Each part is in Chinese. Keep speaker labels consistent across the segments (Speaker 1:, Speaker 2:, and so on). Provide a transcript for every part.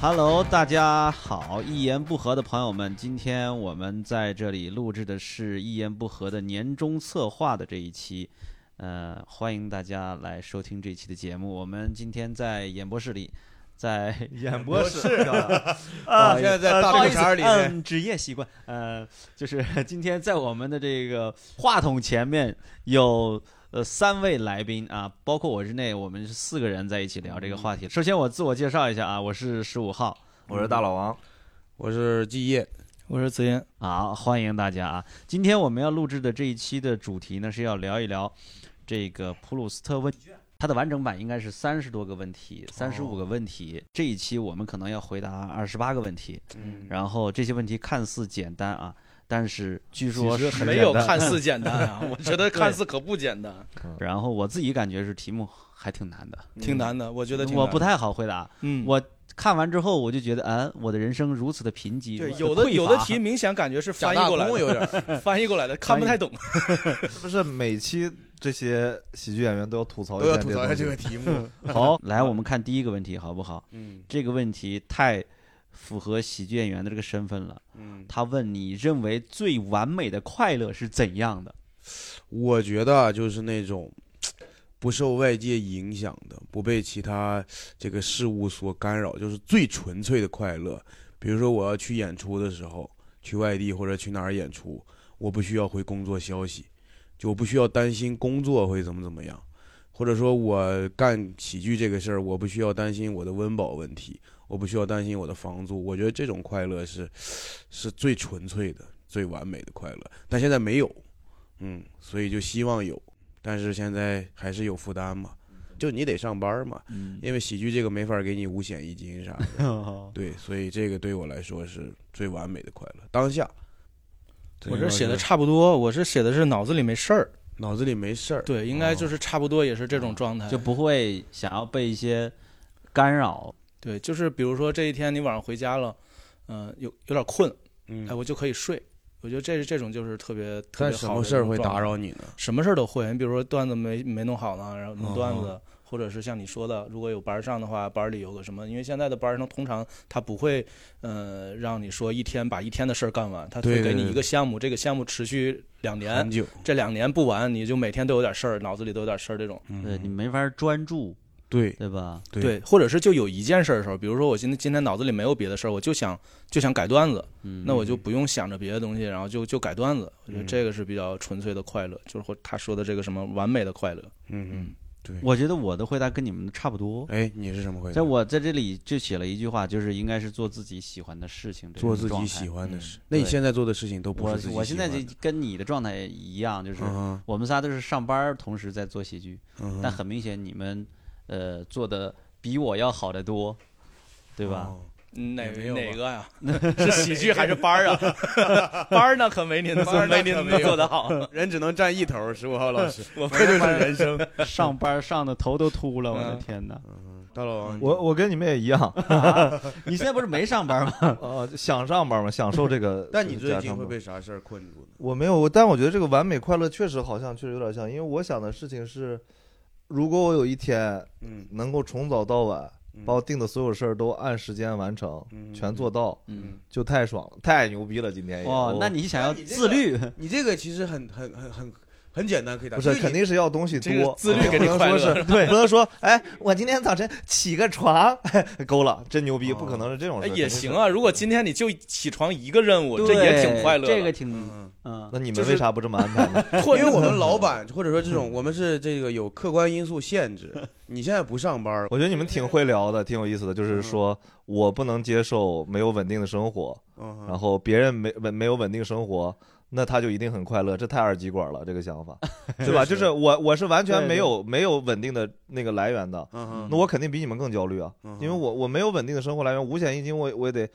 Speaker 1: Hello，大家好！一言不合的朋友们，今天我们在这里录制的是一言不合的年终策划的这一期，呃，欢迎大家来收听这一期的节目。我们今天在演播室里，在
Speaker 2: 演播室
Speaker 1: 啊，
Speaker 2: 现在在大
Speaker 1: 不好
Speaker 2: 绿
Speaker 1: 意思
Speaker 2: 茶里面，
Speaker 1: 嗯，职业习惯，呃，就是 今天在我们的这个话筒前面有呃三位来宾啊，包括我之内，我们是四个人在一起聊这个话题。首先我自我介绍一下啊，我是十五号，
Speaker 2: 我是大老王，嗯我是季夜，
Speaker 3: 我是子言，
Speaker 1: 嗯好，欢迎大家啊！今天我们要录制的这一期的主题呢，是要聊一聊这个普鲁斯特问卷，它的完整版应该是三十多个问题，三十五个问题。这一期我们可能要回答二十八个问题，
Speaker 2: 嗯，
Speaker 1: 然后这些问题看似简单啊，但是据说
Speaker 3: 其实
Speaker 1: 是
Speaker 3: 很
Speaker 4: 没有看似简单 啊，我觉得
Speaker 1: 对
Speaker 4: 看似可不简单。
Speaker 1: 然后我自己感觉是题目还挺难的，
Speaker 3: 挺难
Speaker 4: 嗯
Speaker 3: 的，我觉得挺难
Speaker 1: 我不太好回答。
Speaker 3: 嗯，
Speaker 1: 我看完之后，我就觉得，嗯，我的人生如此的贫瘠，
Speaker 3: 对
Speaker 1: 如此
Speaker 4: 有的
Speaker 1: 匮
Speaker 4: 有的
Speaker 1: 乏
Speaker 4: 题明显感觉是
Speaker 2: 假
Speaker 4: 翻译
Speaker 2: 大
Speaker 4: 过来
Speaker 2: 空有
Speaker 4: 的，
Speaker 2: 点 儿，
Speaker 4: 翻译过来的，看不太懂。
Speaker 5: 是不是每期这些喜剧演员都要吐槽一
Speaker 2: 都要
Speaker 5: 遍
Speaker 2: 吐
Speaker 5: 这
Speaker 2: 槽一
Speaker 5: 东
Speaker 2: 下
Speaker 5: 西
Speaker 2: 这个题目。
Speaker 1: 好，来，我们看第一个问题好不好？
Speaker 4: 嗯
Speaker 1: 这个问题太符合喜剧演员的这个身份了。
Speaker 4: 嗯，
Speaker 1: 他问你认为最完美的快乐是怎样 的？
Speaker 2: 我觉得啊就是那种不受外界影响的，不被其他这个事物所干扰，就是最纯粹的快乐。比如说我要去演出的时候，去外地或者去哪儿演出，我不需要回工作消息，就我不需要担心工作会怎么怎么样，或者说我干喜剧这个事儿，我不需要担心我的温饱问题，我不需要担心我的房租。我觉得这种快乐是是最纯粹的、最完美的快乐，但现在没有，嗯，所以就希望有，但是现在还是有负担嘛，就你得上班嘛，
Speaker 3: 嗯
Speaker 2: 因为喜剧这个没法给你五险一金啥的。对，所以这个对我来说是最完美的快乐。当下，
Speaker 3: 我
Speaker 2: 对
Speaker 3: 这写的差不多，我是写的是脑子里没事儿，
Speaker 2: 脑子里没事儿，
Speaker 3: 对，应该就是差不多也是这种状态，
Speaker 1: 就不会想要被一些干扰。
Speaker 3: 对，就是比如说这一天你晚上回家了，嗯，有有点困，哎，
Speaker 2: 嗯，
Speaker 3: 我就可以睡，我觉得这是这种就是特别特
Speaker 2: 但
Speaker 3: 别
Speaker 2: 什
Speaker 3: 好
Speaker 2: 么
Speaker 3: 的
Speaker 2: 事儿
Speaker 3: 一种
Speaker 2: 会
Speaker 3: 状
Speaker 2: 打
Speaker 3: 态？
Speaker 2: 扰你呢？
Speaker 3: 什么事儿都会，你比如说段子没没弄好呢，然后弄段子
Speaker 2: 哦，
Speaker 3: 或者是像你说的，如果有班儿上的话，班儿里有个什么，因为现在的班儿上通常他不会，呃，让你说一天把一天的事儿干完，他
Speaker 2: 对
Speaker 3: 会给
Speaker 2: 对
Speaker 3: 你
Speaker 2: 对
Speaker 3: 一个项目，这个项目持续两年
Speaker 2: 很，久，
Speaker 3: 这两年不完，你就每天都有点事儿，脑子里都有点事儿，这种。
Speaker 2: 嗯
Speaker 1: 对呃你没法专注，
Speaker 2: 对
Speaker 1: 对吧？
Speaker 2: 对
Speaker 3: 或者是就有一件事儿的时候，比如说我今天今天脑子里没有别的事儿，我就想就想改段子，
Speaker 1: 嗯，
Speaker 3: 那我就不用想着别的东西，然后就就改段子。我觉得
Speaker 2: 嗯
Speaker 3: 这个是比较纯粹的快乐，就是或他说的这个什么完美的快乐。
Speaker 2: 嗯嗯，对。
Speaker 1: 我觉得我的回答跟你们的差不多。
Speaker 2: 哎，你是什么回
Speaker 1: 在
Speaker 2: 答？
Speaker 1: 我在这里就写了一句话，就是应该是做自己喜欢的事情，这种
Speaker 2: 做自己
Speaker 1: 状态
Speaker 2: 喜欢的事。
Speaker 1: 嗯
Speaker 2: 那你
Speaker 1: 对
Speaker 2: 现在做的事情都不是
Speaker 1: 我
Speaker 2: 自己
Speaker 1: 我现在
Speaker 2: 喜欢
Speaker 1: 就
Speaker 2: 的
Speaker 1: 跟你的状态一样，就是
Speaker 2: 嗯哼
Speaker 1: 我们仨都是上班儿同时在做喜剧，
Speaker 2: 嗯哼，
Speaker 1: 但很明显你们呃做的比我要好得多，对吧？
Speaker 2: 哦？
Speaker 3: 哪
Speaker 2: 也没有吧
Speaker 3: 哪个呀？ 是喜剧还是班儿啊？班儿呢可没您
Speaker 2: 班儿那
Speaker 3: 没
Speaker 2: 可
Speaker 3: 您
Speaker 2: 没有
Speaker 3: 做的 好。
Speaker 2: 人只能占一头，十五号老 师，
Speaker 3: 我
Speaker 2: 这就是人生。
Speaker 1: 上班儿上的头都秃了，我的
Speaker 3: 嗯
Speaker 1: 天哪！
Speaker 2: 大老王，。
Speaker 5: 我我跟你们也一样，
Speaker 1: 你现在不是没上班吗？
Speaker 5: 呃，想上班嘛，享受这个
Speaker 2: 但你
Speaker 5: 这个
Speaker 2: 最
Speaker 5: 家
Speaker 2: 近
Speaker 5: 常
Speaker 2: 会
Speaker 5: 吧
Speaker 2: 被啥事儿困住呢？
Speaker 5: 我没有，但我觉得这个完美快乐确实好像确实有点像，因为我想的事情是，如果我有一天
Speaker 2: 嗯，
Speaker 5: 能够从早到晚
Speaker 2: 嗯
Speaker 5: 把我定的所有事儿都按时间完成，
Speaker 2: 嗯
Speaker 5: 全做到，
Speaker 2: 嗯，
Speaker 5: 就太爽了，太牛逼了！今天也
Speaker 1: 哦，那你想要自律，
Speaker 2: 你这个其实很很很很很简单，可以达
Speaker 5: 不
Speaker 2: 到。因
Speaker 5: 是
Speaker 2: 为
Speaker 5: 肯定是要东西
Speaker 3: 这个
Speaker 5: 多，啊
Speaker 3: 自律给
Speaker 5: 不
Speaker 3: 你
Speaker 5: 能
Speaker 3: 快乐
Speaker 5: 说是对，不能说哎，我今天早晨起个床，够了，真牛逼，
Speaker 2: 哦
Speaker 5: 不可能是这种
Speaker 3: 哎
Speaker 5: 事。
Speaker 3: 也
Speaker 5: 肯定是
Speaker 3: 行。啊，如果今天你就起床一个任务，这
Speaker 1: 对
Speaker 3: 也挺快乐的。
Speaker 1: 这个
Speaker 2: 你，
Speaker 1: 挺
Speaker 2: 嗯
Speaker 1: 嗯
Speaker 5: 那你
Speaker 3: 就
Speaker 5: 们
Speaker 3: 是
Speaker 5: 为啥不这么安排呢？
Speaker 2: 嗯因为我们老板或者说这种，我们是这个有客观因素限制。你现在不上班儿，
Speaker 5: 我觉得你们挺会聊的，挺有意思的。
Speaker 3: 嗯
Speaker 5: 就是说我不能接受没有稳定的生活，
Speaker 2: 嗯
Speaker 5: 然后别人没稳没有稳定生活，那他就一定很快乐，这太二极管了，这个 想法，对吧？就是我我是完全没有没有稳定的那个来源的，
Speaker 2: 嗯
Speaker 5: 那我肯定比你们更焦虑啊，
Speaker 2: 嗯
Speaker 5: 因为我我没有稳定的生活来源，五险一金我也我也得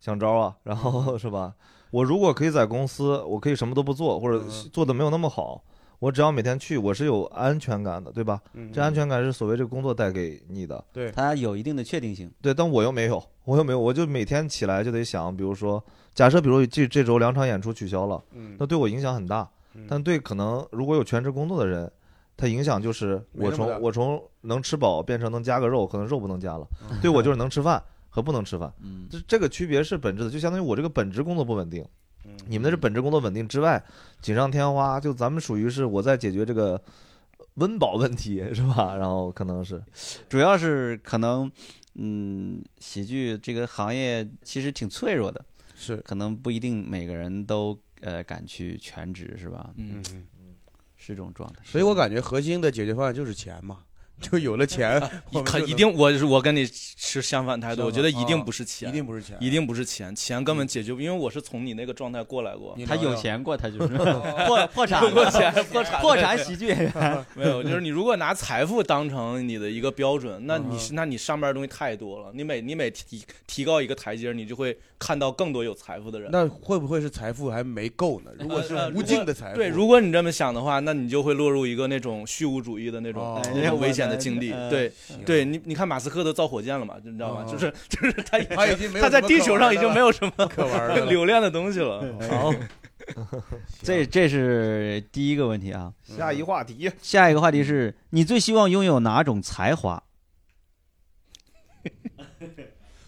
Speaker 5: 想招啊，然后是吧？我如果可以在公司，我可以什么都不做，或者
Speaker 2: 嗯
Speaker 5: 做的没有那么好。我只要每天去，我是有安全感的，对吧？
Speaker 2: 嗯
Speaker 5: 这安全感是所谓这个工作带给你的。
Speaker 2: 对
Speaker 1: 它有一定的确定性。
Speaker 5: 对，但我又没有，我又没有，我就每天起来就得想，比如说，假设比如这这周两场演出取消了，
Speaker 2: 嗯
Speaker 5: 那对我影响很大
Speaker 2: 嗯，
Speaker 5: 但对可能如果有全职工作的人，它影响就是
Speaker 2: 没
Speaker 5: 我
Speaker 2: 那么大
Speaker 5: 从我从能吃饱变成能加个肉，可能肉不能加了，
Speaker 2: 嗯
Speaker 5: 对我就是能吃饭和不能吃饭，
Speaker 1: 嗯，
Speaker 5: 这这个区别是本质的，就相当于我这个本职工作不稳定，
Speaker 2: 嗯
Speaker 5: 你们的是本职工作稳定之外锦上添花，就咱们属于是我在解决这个温饱问题是吧？然后可能是
Speaker 1: 主要是可能，嗯，喜剧这个行业其实挺脆弱的，
Speaker 2: 是，
Speaker 1: 可能不一定每个人都呃敢去全职，是吧？
Speaker 4: 嗯，
Speaker 2: 嗯。
Speaker 1: 是这种状态。
Speaker 2: 所以我感觉核心的解决方案就是钱嘛，就有了钱，我们
Speaker 4: 看
Speaker 2: 就
Speaker 4: 啊一
Speaker 2: 能
Speaker 4: 定我我跟你持相反态度，
Speaker 2: 相
Speaker 4: 我觉得
Speaker 2: 反
Speaker 4: 一定
Speaker 2: 啊
Speaker 4: 不是钱，
Speaker 2: 一定不嗯是钱，
Speaker 4: 一定不是钱，钱根本解决不，因为我是从你那个状态过来过，
Speaker 2: 你
Speaker 1: 他
Speaker 2: 聊
Speaker 1: 有
Speaker 2: 聊，
Speaker 1: 钱过， 他就是破破产了，
Speaker 4: 过钱破产
Speaker 1: 破产喜剧 演员。
Speaker 4: 没 有，就是你如果拿财富当成你的一个标准，那你
Speaker 2: 嗯
Speaker 4: 是那你上边的东西太多了，你每你每提提高一个台阶，你就会看到更多有财富的人。
Speaker 2: 那会不会是财富还没够呢？如果是
Speaker 4: 呃呃
Speaker 2: 无尽的财富，
Speaker 4: 对，如果你这么想的话，那你就会落入一个那种虚无主义的那种
Speaker 2: 哦
Speaker 4: 那种危险的境地。
Speaker 1: 呃
Speaker 4: 对，
Speaker 2: 行
Speaker 4: 对你你看马斯克都造火箭了嘛，你知道吗？
Speaker 2: 哦
Speaker 4: 就是 就是他已经
Speaker 2: 他已经没有
Speaker 4: 他在
Speaker 2: 什么
Speaker 4: 地
Speaker 2: 可
Speaker 4: 球
Speaker 2: 玩
Speaker 4: 上
Speaker 2: 的
Speaker 4: 已经
Speaker 2: 了
Speaker 4: 没有什么
Speaker 2: 可玩 儿的了
Speaker 4: 留恋的东西了。好，
Speaker 1: 这这是第一个问题啊。
Speaker 2: 嗯
Speaker 5: 下一话题，
Speaker 1: 下一个话题
Speaker 4: 嗯
Speaker 1: 是你最希望拥有哪种才华？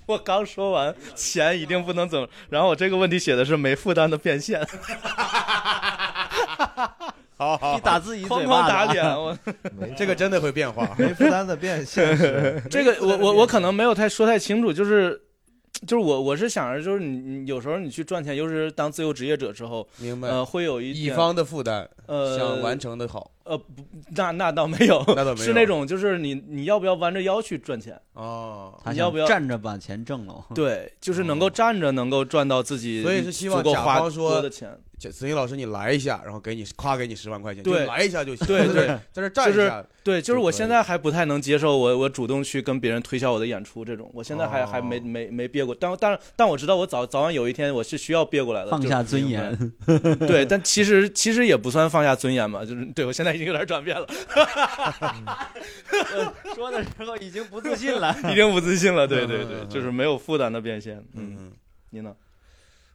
Speaker 4: 我刚说完钱一定不能怎么，然后我这个问题写的是没负担的变现，
Speaker 2: 好好，
Speaker 1: 你打自己
Speaker 4: 哐
Speaker 1: 嘴
Speaker 4: 哐
Speaker 1: 巴
Speaker 4: 打
Speaker 2: 啊
Speaker 1: 打
Speaker 4: 脸我。
Speaker 5: 没。
Speaker 2: 这个真的会变化
Speaker 5: 没负担的变 现实，
Speaker 4: 这个我我我可能没有太说太清楚，就是就是我我是想着就是你你有时候你去赚钱，尤其是当自由职业者之后，
Speaker 2: 明白，
Speaker 4: 呃，会有一
Speaker 2: 乙
Speaker 4: 点
Speaker 2: 方的负担，
Speaker 4: 呃
Speaker 2: 想完成的好，
Speaker 4: 呃不 那那倒没有，
Speaker 2: 那倒没有
Speaker 4: 是那种就是你你要不要弯着腰去赚钱？
Speaker 2: 哦，
Speaker 1: 他
Speaker 4: 你要不要
Speaker 1: 站着把钱挣了？
Speaker 4: 对，就是能够站着能够赚到自己，
Speaker 2: 嗯所以是希望
Speaker 4: 足够
Speaker 2: 甲
Speaker 4: 花
Speaker 2: 方说
Speaker 4: 多的钱，
Speaker 2: 子子英老师你来一下，然后给你夸给你十万块钱，就
Speaker 4: 对
Speaker 2: 来一下就行，
Speaker 4: 对
Speaker 2: 在
Speaker 4: 对
Speaker 2: 这 在这站一
Speaker 4: 就是
Speaker 2: 下，
Speaker 4: 对，就是
Speaker 2: 就
Speaker 4: 我
Speaker 2: 可
Speaker 4: 现
Speaker 2: 以
Speaker 4: 在还不太能接受我我主动去跟别人推销我的演出这种，我现在还、还没
Speaker 2: 哦
Speaker 4: 没没憋过，但但但我知道我早早晚有一天我是需要憋过来的，
Speaker 1: 放
Speaker 4: 呃就
Speaker 1: 下尊严，
Speaker 4: 对，但其实其实也不算放下尊严吧，就是对我现在已经有点转变了，
Speaker 1: 说的时候已经不自信了。
Speaker 4: 已经不自信了，对对对，就是没有负担的变现。嗯，
Speaker 2: 嗯，
Speaker 4: 你呢？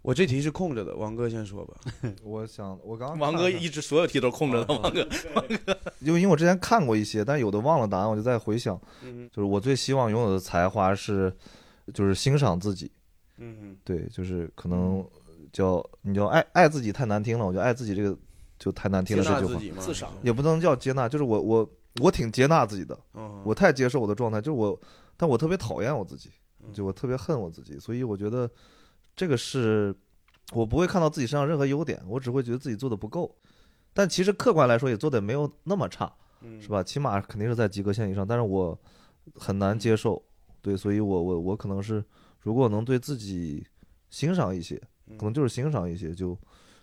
Speaker 2: 我这题是空着的，王哥先说吧，
Speaker 5: 我想我刚刚
Speaker 4: 王
Speaker 5: 看
Speaker 4: 哥
Speaker 5: 了
Speaker 4: 一直所有题都空着
Speaker 2: 哦
Speaker 4: 的，王哥
Speaker 5: 因为因为我之前看过一些，但有的忘了答案，我就在回想，
Speaker 2: 嗯
Speaker 5: 就是我最希望拥有的才华是，就是欣赏自己，
Speaker 2: 嗯，
Speaker 5: 对，就是可能叫你叫爱爱自己太难听了，我觉得爱自己这个就太难听
Speaker 2: 接
Speaker 5: 了
Speaker 2: 纳
Speaker 5: 这句
Speaker 2: 自
Speaker 5: 话，
Speaker 2: 己嘛，
Speaker 4: 自赏
Speaker 5: 也不能叫接纳，就是我我我挺接纳自己的，
Speaker 2: 嗯，
Speaker 5: 我太接受我的状态，就是我，但我特别讨厌我自己，就我特别恨我自己，所以我觉得这个是我不会看到自己身上任何优点，我只会觉得自己做的不够，但其实客观来说也做的没有那么差，
Speaker 2: 嗯
Speaker 5: 是吧？起码肯定是在及格线以上，但是我很难接受，对，所以我我我可能是如果能对自己欣赏一些，
Speaker 2: 嗯
Speaker 5: 可能就是欣赏一些就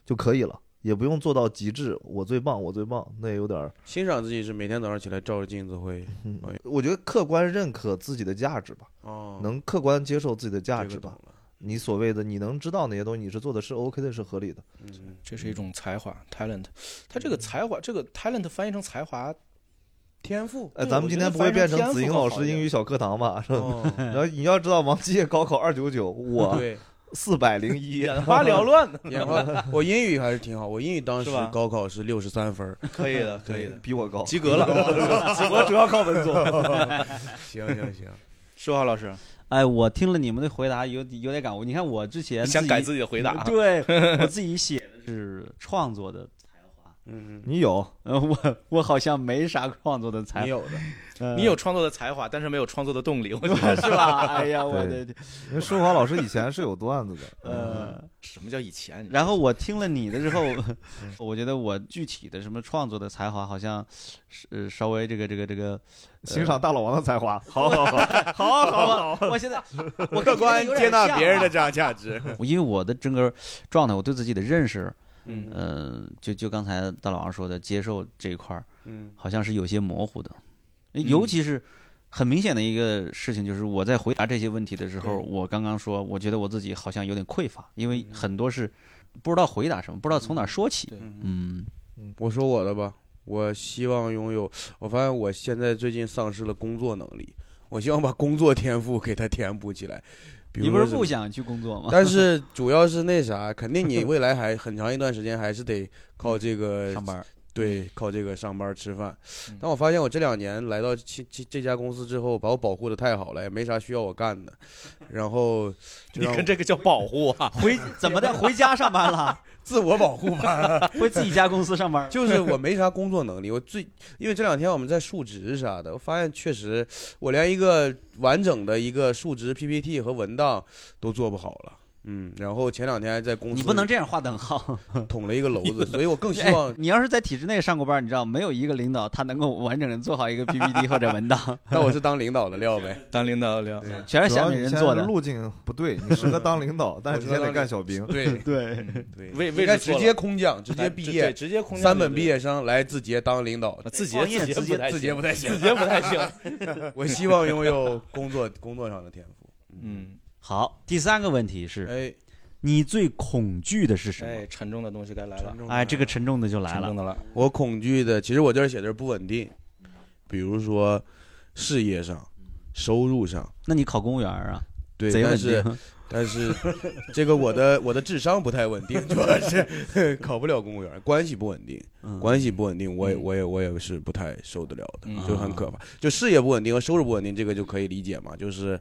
Speaker 5: 就可以了。也不用做到极致，我最棒，我最棒，那也有点儿。
Speaker 2: 欣赏自己是每天早上起来照着镜子会
Speaker 5: 嗯
Speaker 2: 哎呦
Speaker 5: 我觉得客观认可自己的价值吧，
Speaker 2: 哦
Speaker 5: 能客观接受自己的价
Speaker 2: 这
Speaker 5: 值
Speaker 2: 个懂
Speaker 5: 吧。
Speaker 2: 了，
Speaker 5: 你所谓的你能知道哪些东西你是做的是 OK 的，是合理的。
Speaker 2: 嗯，
Speaker 4: 这是一种才华 talent，他这个才华这个 talent 翻译成才华，
Speaker 2: 天 赋，
Speaker 5: 哎，
Speaker 4: 对
Speaker 5: 咱
Speaker 4: 我
Speaker 5: 们今
Speaker 4: 觉得
Speaker 5: 天不会
Speaker 4: 反
Speaker 5: 变
Speaker 4: 正
Speaker 5: 成
Speaker 4: 天
Speaker 5: 子
Speaker 4: 赋
Speaker 5: 英
Speaker 4: 更
Speaker 5: 老
Speaker 4: 好
Speaker 5: 师
Speaker 4: 一
Speaker 5: 英
Speaker 4: 点
Speaker 5: 语小课堂吧？是吧
Speaker 2: 哦
Speaker 5: 然后你要知道，王继业高考二九九，我
Speaker 2: 对，
Speaker 5: 四百零 一，
Speaker 4: 眼花缭乱，
Speaker 2: 眼花，我英语还是挺好，我英语当时
Speaker 4: 是吧
Speaker 2: 高考是六十三分儿，
Speaker 4: 可以的，可以的，
Speaker 5: 比 我高。
Speaker 4: 及格了。
Speaker 5: 我主要靠文综。
Speaker 2: 行行行，
Speaker 4: 说话老师，
Speaker 1: 哎，我听了你们的回答有有点感悟。你看我之前
Speaker 4: 你想改自
Speaker 1: 己
Speaker 4: 己的回答 啊，
Speaker 1: 对我自己写的是创作的才华，
Speaker 2: 嗯，
Speaker 5: 你有
Speaker 1: 呃，我我好像没啥创作的
Speaker 2: 你
Speaker 1: 才
Speaker 2: 有的，
Speaker 1: 华，呃
Speaker 4: 你有创作的才华，但是没有创作的动力。我 觉得
Speaker 1: 是吧？哎呀，我的
Speaker 5: 因为舒华老师以前是有段子的，嗯
Speaker 1: 呃。
Speaker 4: 什么叫以前？
Speaker 1: 然后我听了你的之 后，我觉得我具体的什么创作的才华好像是呃稍微这个这个这个，
Speaker 5: 欣赏大老王的才华。好好好，
Speaker 1: 好好好，我现在我
Speaker 2: 客观接纳别人
Speaker 1: 的，
Speaker 2: 的价价 值，
Speaker 1: 因为我的整个状态，我对自己的认识，
Speaker 2: 嗯
Speaker 1: 嗯、就就刚才大老王说的接受这一块儿，
Speaker 2: 嗯
Speaker 1: 好像是有些模糊的，尤其是。很明显的一个事情就是，我在回答这些问题的时候，
Speaker 2: 对
Speaker 1: 我刚刚说，我觉得我自己好像有点匮乏，因为很多是不知道回答什么，不知道从哪儿说起。
Speaker 2: 嗯，
Speaker 1: 嗯，
Speaker 2: 我说我的吧，我希望拥有，我发现我现在最近丧失了工作能力，我希望把工作天赋给它填补起来，比如
Speaker 1: 你不是
Speaker 2: 说
Speaker 1: 不
Speaker 2: 什么
Speaker 1: 想去工作吗？
Speaker 2: 但是主要是那啥，肯定你未来还很长一段时间还是得靠这个
Speaker 1: 上班儿，嗯
Speaker 2: 对，靠这个上班吃饭。但我发现我这两年来到这这这家公司之后，把我保护的太好了，也没啥需要我干的。然后就
Speaker 4: 你
Speaker 2: 让我
Speaker 4: 跟这个叫保护 啊？
Speaker 1: 回怎么的？回家上班了？
Speaker 2: 自我保护吧，
Speaker 1: 回自己家公司上班？
Speaker 2: 就是我没啥工作能力。我最因为这两天我们在述职啥的，我发现确实我连一个完整的一个述职 PPT 和文档都做不好了。嗯，然后前两天还在公司，
Speaker 1: 你不能这样划等 号。
Speaker 2: 捅了一个篓 子，所以我更希
Speaker 1: 哎
Speaker 2: 望。
Speaker 1: 你要是在体制内上过班，你知道没有一个领导他能够完整的做好一 个 PPT 或者文档，
Speaker 2: 那我是当领导的料呗。
Speaker 4: 当领导聊，
Speaker 1: 全是
Speaker 5: 主要
Speaker 1: 下面
Speaker 5: 你
Speaker 1: 人
Speaker 5: 现在
Speaker 1: 做
Speaker 5: 的
Speaker 1: 的。
Speaker 5: 路径不对，你适合当领导，但是
Speaker 2: 我
Speaker 5: 你
Speaker 2: 觉得
Speaker 5: 现在
Speaker 2: 当
Speaker 5: 干小兵。
Speaker 2: 对嗯
Speaker 1: 对，
Speaker 2: 对，
Speaker 4: 位位
Speaker 2: 应该直
Speaker 4: 置错了
Speaker 2: 接空降，直接毕
Speaker 4: 对
Speaker 2: 业，
Speaker 4: 直接空降
Speaker 2: 三本
Speaker 4: 就
Speaker 2: 毕业生来字节当领导。
Speaker 4: 对，字
Speaker 1: 创
Speaker 4: 节
Speaker 1: 业
Speaker 4: 字
Speaker 1: 字节
Speaker 4: 节不太
Speaker 2: 字节不太行
Speaker 4: 字节不太行。
Speaker 2: 我希望拥有工作工作上的天赋。
Speaker 4: 嗯，
Speaker 1: 好，第三个问题是
Speaker 2: 哎，
Speaker 1: 你最恐惧的是什么？
Speaker 4: 哎，沉重的东西该来了
Speaker 2: 沉，重
Speaker 1: 哎，这个沉重的就来
Speaker 4: 嗯沉
Speaker 1: 了
Speaker 4: 重。的了。
Speaker 2: 我恐惧的，其实我这儿写的是不稳定，比如说事业上、收入上，
Speaker 1: 那你考公务员啊？
Speaker 2: 对，
Speaker 1: 贼稳
Speaker 2: 但是
Speaker 1: 定。
Speaker 2: 但是这个我的我的智商不太稳定，主要是 考不了公务员，关系不稳定，
Speaker 1: 嗯
Speaker 2: 关系不稳定，我也我也我也是不太受得了的，
Speaker 4: 嗯
Speaker 2: 就很可怕。就事业不稳定和收入不稳定，这个就可以理解嘛，就是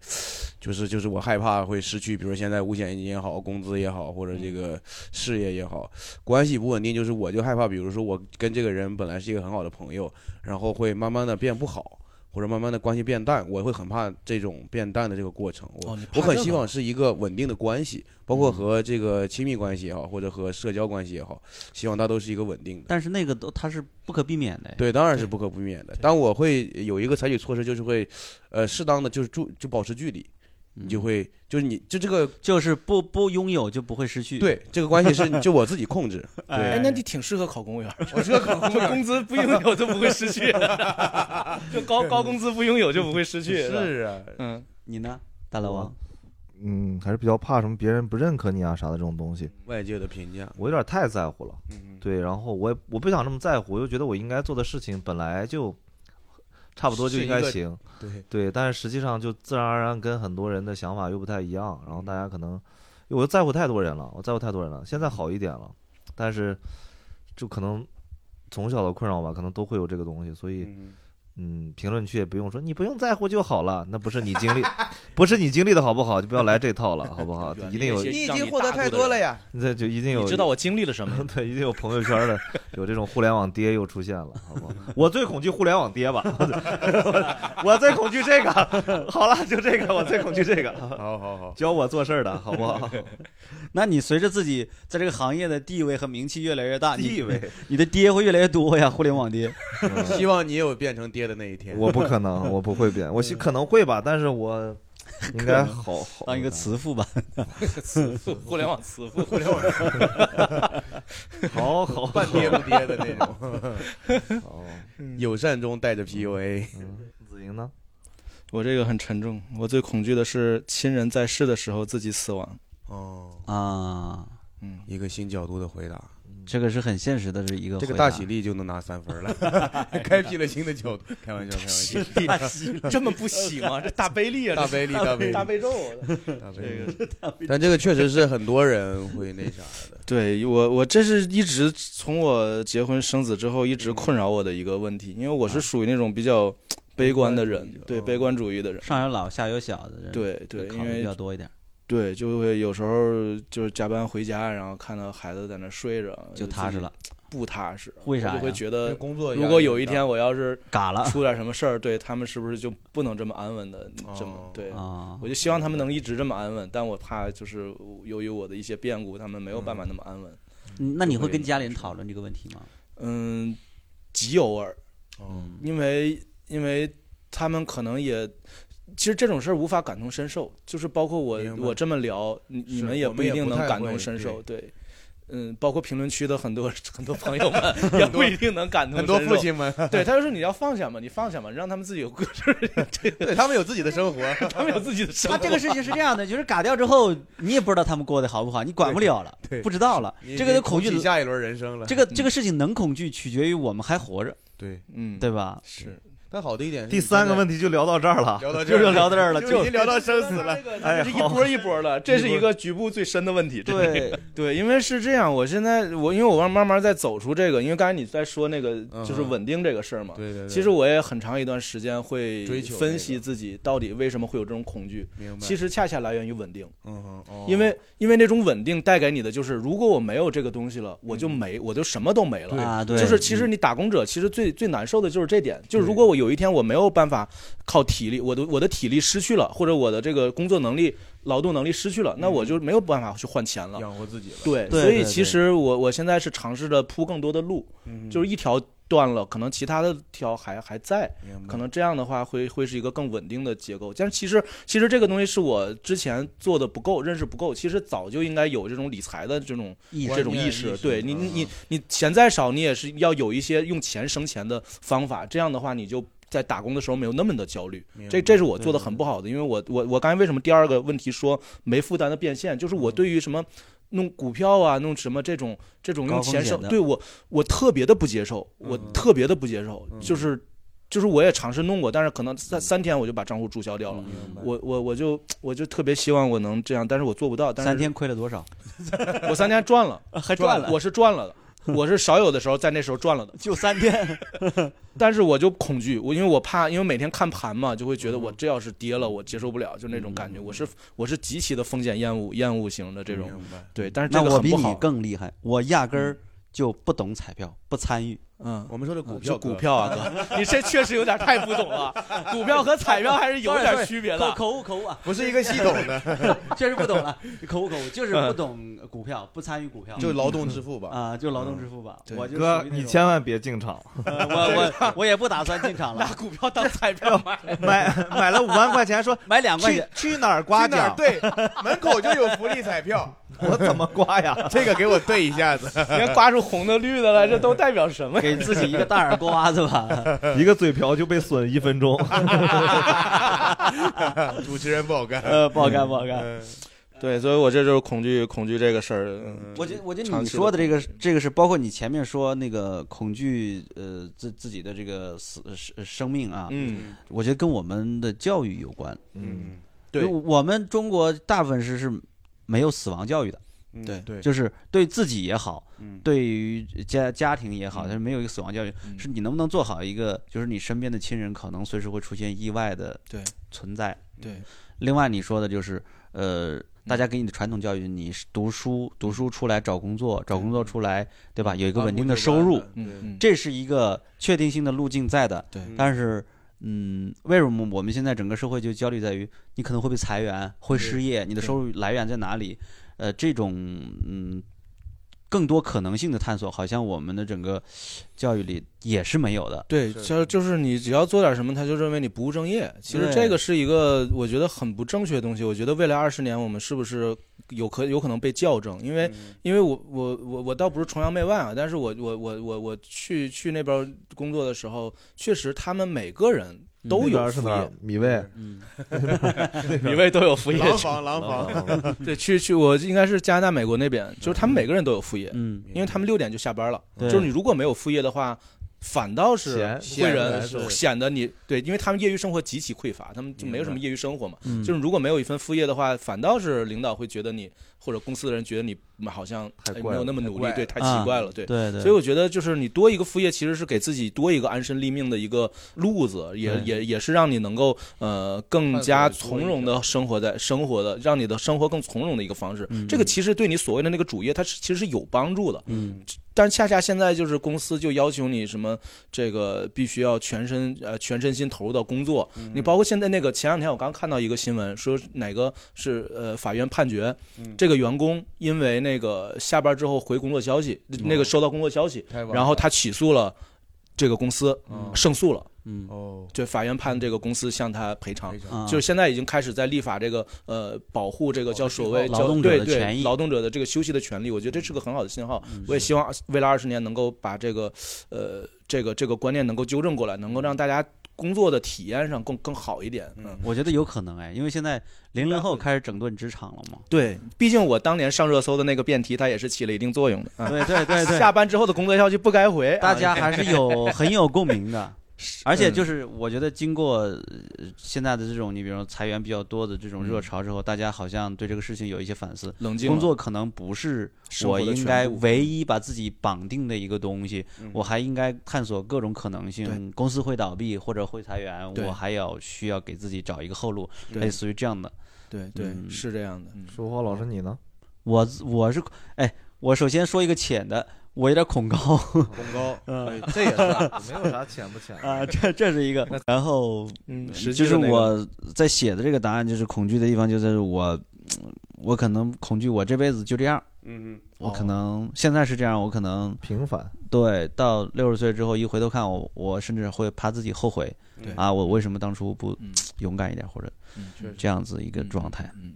Speaker 2: 就是就是我害怕会失去，比如现在五险一金也好，工资也好，或者这个事业也好，关系不稳定，就是我就害怕，比如说我跟这个人本来是一个很好的朋友，然后会慢慢的变不好。或者慢慢的关系变淡，我会很怕这种变淡的这个过程。我、
Speaker 4: 哦你怕嗯
Speaker 2: 我很
Speaker 4: 这个
Speaker 2: 希望是一个稳定的关系，包括和这个亲密关系也好，或者和社交关系也好，希望它都是一个稳定的。
Speaker 1: 但是那个都它是不可避免的。
Speaker 2: 哎对，当然是不可避免的。但我会有一个采取措施，就是会，呃，适当的就是注就保持距离，你就会就是你就这个
Speaker 1: 就是不不拥有就不会失去。，
Speaker 2: 对这个关系是就我自己控 制。
Speaker 4: 哎，
Speaker 2: 对，
Speaker 4: 那你挺适合考公务员， 我适合考公务员，工资不拥有就不会失去， 就高高工资不拥有就不会失去，吧
Speaker 2: 是啊，
Speaker 4: 嗯，
Speaker 1: 你呢，大老王？
Speaker 5: 嗯，还是比较怕什么别人不认可你啊啥的这种东西，
Speaker 2: 外界的评价，
Speaker 5: 我有点太在乎了。
Speaker 2: 嗯，
Speaker 5: 对，然后我也我不想这么在乎，我又觉得我应该做的事情本来就差不多就是应
Speaker 2: 一
Speaker 5: 该
Speaker 2: 个
Speaker 5: 行，
Speaker 2: 对，
Speaker 5: 对，但是实际上就自然而然跟很多人的想法又不太一样，然后大家可能，因为我在乎太多人了，我在乎太多人了，现在好一点了，但是就可能从小的困扰吧，可能都会有这个东西，所以
Speaker 2: 嗯
Speaker 5: 嗯，评论区也不用说你不用在乎就好了，那不是你经历，不是你经历的好不好，就不要来这套了，好不好？一定有，
Speaker 4: 你已经获得太多了
Speaker 2: 呀，
Speaker 5: 那就一定有，
Speaker 4: 你知道我经历了什么？
Speaker 5: 对，一定有朋友圈的有这种互联网爹又出现了，好不好？我最恐惧互联网爹吧， 我最恐惧这个。好了，就这个，我最恐惧这个，
Speaker 2: 好好好，
Speaker 5: 教我做事儿的好不好？
Speaker 1: 那你随着自己在这个行业的地位和名气越来越大，你
Speaker 5: 地位，
Speaker 1: 你的爹会越来越多呀，互联网爹。
Speaker 2: 希望你有变成爹的那一天。
Speaker 5: 嗯我不可能，我不会变，
Speaker 2: 嗯
Speaker 5: 我希可能会吧，但 是我应该好好
Speaker 1: 当一个慈父吧，
Speaker 4: 互联网词赋，互联
Speaker 5: 好好
Speaker 2: 半 爹不爹的那种，
Speaker 5: 好。 嗯
Speaker 2: 友善中带着 PUA。嗯
Speaker 5: 子莹呢？
Speaker 4: 我这个很沉重，我最恐惧的是亲人在世的时候自己死亡。
Speaker 2: 哦，
Speaker 1: 啊，
Speaker 4: 嗯，
Speaker 2: 一个新角度的回答，
Speaker 1: 这个是很现实的这一个
Speaker 2: 这个
Speaker 1: 回
Speaker 2: 大
Speaker 1: 答
Speaker 2: 喜，力就能拿三分 了，开辟了新的角度。开玩笑，开玩笑。
Speaker 1: 大喜力
Speaker 4: 这么不喜吗？这大悲力啊，
Speaker 2: 大悲力，大悲力，
Speaker 4: 大悲咒。
Speaker 2: 大悲力。但这个确实是很多人会那啥的。
Speaker 4: 对我，我这是一直从我结婚生子之后一直困扰我的一个问题，因为我是属于那种比较悲观的人，对啊悲观主义的哦人。
Speaker 1: 上有老下有小的人，
Speaker 4: 对对，
Speaker 1: 考
Speaker 4: 因
Speaker 1: 虑比
Speaker 4: 为
Speaker 1: 较多一点，
Speaker 4: 对就会有时候就是加班回家，然后看到孩子在那睡着，
Speaker 1: 就踏实
Speaker 4: 自己
Speaker 1: 了，
Speaker 4: 不踏实，
Speaker 1: 为啥
Speaker 4: 我就会
Speaker 1: 呀
Speaker 4: 觉得
Speaker 2: 工作
Speaker 4: 呃如果有一天我要是
Speaker 1: 嘎了
Speaker 4: 出点什么事儿，对他们是不是就不能这么安稳的这么
Speaker 2: 哦
Speaker 4: 对？
Speaker 1: 啊
Speaker 4: 我。就希望他们能一直这么安稳，但我怕就是由于我的一些变故，他们没有办法那么安稳。
Speaker 1: 嗯那你
Speaker 4: 就
Speaker 1: 会
Speaker 4: 会
Speaker 1: 跟家里人讨论这个问题吗？
Speaker 4: 嗯，极偶尔，
Speaker 2: 嗯
Speaker 4: 因为因为他们可能也。其实这种事儿无法感同身受，就是包括我
Speaker 2: 明白
Speaker 4: 我这么聊，你你
Speaker 2: 是
Speaker 4: 们
Speaker 2: 我
Speaker 4: 不
Speaker 2: 们
Speaker 4: 一
Speaker 2: 也
Speaker 4: 定
Speaker 2: 不
Speaker 4: 能
Speaker 2: 太
Speaker 4: 感
Speaker 2: 会
Speaker 4: 同身受，对，嗯，包括评论区的很多 很多朋友们也不一定能感同
Speaker 2: 很
Speaker 4: 身
Speaker 2: 多
Speaker 4: 受。
Speaker 2: 父亲 们，
Speaker 4: 对，他就说你要放下嘛，你放下嘛，让他们自己有 故事，
Speaker 2: 对他们有自己的生 活，
Speaker 4: 他们有自己的生
Speaker 1: 他
Speaker 4: 活。
Speaker 1: 这个事情是这样的，就是嘎掉之后，你也不知道他们过得好不好，你管不了了
Speaker 2: 对，
Speaker 1: 不知道了。这个的恐惧
Speaker 2: 你，下一轮人生了。
Speaker 1: 这个这个事情能恐惧，取决于我们还活着，
Speaker 2: 对，
Speaker 4: 嗯，
Speaker 1: 对吧？
Speaker 4: 是
Speaker 2: 但好的一点是，
Speaker 5: 第三个问
Speaker 2: 题
Speaker 5: 题就聊到这儿了，
Speaker 2: 聊到这
Speaker 1: 就
Speaker 2: 儿
Speaker 1: 是聊到这 儿了，
Speaker 2: 就已
Speaker 1: 就
Speaker 2: 经聊到生死了。
Speaker 5: 哎
Speaker 4: 这一波一波的，这是一个局部最深的问题。这个
Speaker 1: 对，
Speaker 4: 对，因为是这样，我现在我因为我慢慢慢在走出这个，因为刚才你在说那个
Speaker 2: 嗯
Speaker 4: 就是稳定这个事儿嘛。
Speaker 2: 对对对，
Speaker 4: 其实我也很长一段时间会
Speaker 2: 追求那
Speaker 4: 分
Speaker 2: 个
Speaker 4: 析自己到底为什么会有这种恐惧，
Speaker 2: 明白，
Speaker 4: 其实恰恰来源于稳定。
Speaker 2: 嗯哼，哦
Speaker 4: 因为因为那种稳定带给你的就是，如果我没有这个东西了，我就没，
Speaker 2: 嗯
Speaker 4: 我就什么都没了。
Speaker 1: 啊，对，
Speaker 4: 就是其实你打工者其实最最难受的就是这点，就是如果我有一天我没有办法靠体力，我的我的体力失去了，或者我的这个工作能力、劳动能力失去了，那我就没有办法去换钱了。
Speaker 2: 养活自己了，
Speaker 4: 对，
Speaker 1: 嗯对
Speaker 4: 所以
Speaker 1: 对
Speaker 4: 其实我我现在是尝试着铺更多的路，
Speaker 2: 嗯
Speaker 4: 就是一条断了，可能其他的条还还在，
Speaker 2: 明白
Speaker 4: 可能这样的话会会是一个更稳定的结构。但是其实其实这个东西是我之前做的不够，认识不够。其实早就应该有这种理财的这种
Speaker 1: 意识
Speaker 4: 这
Speaker 2: 观
Speaker 4: 种
Speaker 2: 念
Speaker 4: 意
Speaker 2: 意
Speaker 4: 识。
Speaker 2: 识
Speaker 4: 对你
Speaker 2: 嗯
Speaker 4: 你你钱再少，你也是要有一些用钱生钱的方法。这样的话，你就在打工的时候没有那么的焦虑。
Speaker 2: 明白
Speaker 4: 这这是我做的很不好的，因为我我我刚才为什么第二个问题说没负担的变现，就是
Speaker 1: 嗯
Speaker 4: 我对于什么弄股票啊，弄什么这种这种
Speaker 1: 高
Speaker 4: 用
Speaker 1: 风
Speaker 4: 钱
Speaker 1: 险
Speaker 4: 生，
Speaker 1: 的
Speaker 4: 对我我特别的不接受，我
Speaker 2: 嗯
Speaker 4: 特别的不接受，
Speaker 2: 嗯
Speaker 4: 就是就是我也尝试弄过，但是可能三三天我就把账户注销
Speaker 1: 嗯
Speaker 4: 掉了。
Speaker 2: 明白
Speaker 4: 我我我就我就特别希望我能这样，但是我做不到。但是
Speaker 1: 三天亏了多少？
Speaker 4: 我三天 赚了，
Speaker 1: 还
Speaker 4: 我是赚了的，我是少有的时候在那时候赚了的。
Speaker 1: 就三 天，
Speaker 4: 但是我就恐惧，我因为我怕，因为每天看盘嘛，就会觉得我这要是跌了，我接受不了，就那种感觉。我是我是极其的风险厌恶厌恶型的这种，
Speaker 2: 明白。
Speaker 4: 对。但是
Speaker 1: 那
Speaker 4: 这个
Speaker 1: 我
Speaker 4: 很
Speaker 1: 比
Speaker 4: 不
Speaker 1: 你
Speaker 4: 好。
Speaker 1: 更厉害，我压根儿就不懂彩票，不参与。
Speaker 4: 嗯，
Speaker 2: 我们说的
Speaker 1: 呃
Speaker 2: 股票，
Speaker 4: 就股，票啊，哥，你这确实有点太不懂了。股票和彩票还是有点区别的。
Speaker 1: 口误口误啊，
Speaker 2: 不是一个系统 的，
Speaker 1: 确实不懂了，口误口误，就是不懂股票，不参与股票，
Speaker 2: 就劳动致富吧。
Speaker 1: 啊，就劳动致富吧。
Speaker 4: 嗯对
Speaker 1: 我就
Speaker 5: 哥
Speaker 1: 属于，那
Speaker 5: 你
Speaker 1: 种
Speaker 5: 千万别进 场，
Speaker 1: 呃 我我我也不打算进场了
Speaker 4: 拿，股票当彩票买，
Speaker 5: 买买了五万块钱，说
Speaker 1: 买两块
Speaker 5: 去
Speaker 1: 钱，
Speaker 5: 啊去哪儿刮
Speaker 2: 去哪儿
Speaker 5: 奖，
Speaker 2: 对，门口就有福利彩票，
Speaker 5: 我怎么刮呀？
Speaker 2: 这个给我对一下子。
Speaker 4: 你看刮出红的绿的来，这都代表什么 呀？
Speaker 1: 给自己一个大耳刮子 吧。
Speaker 5: 一个嘴瓢就被损一分钟，
Speaker 2: 主持人不好干。
Speaker 1: 呃，不好干不好 干。
Speaker 2: 嗯
Speaker 4: 对，所以我这就是恐惧恐惧这个事儿。嗯
Speaker 1: 我觉得我觉得
Speaker 4: 长
Speaker 1: 你
Speaker 4: 期的
Speaker 1: 说的这个这个是包括你前面说那个恐惧，呃，自自己的这个死生生命啊，
Speaker 4: 嗯，
Speaker 1: 我觉得跟我们的教育有关。
Speaker 5: 嗯，
Speaker 4: 对
Speaker 1: 就我们中国大部分是是没有死亡教育的，
Speaker 2: 嗯
Speaker 4: 对
Speaker 2: 对，
Speaker 1: 就是对自己也好，
Speaker 2: 嗯
Speaker 1: 对于家家庭也好，但是没有一个死亡教育，
Speaker 4: 嗯
Speaker 1: 是你能不能做好一个，就是你身边的亲人可能随时会出现意外的
Speaker 4: 对
Speaker 1: 存在。
Speaker 4: 对，
Speaker 1: 另外你说的就是，呃，大家给你的传统教育，你是读书读书出来找工作，找工作出来，对吧？有一个稳定的收入，
Speaker 4: 嗯嗯，
Speaker 1: 这是一个确定性的路径在的。
Speaker 4: 对
Speaker 1: 但是。嗯，为什么我们现在整个社会就焦虑在于你可能会被裁员、会失业，你的收入来源在哪里？呃，这种嗯，更多可能性的探索，好像我们的整个教育里也是没有的。
Speaker 4: 对，
Speaker 2: 是
Speaker 4: 就是就是你只要做点什么，他就认为你不务正业。其实
Speaker 1: 对
Speaker 4: 这个是一个我觉得很不正确的东西。我觉得未来二十年我们是不是有可有可能被校正？因为、因为我我我我倒不是崇洋媚外啊，但是我我我我我去去那边工作的时候，确实他们每个人都
Speaker 5: 嗯那
Speaker 4: 有
Speaker 5: 边是
Speaker 4: 副
Speaker 5: 哪儿
Speaker 4: 业，？
Speaker 5: 米未，
Speaker 1: 嗯，
Speaker 4: 每位都有副业。
Speaker 2: 廊坊廊坊，
Speaker 5: 哦
Speaker 4: 对，去去我应该是加拿大、美国那边，就是他们每个人都有副业，
Speaker 1: 嗯，
Speaker 4: 因为他们六点就下班了。
Speaker 1: 对
Speaker 4: 就是你如果没有副业的话，反倒是
Speaker 5: 闲
Speaker 4: 会
Speaker 2: 闲的
Speaker 4: 人
Speaker 2: 是
Speaker 4: 显得你对，因为他们业余生活极其匮乏，他们就
Speaker 2: 明白
Speaker 4: 没有什么业余生活嘛。
Speaker 1: 嗯
Speaker 4: 就是如果没有一份副业的话，反倒是领导会觉得你或者公司的人觉得你好像
Speaker 5: 太
Speaker 4: 哎
Speaker 5: 怪
Speaker 4: 没有
Speaker 5: 了
Speaker 4: 那么努
Speaker 2: 怪
Speaker 4: 力
Speaker 2: 了，
Speaker 4: 对，太
Speaker 1: 啊
Speaker 4: 奇怪了，对。
Speaker 1: 对对，
Speaker 4: 所以我觉得，就是你多一个副业，其实是给自己多一个安身立命的一个路子，也
Speaker 1: 对
Speaker 4: 也也是让你能够呃
Speaker 2: 探
Speaker 4: 更
Speaker 2: 索
Speaker 4: 加
Speaker 2: 的多一
Speaker 4: 从容
Speaker 2: 点
Speaker 4: 的生活在生活的，让你的生活更从容的一个方式。
Speaker 1: 嗯
Speaker 4: 这个其实对你所谓的那个主业，它是其实是有帮助的。
Speaker 1: 嗯
Speaker 4: 但恰恰现在就是公司就要求你什么这个必须要全身呃全身心投入到工作，
Speaker 1: 嗯
Speaker 4: 你包括现在那个前两天我刚看到一个新闻，说哪个是呃法院判决
Speaker 2: 嗯
Speaker 4: 这个员工因为那个下班之后回工作消息，
Speaker 1: 哦
Speaker 4: 那个收到工作消息，
Speaker 2: 太晚了
Speaker 4: 然后他起诉了这个公司，
Speaker 2: 嗯
Speaker 4: 胜诉了，
Speaker 1: 嗯
Speaker 2: 哦，
Speaker 4: 就法院判这个公司向他赔偿
Speaker 2: 非。常
Speaker 1: 啊，
Speaker 4: 就是现在已经开始在立法这个呃保护这个叫所谓
Speaker 1: 劳
Speaker 4: 叫
Speaker 1: 动者
Speaker 4: 对
Speaker 1: 的
Speaker 4: 对
Speaker 1: 权益嗯
Speaker 4: 劳动者的这个休息的权利，我觉得这是个很好的信号。我也希望未来二十年能够把这个呃这个这个观念能够纠正过来，能够让大家工作的体验上更更好一点。
Speaker 2: 嗯
Speaker 4: 嗯，
Speaker 1: 我觉得有可能哎，因为现在零零后开始整顿职场了嘛。
Speaker 4: 对，毕竟我当年上热搜的那个辩题，它也是起了一定作用的。啊
Speaker 1: 对对对对，
Speaker 4: 下班之后的工作消息不该回，
Speaker 1: 大
Speaker 4: 啊
Speaker 1: 家还是有很有共鸣的。而
Speaker 4: 嗯
Speaker 1: 且就是我觉得经过呃现在的这种，你比如说裁员比较多的这种热潮之后，大家好像对这个事情有一些反思。
Speaker 4: 嗯冷静了
Speaker 1: 工作可能不是
Speaker 4: 生活
Speaker 1: 我
Speaker 4: 的
Speaker 1: 应
Speaker 4: 全
Speaker 1: 该
Speaker 4: 部嗯
Speaker 1: 唯一把自己绑定的一个东西，我还应该探索各种可能性。
Speaker 4: 对
Speaker 1: 公司会倒闭或者会裁员，
Speaker 4: 对
Speaker 1: 我还要需要给自己找一个后路，
Speaker 4: 对
Speaker 1: 类似于这样的。
Speaker 4: 对对
Speaker 1: 嗯
Speaker 4: 是这样的，
Speaker 5: 说话老师你呢？
Speaker 1: 我我是哎，我首先说一个浅的，我有点恐高
Speaker 2: 恐高，
Speaker 5: 嗯， 这也是没有啥浅不浅的。
Speaker 1: 啊，这这是一个。 然后
Speaker 4: 嗯，实
Speaker 1: 就
Speaker 4: 际
Speaker 1: 是
Speaker 4: 的那个
Speaker 1: 我在写的这个答案，就是恐惧的地方，就是我，我可能恐惧，我这辈子就这样，
Speaker 2: 嗯
Speaker 1: 我
Speaker 4: 哦
Speaker 1: 可能现在是这样，我可能
Speaker 5: 平凡，
Speaker 1: 对到六十岁之后一回头看我，我甚至会怕自己后悔
Speaker 2: 对，
Speaker 1: 啊，我为什么当初不
Speaker 4: 嗯
Speaker 1: 勇敢一点，或者
Speaker 4: 嗯确实
Speaker 1: 这样子一个状态？
Speaker 4: 嗯，嗯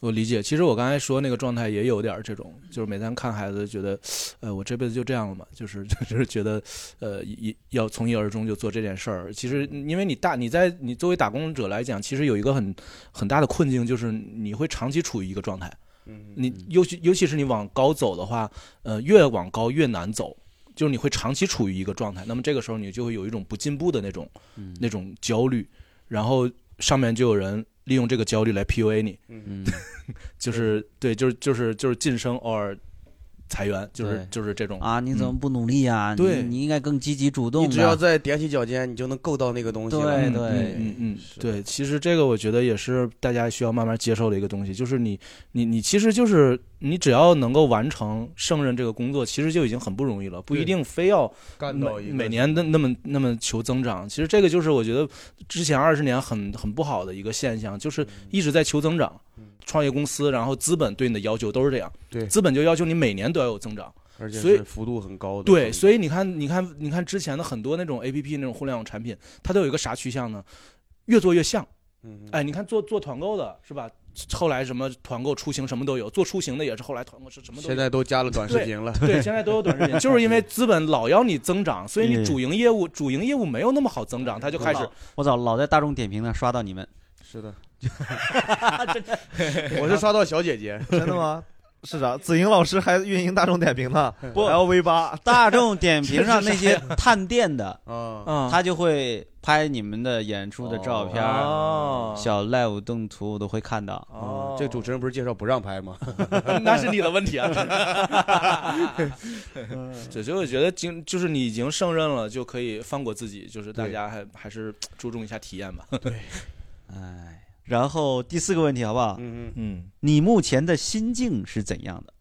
Speaker 4: 我理解。其实我刚才说那个状态也有点儿这种，就是每天看孩子，觉得，呃，我这辈子就这样了嘛，就是 就是觉得，呃，一要从一而终就做这件事儿。其实因为你大你在你作为打工者来讲，其实有一个很很大的困境，就是你会长期处于一个状态。
Speaker 2: 嗯
Speaker 4: 你尤其尤其是你往高走的话，呃，越往高越难走，就是你会长期处于一个状态。那么这个时候你就会有一种不进步的那种、那种焦虑，然后上面就有人利用这个焦虑来 PUA 你，
Speaker 1: 嗯，
Speaker 4: 就是对，就是就是就是晋升 or 裁员，就是
Speaker 1: 对
Speaker 4: 就是这种。
Speaker 1: 啊，你怎么不努力呀、你
Speaker 4: 嗯对
Speaker 1: 你应该更积极主动
Speaker 2: 你
Speaker 1: 的。
Speaker 2: 只要再踮起脚尖，你就能够到那个东西了。
Speaker 1: 对
Speaker 4: 嗯
Speaker 1: 对
Speaker 4: 嗯嗯嗯
Speaker 2: 是
Speaker 4: 对，其实这个我觉得也是大家需要慢慢接受的一个东西，就是你你你其实就是你只要能够完成胜任这个工作，其实就已经很不容易了，不一
Speaker 2: 对
Speaker 4: 定非要
Speaker 2: 干
Speaker 4: 每
Speaker 2: 到一个
Speaker 4: 每年的那么那么求增长，其实这个就是我觉得之前二十年很很不好的一个现象，
Speaker 2: 嗯
Speaker 4: 就是一直在求增长。创业公司，然后资本对你的要求都是这样，
Speaker 2: 对
Speaker 4: 资本就要求你每年都要有增长。
Speaker 2: 而且
Speaker 4: 所以
Speaker 2: 是幅度很高的。
Speaker 4: 对，所
Speaker 2: 以
Speaker 4: 以你看，你看，你看之前的很多那种 A P P 那种互联网产品，它都有一个啥趋向呢？越做越像。
Speaker 2: 嗯
Speaker 4: 哎，你看做做团购的是吧？后来什么团购出行什么都有，做出行的也是后来团购是什么都有。
Speaker 2: 现在都加了短视频了。
Speaker 4: 对，现在都有短视频，就是因为资本老要你增长，所以
Speaker 2: 嗯
Speaker 4: 你主营业务主营业务没有那么好增长，它就开始
Speaker 1: 我早老在大众点评上刷到 你们，
Speaker 2: 是 的， 我是刷到小姐 姐，
Speaker 5: 真的吗？ 是啥？子莹老师还运营大众点评呢
Speaker 1: 不
Speaker 5: ，LV 八，
Speaker 1: 大众点评上那些探店的。
Speaker 2: 啊，
Speaker 4: 啊，
Speaker 1: 他就会拍你们的演出的照片儿、
Speaker 4: 哦
Speaker 1: 小 live 动图，我都会看到。
Speaker 4: 哦，
Speaker 2: 嗯这个主持人不是介绍不让拍吗？
Speaker 4: 那是你的问题啊。对，所以我觉得经就是你已经胜任了，就可以放过自己，就是大
Speaker 2: 对
Speaker 4: 家还还是注重一下体验吧。
Speaker 1: 哎，然后第四个问题好不好？
Speaker 2: 嗯嗯，
Speaker 4: 嗯，
Speaker 1: 你目前的心境是怎样的？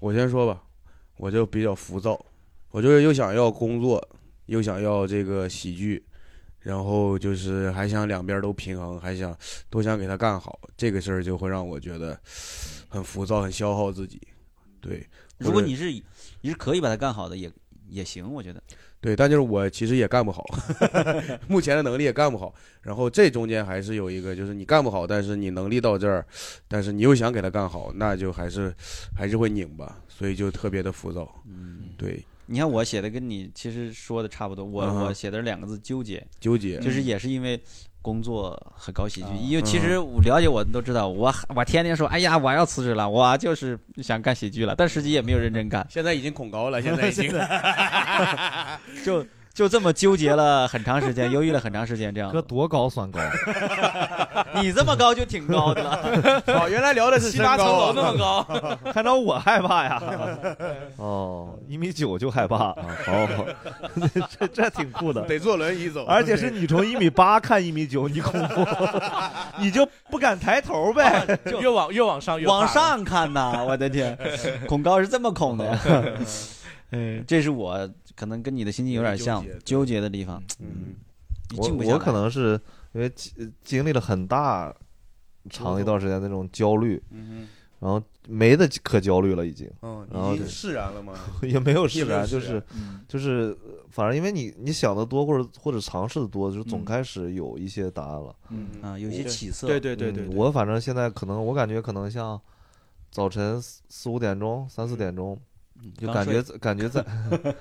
Speaker 2: 我先说吧，我就比较浮躁，我就是又想要工作，又想要这个喜剧，然后就是还想两边都平衡，还想都想给他干好，这个事儿就会让我觉得很浮躁，很消耗自己。对
Speaker 1: 如果
Speaker 2: 或者
Speaker 1: 你是你是可以把它干好的，也也行，我觉得。
Speaker 2: 对，但就是我其实也干不好， 目前的能力也干不好。然后这中间还是有一个，就是你干不好，但是你能力到这儿，但是你又想给他干好，那就还是还是会拧巴，所以就特别的浮躁。
Speaker 1: 嗯，
Speaker 2: 对，
Speaker 1: 你看我写的跟你其实说的差不多，我、
Speaker 2: 嗯哼
Speaker 1: 我写的是两个字纠结，
Speaker 2: 纠结。
Speaker 1: 就是
Speaker 4: 嗯
Speaker 1: 也是因为。工作和搞喜剧，
Speaker 4: 啊
Speaker 1: 因为其实我了解我的都知道，我我天天说，哎呀，我要辞职了，我就是想干喜剧了，但实际也没有认真干，
Speaker 2: 现在已经恐高了，现在已 经
Speaker 1: 就就这么纠结了很长时间，忧郁了很长时间，这样
Speaker 5: 哥。多高算高？啊
Speaker 1: 你这么高就挺高的 了，
Speaker 2: 哦，原来聊的是啊
Speaker 6: 七八层楼那么高，
Speaker 5: 还让我害怕呀？ 哦，一米九就害怕啊！好好， 这这挺酷的。
Speaker 2: 得坐轮椅 走，
Speaker 5: 而且是你从一米八看一米九，你恐 怖，你就不敢抬头呗？
Speaker 4: 越往越往上越
Speaker 1: 往
Speaker 4: 怕
Speaker 1: 上看呐！我的天，恐高是这么恐的呀。
Speaker 2: 哎
Speaker 1: 嗯，这是我可能跟你的心境有点像
Speaker 2: 纠结，对
Speaker 1: 纠结的地方。
Speaker 2: 嗯，
Speaker 1: 你
Speaker 5: 我
Speaker 1: 静不下来
Speaker 5: 我可能是因为经呃经历了很大长一段时间那种焦虑，
Speaker 2: 嗯
Speaker 5: 然后没得可焦虑了，已经
Speaker 2: 嗯，
Speaker 5: 然后
Speaker 2: 已经
Speaker 5: 对
Speaker 2: 释然了吗？
Speaker 5: 也没有释
Speaker 2: 也没有
Speaker 5: 然，
Speaker 2: 释
Speaker 5: 就
Speaker 2: 然
Speaker 5: 是
Speaker 4: 嗯
Speaker 5: 就是，呃反正因为你你想的多或者或者尝试的多，就是总
Speaker 4: 嗯
Speaker 5: 开始有一些答案了。
Speaker 4: 嗯，
Speaker 1: 啊，有一些
Speaker 4: 对
Speaker 1: 起色。
Speaker 4: 对对对对，
Speaker 5: 嗯
Speaker 4: 对
Speaker 5: 我反正现在可能我感觉可能像早晨四四五点钟、三四点钟，
Speaker 1: 嗯，
Speaker 5: 就
Speaker 1: 刚
Speaker 5: 感觉
Speaker 1: 睡
Speaker 5: 感觉在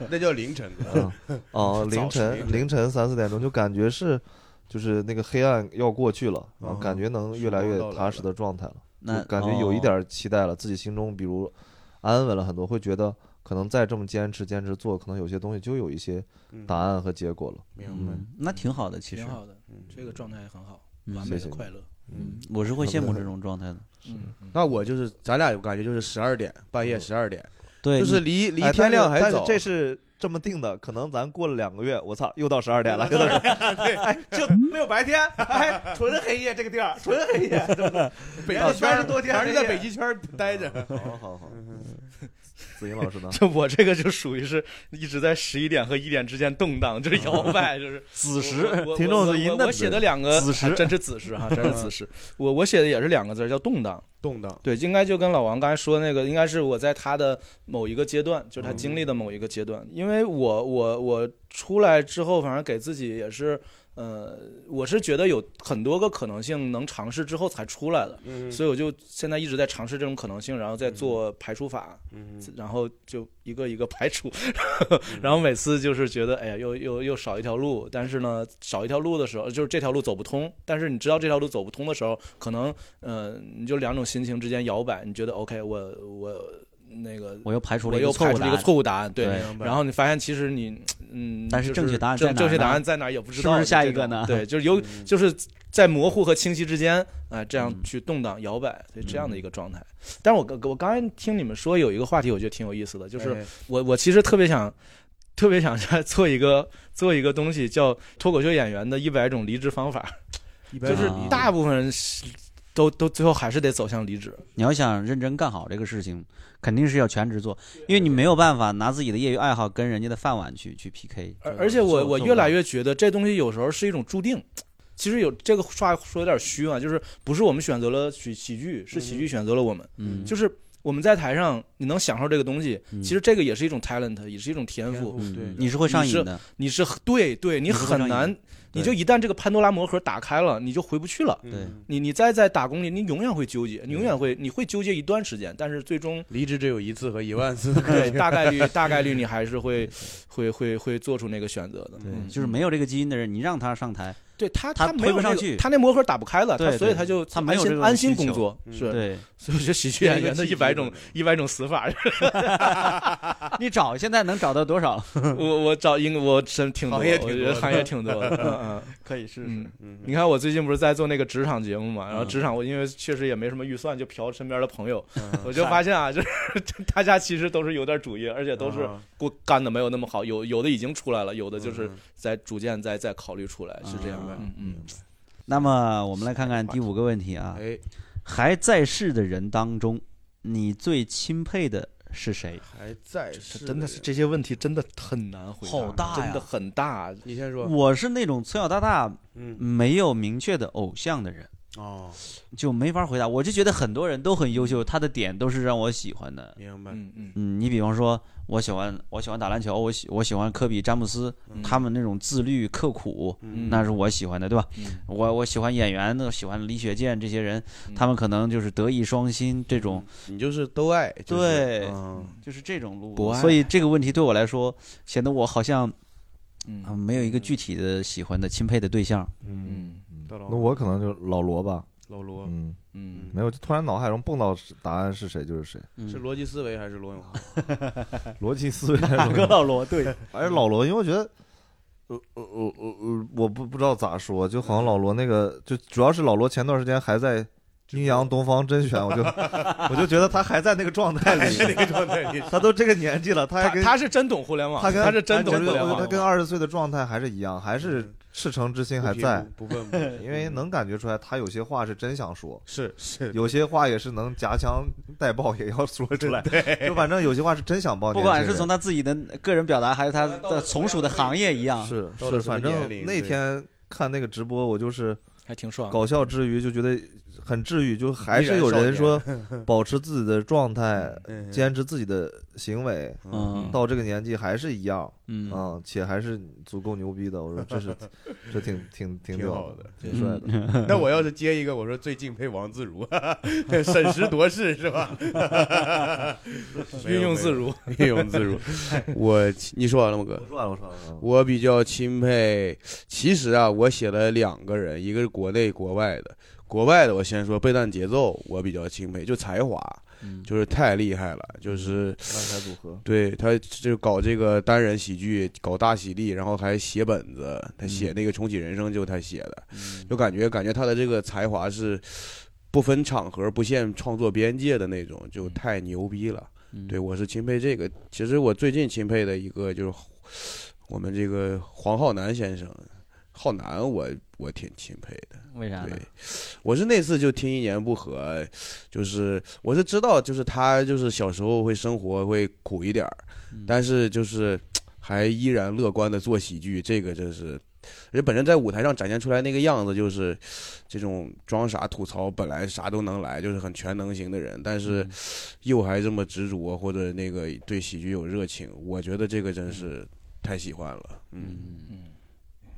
Speaker 2: 那叫凌晨。
Speaker 5: 嗯，哦，
Speaker 2: 早
Speaker 5: 凌
Speaker 2: 晨
Speaker 5: 晨凌晨三四点钟，就感觉是，就是那个黑暗要过去了，然后感觉能越来越踏实的状态了，
Speaker 1: 那
Speaker 5: 就感觉有一
Speaker 1: 哦
Speaker 5: 点期待了，自己心中比如安稳了很多，会觉得可能再这么坚持坚持做，可能有些东西就有一些
Speaker 2: 嗯
Speaker 5: 答案和结果了。
Speaker 2: 明白。
Speaker 1: 嗯，那挺好的，其实
Speaker 3: 挺，好的，
Speaker 2: 嗯
Speaker 3: 这个状态很好，
Speaker 1: 嗯
Speaker 3: 完
Speaker 5: 谢
Speaker 3: 美
Speaker 5: 谢
Speaker 3: 的
Speaker 5: 你
Speaker 3: 快乐。
Speaker 1: 嗯，我是会羡慕这种状态的。
Speaker 3: 嗯，
Speaker 2: 那我就是咱俩有感觉，就是十二点，半夜十二点，
Speaker 1: 对，
Speaker 2: 就是
Speaker 1: 你
Speaker 2: 离离
Speaker 5: 哎
Speaker 2: 天亮还
Speaker 5: 但是
Speaker 2: 早。
Speaker 5: 但是这是这么定的，可能咱过了两个月，我操，又到十 二点了，又到12
Speaker 7: 就没有白天，哎，纯黑夜这个地儿，纯 黑夜，
Speaker 2: 北
Speaker 7: 别的圈儿多天
Speaker 2: 反正就在
Speaker 7: 黑夜
Speaker 2: 北极圈儿待着。
Speaker 5: 好好好，
Speaker 2: 嗯
Speaker 5: 子英老师呢？
Speaker 4: 这我这 个就属于是一直在十一点和一点之间动荡，就是摇摆，就是
Speaker 1: 哦 子
Speaker 4: 我
Speaker 1: 时
Speaker 4: 我
Speaker 5: 听众
Speaker 4: 我
Speaker 5: 是阴
Speaker 4: 我
Speaker 5: 的
Speaker 4: 我写的两个
Speaker 1: 子时
Speaker 4: 还真是子时哈，真是子 时。我我写的也是两个字儿，叫动荡。
Speaker 2: 动荡，
Speaker 4: 对，应该就跟老王刚才说的那个，应该是我在他的某一个阶段，就是他经历的某一个阶段。因为我我我出来之后，反正给自己也是，呃，我是觉得有很多个可能性能尝试之后才出来的，
Speaker 2: 嗯
Speaker 4: 所以我就现在一直在尝试这种可能性，然后再做排除法，
Speaker 2: 嗯
Speaker 4: 然后就一个一个排除， 然后每次就是觉得，哎呀，又又又少一条路，但是呢，少一条路的时候，就是这条路走不通，但是你知道这条路走不通的时候，可能，呃，你就两种心情之间摇摆，你觉得 OK，我我那个。
Speaker 1: 我又排除
Speaker 4: 我
Speaker 1: 了一
Speaker 4: 又
Speaker 1: 个错
Speaker 4: 排
Speaker 1: 误
Speaker 4: 除
Speaker 1: 答
Speaker 4: 了一个
Speaker 1: 案，
Speaker 4: 错误答案，对
Speaker 1: 对，
Speaker 4: 然后你发现其实你，嗯，
Speaker 1: 但是
Speaker 4: 就
Speaker 1: 正确答案在
Speaker 4: 正
Speaker 1: 哪儿
Speaker 4: 正确答
Speaker 1: 呢
Speaker 4: 案在哪儿也不知
Speaker 1: 是
Speaker 4: 道，
Speaker 1: 不是
Speaker 4: 就
Speaker 1: 下
Speaker 4: 这
Speaker 1: 一个
Speaker 4: 种
Speaker 1: 呢
Speaker 4: 对，就是有
Speaker 2: 嗯
Speaker 4: 就是在模糊和清晰之间，啊、这样
Speaker 1: 嗯
Speaker 4: 去动荡摇摆，所以这样的一个状态。但是我刚我刚才听你们说有一个话题，我觉得挺有意思的，就是
Speaker 2: 哎
Speaker 4: 我我其实特别想，特别想做一个做一个东西叫脱口秀演员的一百种离职方法，
Speaker 2: 一般
Speaker 4: 就是
Speaker 1: 啊
Speaker 4: 大部分人是都都最后还是得走向离职。
Speaker 1: 你要想认真干好这个事情，肯定是要全职做，因为你没有办法拿自己的业余爱好跟人家的饭碗去去 PK。
Speaker 4: 而而且我
Speaker 2: 受
Speaker 4: 我
Speaker 2: 受
Speaker 4: 越
Speaker 2: 不了
Speaker 4: 来越觉得这东西有时候是一种注定。其实有这个话说有点虚啊，就是不是我们选择了喜喜剧，是喜剧选择了我们。
Speaker 1: 嗯，
Speaker 4: 就是我们在台上你能享受这个东西，
Speaker 1: 嗯
Speaker 4: 其实这个也是一种 talent，也是一种天赋。
Speaker 1: 嗯
Speaker 2: 对，
Speaker 1: 你是会上瘾的，
Speaker 4: 你是对对，你
Speaker 1: 是会上
Speaker 4: 很难
Speaker 1: 瘾，
Speaker 4: 你就一旦这个潘多拉魔盒打开了，你就回不去了。
Speaker 2: 嗯
Speaker 1: 对
Speaker 4: 你你再在打工里，你永远会纠结，你永远会你会纠结一段时间，但是 最终
Speaker 2: 离职只有一次和一万次，
Speaker 4: 对大概率大概率你还是会会会会做出那个选择的。嗯
Speaker 1: 对，就是没有这个基因的人，你让他上台，
Speaker 4: 对他
Speaker 1: 他
Speaker 4: 没
Speaker 1: 推
Speaker 4: 有
Speaker 1: 不上
Speaker 4: 那个
Speaker 1: 去
Speaker 4: 他那魔盒打不开了，
Speaker 1: 对
Speaker 4: 他所以
Speaker 1: 对
Speaker 4: 他就
Speaker 1: 啊他没
Speaker 4: 安
Speaker 1: 有这
Speaker 4: 心
Speaker 1: 个
Speaker 4: 安
Speaker 1: 需
Speaker 4: 心
Speaker 1: 求嗯
Speaker 4: 工作，是。
Speaker 1: 对
Speaker 4: 所以我觉得喜剧演员的一百种
Speaker 2: 这样一个契机
Speaker 4: 一百种死法，
Speaker 1: 你找现在能找到多少？
Speaker 4: 我我找英我真挺多，
Speaker 2: 行业挺
Speaker 4: 我觉得
Speaker 2: 多
Speaker 4: 行业挺 多的。嗯嗯
Speaker 1: 可以试
Speaker 4: 嗯。
Speaker 2: 嗯
Speaker 4: 你看我最近不是在做那个职场节目嘛，然后
Speaker 1: 嗯
Speaker 4: 职场我因为确实也没什么预算，就嫖身边的朋友，
Speaker 2: 嗯
Speaker 4: 我就发现啊，就是 大家其实都是有点主业，而且都是
Speaker 2: 啊
Speaker 4: 过干的没有那么好，有有的已经出来了，有的就是
Speaker 2: 嗯
Speaker 4: 在逐渐在在考虑出来，是这样的
Speaker 1: 啊。
Speaker 4: 嗯嗯，
Speaker 1: 那么我们来看看第五个问题啊，
Speaker 2: 哎，
Speaker 1: 还在世的人当中，你最钦佩的是谁？
Speaker 2: 还在
Speaker 4: 这
Speaker 2: 世
Speaker 4: 真的
Speaker 2: 的
Speaker 4: 是
Speaker 2: 人
Speaker 4: 这些问题真的很难回答，
Speaker 1: 好大呀
Speaker 4: 真的很大。
Speaker 2: 你先说，
Speaker 1: 我是那种从小到大
Speaker 2: 嗯
Speaker 1: 没有明确的偶像的人，
Speaker 2: 哦，
Speaker 1: 就没法回答。我就觉得很多人都很优秀，他的点都是让我喜欢的。
Speaker 2: 明白，
Speaker 4: 嗯嗯，
Speaker 1: 嗯，你比方说，我喜欢我喜欢打篮球，我喜我喜欢科比、詹姆斯，
Speaker 4: 嗯
Speaker 1: 他们那种自律刻苦，
Speaker 2: 嗯
Speaker 1: 那是我喜欢的，对吧？
Speaker 4: 嗯
Speaker 1: 我我喜欢演员，那喜欢李雪健这些人，
Speaker 4: 嗯
Speaker 1: 他们可能就是德艺双馨这种，
Speaker 2: 你就是都爱，就是
Speaker 1: 对
Speaker 2: 嗯
Speaker 1: 就是这种路
Speaker 4: 博
Speaker 1: 子。
Speaker 4: 爱
Speaker 1: 所以这个问题对我来说，显得我好像
Speaker 4: 嗯
Speaker 1: 啊没有一个具体的喜欢的钦佩的对象。
Speaker 2: 嗯，
Speaker 4: 嗯
Speaker 2: 大佬
Speaker 5: 那我可能就老罗吧，
Speaker 2: 老罗
Speaker 5: 嗯，
Speaker 4: 嗯，
Speaker 5: 没有，就突然脑海中蹦到是答案是谁就是谁，
Speaker 1: 嗯
Speaker 2: 是逻辑思维还是罗永浩？哎
Speaker 5: 逻辑思维
Speaker 1: 哪个老罗？ 对，
Speaker 5: 还是哎老罗，因为我觉得，嗯呃呃呃呃呃，我不不知道咋说，就好像老罗那个，就主要是老罗前段时间还在阴阳东方甄选，我就我就觉得他还在那个状态里，
Speaker 2: 个状态里，
Speaker 5: 他都这个年纪了，他还
Speaker 4: 他
Speaker 5: 跟
Speaker 4: 他是真懂互联网，
Speaker 5: 他跟
Speaker 4: 是真懂
Speaker 5: 我
Speaker 4: 互
Speaker 5: 觉
Speaker 4: 联
Speaker 5: 得他
Speaker 4: 网。
Speaker 5: 跟二十岁的状态还是一样，还是赤诚之心还在，
Speaker 2: 不嗯愤不 愤，
Speaker 5: 因为能感觉出来他有些话是真想说。
Speaker 2: 是是，
Speaker 5: 有些话也是能夹枪带爆，也要说出来。对，就反正有些话是真想爆年
Speaker 1: 不
Speaker 5: 轻人。
Speaker 1: 管是从他自己的个人表达，还是他的从属的行业一样，
Speaker 5: 是
Speaker 2: 到
Speaker 5: 是，
Speaker 2: 了什么
Speaker 5: 反
Speaker 2: 年
Speaker 5: 正
Speaker 2: 龄
Speaker 5: 那
Speaker 2: 对
Speaker 5: 天看那个直播，我就是
Speaker 4: 还挺爽的，
Speaker 5: 搞笑之余就觉得很治愈，就还是有
Speaker 2: 依
Speaker 5: 人
Speaker 2: 然
Speaker 5: 说
Speaker 2: 少
Speaker 5: 保持自己的状态，
Speaker 2: 嗯
Speaker 5: 坚持自己的行为，
Speaker 1: 嗯
Speaker 5: 到这个年纪还是一样
Speaker 1: 嗯
Speaker 5: 啊，且还是足够牛逼的。我说这是这挺挺
Speaker 2: 挺
Speaker 5: 挺屌
Speaker 2: 好
Speaker 5: 的
Speaker 2: 的， 嗯
Speaker 5: 挺帅的。
Speaker 2: 那我要是接一个，我说最敬佩王自如，啊审时度势是吧？
Speaker 4: 运用自，如。
Speaker 2: 运用自如。我你说完了吗，哥？
Speaker 5: 我说完了，我说完 了。
Speaker 2: 我比较钦佩，其实啊，我写了两个人，一个是国内国外的。国外的我先说，贝蛋节奏我比较钦佩，就才华
Speaker 1: 嗯
Speaker 2: 就是太厉害了，就是
Speaker 5: 烂才组合，
Speaker 2: 对他就搞这个单人喜剧，搞大喜力，然后还写本子，他写那个重启人生就是他写的，就感觉感觉他的这个才华是不分场合、不限创作边界的那种，就太牛逼了。
Speaker 1: 嗯
Speaker 2: 对我是钦佩这个。其实我最近钦佩的一个就是我们这个黄浩南先生，浩南我我挺钦佩的。
Speaker 1: 为啥呢
Speaker 2: 对？，我是那次就听一年不合，就是我是知道，就是他就是小时候会生活会苦一点儿，
Speaker 4: 嗯
Speaker 2: 但是就是还依然乐观的做喜剧，这个真是。人本身在舞台上展现出来那个样子，就是这种装傻吐槽，本来啥都能来，就是很全能型的人，但
Speaker 4: 嗯
Speaker 2: 是又还这么执着，或者那个对喜剧有热情，我觉得这个真
Speaker 4: 嗯
Speaker 2: 是太喜欢了。嗯，
Speaker 1: 嗯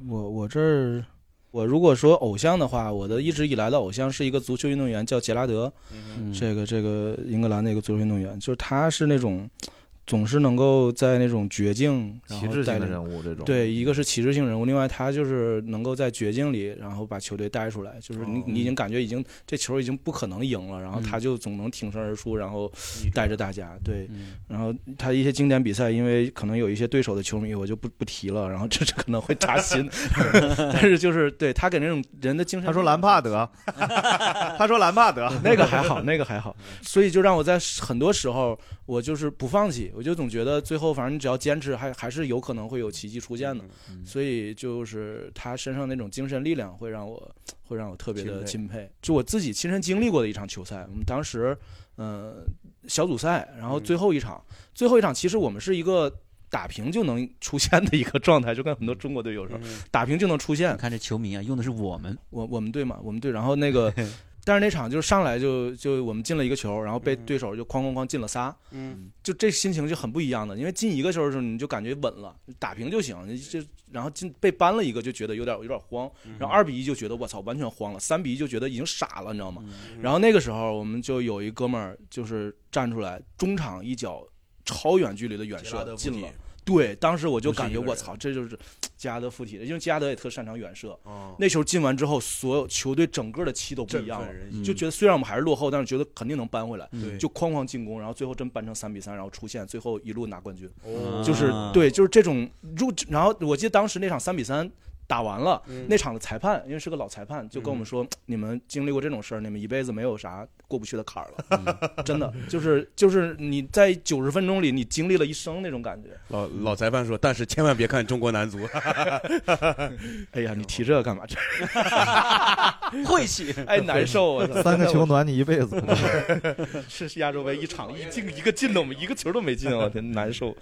Speaker 4: 我我这儿，我如果说偶像的话，我的一直以来的偶像是一个足球运动员，叫杰拉德，
Speaker 1: 嗯
Speaker 4: 这个这个英格兰的一个足球运动员，就是他是那种总是能够在那种绝境，然
Speaker 5: 旗
Speaker 4: 后
Speaker 5: 帜
Speaker 4: 带
Speaker 5: 性的
Speaker 4: 领。
Speaker 5: 人物这种，
Speaker 4: 对，一个是旗帜性人物，另外他就是能够在绝境里，然后把球队带出来，就是
Speaker 5: 哦
Speaker 4: 你你已经感觉已经这球已经不可能赢了，然后
Speaker 5: 嗯
Speaker 4: 他就总能挺身而出，然后带着大家，对，
Speaker 5: 嗯
Speaker 4: 然后他一些经典比赛，因为可能有一些对手的球迷，我就不不提了，然后这是可能会扎心， 但是就是对他给那种人的精神，
Speaker 5: 他说兰帕德，他说兰帕德，
Speaker 4: 那个还好，那个还好，
Speaker 5: 嗯
Speaker 4: 所以就让我在很多时候我就是不放弃，我就总觉得最后反正你只要坚持，还还是有可能会有奇迹出现的。
Speaker 1: 嗯
Speaker 4: 所以就是他身上那种精神力量会让我会让我特别的
Speaker 2: 钦
Speaker 4: 钦佩。就我自己亲身经历过的一场球赛，我们当时嗯、呃小组赛，然后最后一场，最后一场其实我们是一个打平就能出现的一个状态，就跟很多中国队
Speaker 2: 嗯
Speaker 4: 有时候打平就能出现
Speaker 1: 你。看这球迷啊，用的是我们，
Speaker 4: 我我们队嘛，我们队，然后 那个。
Speaker 2: 嗯
Speaker 4: 但是那场就是上来就就我们进了一个球，然后被对手就哐哐哐进了仨，
Speaker 2: 嗯，
Speaker 4: 就这心情就很不一样的，因为进一个球的时候你就感觉稳了，打平就行，你就然后进被扳了一个就觉得有点有点慌，
Speaker 2: 嗯
Speaker 4: 然后二比一就觉得我操完全慌了，三比一就觉得已经傻了，你知道吗？
Speaker 2: 嗯
Speaker 4: 然后那个时候我们就有一哥们儿就是站出来中场一脚超远距离的远
Speaker 2: 杰拉德附
Speaker 4: 射进
Speaker 2: 体
Speaker 4: 了，对，当时我就
Speaker 2: 不是
Speaker 4: 感
Speaker 2: 一
Speaker 4: 觉
Speaker 2: 个
Speaker 4: 我
Speaker 2: 人
Speaker 4: 操这就是加拉德附体的，因为加拉德也特擅长远射，
Speaker 2: 哦，
Speaker 4: 那球进完之后所有球队整个的气嗯都不一
Speaker 2: 振
Speaker 4: 样了
Speaker 2: 奋。人
Speaker 1: 嗯
Speaker 2: 心，
Speaker 4: 就觉得虽然我们还是落后，但是觉得肯定能扳回来，
Speaker 2: 对，
Speaker 4: 就哐哐进攻，然后最后真扳成三比三，然后出线，最后一路拿冠军，
Speaker 2: 哦
Speaker 4: 就是
Speaker 1: 啊
Speaker 4: 对，就是这种入。然后我记得当时那场三比三打完了，
Speaker 2: 嗯
Speaker 4: 那场的裁判因为是个老裁判，就跟我们说，你们经历过这种事儿，你们一辈子没有啥过不去的坎儿了， 真的就是就是你在九十分钟里，你经历了一生那种感觉。
Speaker 2: 老老裁判说，但是千万别看中国男足。
Speaker 4: 哎呀，你提这个干嘛？这
Speaker 1: 晦气。
Speaker 4: 哎难受 啊！
Speaker 5: 三个球暖你一辈子，
Speaker 4: 是亚洲杯一场一进一个进的，我们一个球都没进，我天，难受。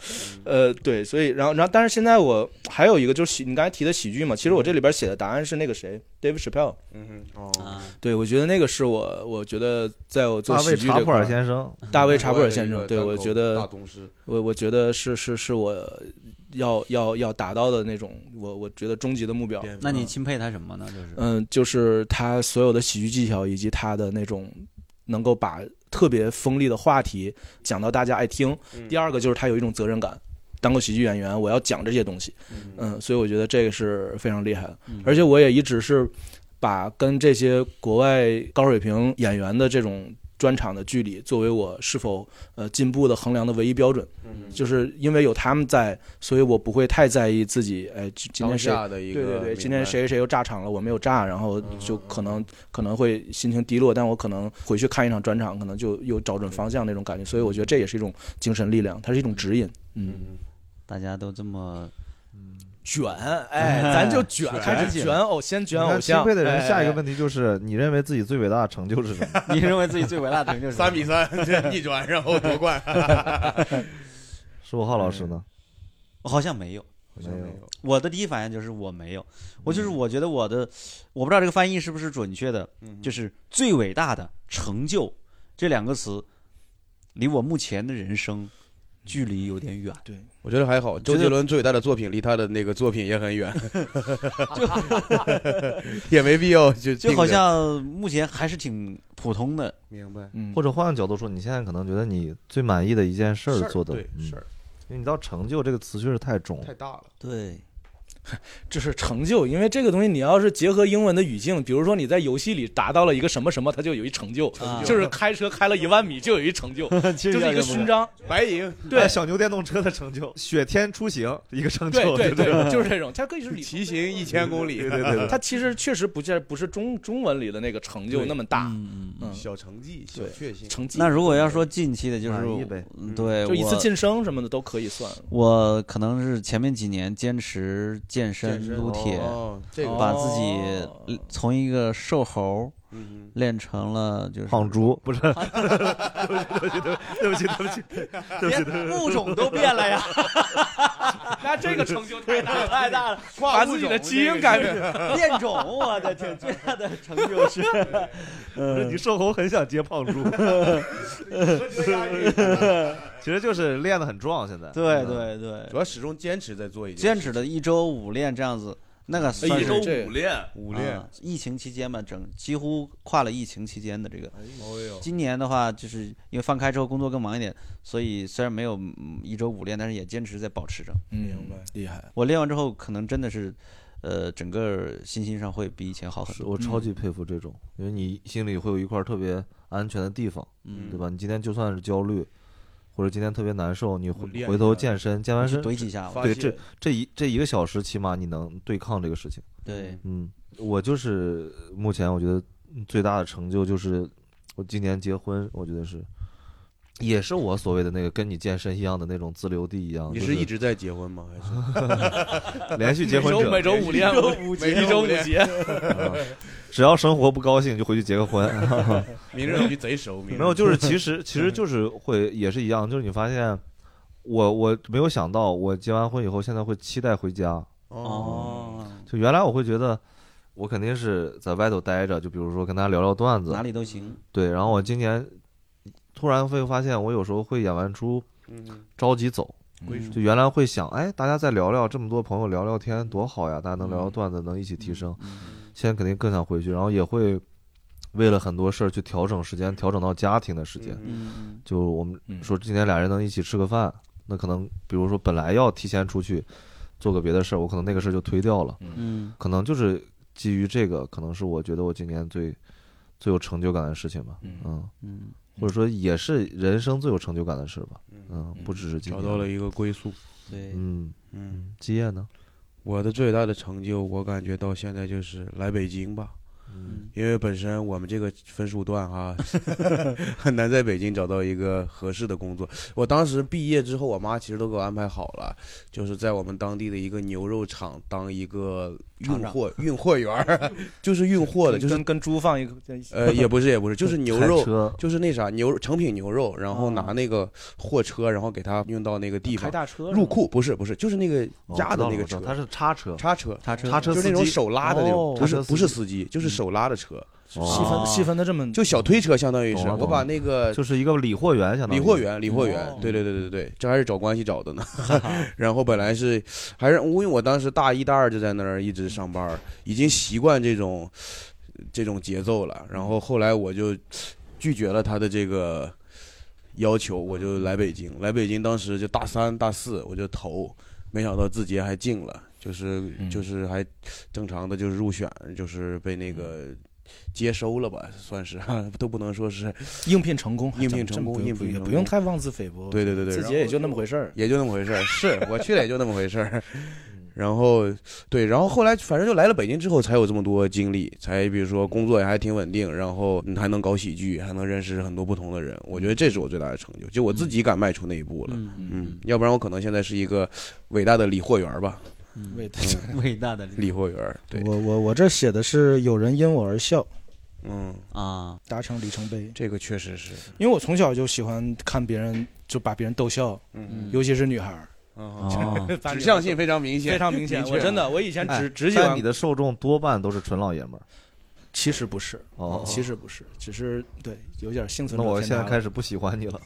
Speaker 4: 呃，对，所以然后然后，但是现在我还有一个就是喜，你刚才提的喜剧嘛，其实我这里边写的答案是那个谁，David Chappelle。
Speaker 2: 嗯哼，哦，
Speaker 1: 啊，
Speaker 4: 对，我觉得那个是我，我觉得在我做
Speaker 5: 大
Speaker 4: 喜
Speaker 5: 卫
Speaker 4: 剧
Speaker 5: 查
Speaker 4: 这
Speaker 5: 普
Speaker 4: 块
Speaker 5: 尔
Speaker 4: 儿，
Speaker 5: 先生，
Speaker 4: 大卫查普尔先
Speaker 2: 国外
Speaker 4: 生，
Speaker 2: 的一
Speaker 4: 对
Speaker 2: 个
Speaker 4: 我
Speaker 2: 单口
Speaker 4: 觉得
Speaker 2: 大宗师，
Speaker 4: 我我觉得是是是我要要要达到的那种，我我觉得终极的目标。
Speaker 2: 巅峰
Speaker 1: 那你钦佩他什么呢？就是
Speaker 4: 嗯，就是他所有的喜剧技巧以及他的那种能够把特别锋利的话题讲到大家爱听。
Speaker 2: 嗯
Speaker 4: 第二个就是他有一种责任感，当个喜剧演员，我要讲这些东西。嗯，所以我觉得这个是非常厉害的，
Speaker 2: 嗯
Speaker 4: 而且我也一直是把跟这些国外高水平演员的这种。专场的距离作为我是否呃进步的衡量的唯一标准，就是因为有他们在，所以我不会太在意自己。哎，今今天
Speaker 2: 当
Speaker 4: 谁
Speaker 2: 下的一个
Speaker 4: 对对对，
Speaker 2: 明
Speaker 4: 今天
Speaker 2: 白
Speaker 4: 谁谁又炸场了，我没有炸，然后就可能可能会心情低落，但我可能回去看一场专场，可能就又找准方向那种感觉，所以我觉得这也是一种精神力量，它是一种指引。嗯，
Speaker 1: 大家都这么
Speaker 4: 卷， 哎，咱就卷，开始卷偶，先卷偶像。哎
Speaker 5: 钦佩的人，下一个
Speaker 4: 题，
Speaker 5: 问题就是，你认为自己最伟大的成就是什么？
Speaker 1: 你认为自己最伟大的成 就是
Speaker 2: 三比三 这逆转，然后夺冠。
Speaker 5: 十五号老师呢？
Speaker 1: 我好像没有。
Speaker 5: 没有，
Speaker 1: 我的第一反应就是我没有，我就是我觉得我的，我不知道这个翻译是不是准确的，就是最伟大的成就这两个词，离我目前的人生距离有点远。
Speaker 2: 我觉得还好，周
Speaker 1: 觉得
Speaker 2: 杰伦最伟大的作品离他的那个作品也很远，也没必要就
Speaker 1: 就好像目前还是挺普通的，
Speaker 2: 明白
Speaker 4: 嗯
Speaker 5: 或，者换个角度说，你现在可能觉得你最满意的一件事儿做的，
Speaker 2: 对
Speaker 5: 嗯
Speaker 2: 事儿
Speaker 5: 因为你到成就这个词确实太重了哎
Speaker 2: 太。大了，
Speaker 1: 对，
Speaker 4: 就是成就，因为这个东西你要是结合英文的语境，比如说你在游戏里达到了一个什么什么，它就有一成就，
Speaker 1: 啊
Speaker 4: 就是开车开了一万米就有一成就，就是一个勋章。
Speaker 7: 白银
Speaker 4: 对
Speaker 5: 哎
Speaker 7: 啊小牛电动车的成就，雪天出行一个成
Speaker 4: 对
Speaker 7: 就，
Speaker 4: 对
Speaker 7: 对
Speaker 4: 对，就是这种，它可以是里
Speaker 2: 骑行一千公里
Speaker 7: 对，对 对，
Speaker 4: 它其实确实不见不是中中文里的那个成就
Speaker 2: 对
Speaker 4: 那么大，
Speaker 1: 嗯嗯。
Speaker 4: 嗯，
Speaker 2: 小成绩、小
Speaker 4: 对
Speaker 2: 确幸。
Speaker 4: 成绩
Speaker 1: 那如果要说近期的，就是
Speaker 5: 满意呗
Speaker 1: 嗯对，
Speaker 4: 就一次
Speaker 1: 我
Speaker 4: 晋升什么的都可以算。
Speaker 1: 我可能是前面几年坚持健
Speaker 2: 健
Speaker 1: 身
Speaker 2: 身
Speaker 1: 撸铁，
Speaker 2: 哦，这个，
Speaker 4: 哦
Speaker 1: 把自己从一个瘦猴
Speaker 2: 嗯哼
Speaker 1: 练成了就是
Speaker 5: 胖猪不是
Speaker 7: 对不起对不起，
Speaker 1: 物种都变了呀，
Speaker 4: 那这个成就 太大了，
Speaker 1: 太大了，
Speaker 4: 把自己的基因改 变。哎
Speaker 1: 变种，啊我的天，最大的成就是，
Speaker 7: 不是你瘦猴很想接胖猪，其实就是练得很壮，现在
Speaker 1: 对对对
Speaker 2: 主，要始终坚持在做一件
Speaker 1: 坚持的一周五练这样子，那个算
Speaker 4: 一
Speaker 1: 是
Speaker 4: 周五
Speaker 2: 练哎五练，
Speaker 1: 啊疫情期间嘛，整几乎跨了疫情期间的这个。
Speaker 2: 哦呦，
Speaker 1: 今年的话，就是因为放开之后工作更忙一点，所以虽然没有嗯一周五练，但是也坚持在保持着。
Speaker 4: 明
Speaker 2: 白，
Speaker 4: 厉害。
Speaker 1: 我练完之后，可能真的是，呃，整个心情上会比以前好很
Speaker 5: 是
Speaker 1: 多。
Speaker 5: 我超级
Speaker 2: 嗯
Speaker 5: 佩服这种，因为你心里会有一块特别安全的地方，
Speaker 1: 嗯
Speaker 5: 对吧？你今天就算是焦虑，或者今天特别难受，你
Speaker 2: 我
Speaker 5: 回
Speaker 2: 练
Speaker 5: 回
Speaker 2: 一
Speaker 5: 头
Speaker 2: 下
Speaker 5: 健身，健完身
Speaker 1: 怼几下，
Speaker 2: 发
Speaker 5: 对
Speaker 2: 泄
Speaker 5: 这这一这一个小时，起码你能对抗这个事情。
Speaker 1: 对，
Speaker 5: 嗯，我就是目前我觉得最大的成就就是我今年结婚，我觉得是，也是我所谓的那个跟你健身一样的那种自留地一样，
Speaker 2: 你
Speaker 5: 就是
Speaker 2: 一直在结婚吗？还是
Speaker 5: 连续结婚
Speaker 4: 每
Speaker 5: 者，啊
Speaker 4: 周五练， 每周五节，
Speaker 5: 只要生活不高兴就回去结个婚。
Speaker 2: 民政局贼熟，民
Speaker 5: 没有，就是其 实其实就是会也是一样，就是你发现我我没有想到，我结完婚以后现在会期待回家。
Speaker 1: 哦，
Speaker 5: 就原来我会觉得我肯定是在外头待着，就比如说跟大家聊聊段子
Speaker 1: 哪，里都行，
Speaker 5: 对。然后我今年突然会发现，我有时候会演完出
Speaker 2: 嗯
Speaker 5: 着急走，
Speaker 2: 归属
Speaker 5: 就原来会想，哎，大家再聊聊，这么多朋友聊聊天多好呀，大家能聊聊
Speaker 1: 嗯
Speaker 5: 段子，能一起提升。
Speaker 1: 嗯
Speaker 5: 现在肯定更想回去，然后也会为了很多事儿去调整时间，调整到家庭的时间。
Speaker 2: 嗯
Speaker 1: 嗯，
Speaker 5: 就我们
Speaker 4: 嗯
Speaker 5: 说今天俩人能一起吃个饭，那可能比如说本来要提前出去做个别的事儿，我可能那个事儿就推掉了。
Speaker 1: 嗯
Speaker 5: 可能就是基于这个，可能是我觉得我今年最最有成就感的事情吧。
Speaker 4: 嗯
Speaker 5: 嗯，
Speaker 1: 嗯
Speaker 5: 或者说也是人生最有成就感的事吧。
Speaker 2: 嗯，
Speaker 5: 嗯，不只是今
Speaker 2: 找
Speaker 5: 年
Speaker 2: 到了。一个归宿。
Speaker 1: 对，
Speaker 5: 嗯，
Speaker 2: 嗯，
Speaker 5: 基业呢？
Speaker 2: 我的最大的成就，我感觉到现在就是来北京吧，
Speaker 1: 嗯
Speaker 2: 因为本身我们这个分数段哈， 很难在北京找到一个合适的工作。我当时毕业之后，我妈其实都给我安排好了，就是在我们当地的一个牛肉厂当一个运货运货员儿， 就是运货的，就是
Speaker 4: 跟跟猪放一个，
Speaker 2: 呃，也不是也不是，就是牛
Speaker 5: 开
Speaker 2: 肉。
Speaker 5: 车
Speaker 2: 就是那啥牛成品牛肉，然
Speaker 5: 啊
Speaker 2: 后拿那个货车，然后给它运到那个地
Speaker 4: 开
Speaker 2: 方。
Speaker 4: 大车
Speaker 2: 入库不是不是，就是那个
Speaker 5: 哦
Speaker 2: 压
Speaker 5: 我知道
Speaker 2: 的
Speaker 5: 了
Speaker 2: 那个
Speaker 5: 我知道
Speaker 2: 车，
Speaker 5: 它是叉车，
Speaker 2: 叉车，
Speaker 1: 叉车
Speaker 5: 叉车
Speaker 2: 就是那种
Speaker 5: 司机
Speaker 2: 手拉的那种
Speaker 5: 哦，
Speaker 2: 不是
Speaker 5: 叉车司机嗯
Speaker 2: 不是司机，就是手拉的车，
Speaker 4: 细
Speaker 5: 哦
Speaker 4: 分细分的这么
Speaker 2: 就小推车，相当于
Speaker 5: 懂
Speaker 2: 是
Speaker 5: 了
Speaker 2: 我
Speaker 5: 懂
Speaker 2: 把
Speaker 5: 了
Speaker 2: 那个
Speaker 5: 就是一个理货员，相当于
Speaker 2: 理货。员，理货员
Speaker 4: 哦，
Speaker 2: 对对对对对，这还是找关系找的 呢。然后本来是还是因为我当时大一大二就在那儿一直上班儿，已经习惯这种这种节奏了。然后后来我就拒绝了他的这个要求，我就来北京。来北京当时就大三大四我就投，没想到字节还进了，就是
Speaker 4: 嗯
Speaker 2: 就是还正常的就是入选，就是被那个。接收了吧，算是都不能说是
Speaker 4: 应聘成功，
Speaker 2: 应聘
Speaker 4: 这
Speaker 2: 成功
Speaker 4: 不用
Speaker 2: 应聘
Speaker 4: 也
Speaker 2: 成
Speaker 4: 不用
Speaker 2: 功
Speaker 4: 太妄自菲薄，
Speaker 2: 对对对对，
Speaker 4: 自
Speaker 2: 然
Speaker 4: 己
Speaker 2: 后
Speaker 4: 也就那么回事儿。
Speaker 2: 也就那么回事儿，是我去了也就那么回事儿。然后对，然后后来反正就来了北京之后，才有这么多经历，才比如说工作也还挺稳定，然后你还能搞喜剧，还能认识很多不同的人。我觉得这是我最大的成就，就我自己敢迈出那一步了。
Speaker 1: 嗯
Speaker 2: 嗯，要不然我可能现在是一个伟大的理货员儿吧，
Speaker 1: 嗯
Speaker 4: 为
Speaker 1: 嗯，伟大的
Speaker 2: 理货员儿。对，
Speaker 4: 我我我这写的是有人因我而笑，
Speaker 2: 嗯，
Speaker 1: 啊，
Speaker 4: 达成里程碑。
Speaker 2: 这个确实是，
Speaker 4: 因为我从小就喜欢看别人，就把别人逗笑，
Speaker 2: 嗯
Speaker 4: 尤其是女孩儿，
Speaker 1: 哦，
Speaker 4: 把
Speaker 2: 指
Speaker 4: 女孩
Speaker 2: 向
Speaker 4: 儿
Speaker 2: 性非常明显，
Speaker 4: 非常明显。
Speaker 2: 明确
Speaker 4: 我真的，我以前只只喜
Speaker 5: 但
Speaker 4: 欢
Speaker 5: 哎你，的受众多半都是纯老爷们儿。
Speaker 4: 其实不是，
Speaker 5: 哦，
Speaker 4: 其实不是，只是对有点幸存
Speaker 5: 那
Speaker 4: 者
Speaker 5: 我
Speaker 4: 偏
Speaker 5: 现
Speaker 4: 差
Speaker 5: 在
Speaker 4: 了
Speaker 5: 开始不喜欢你了。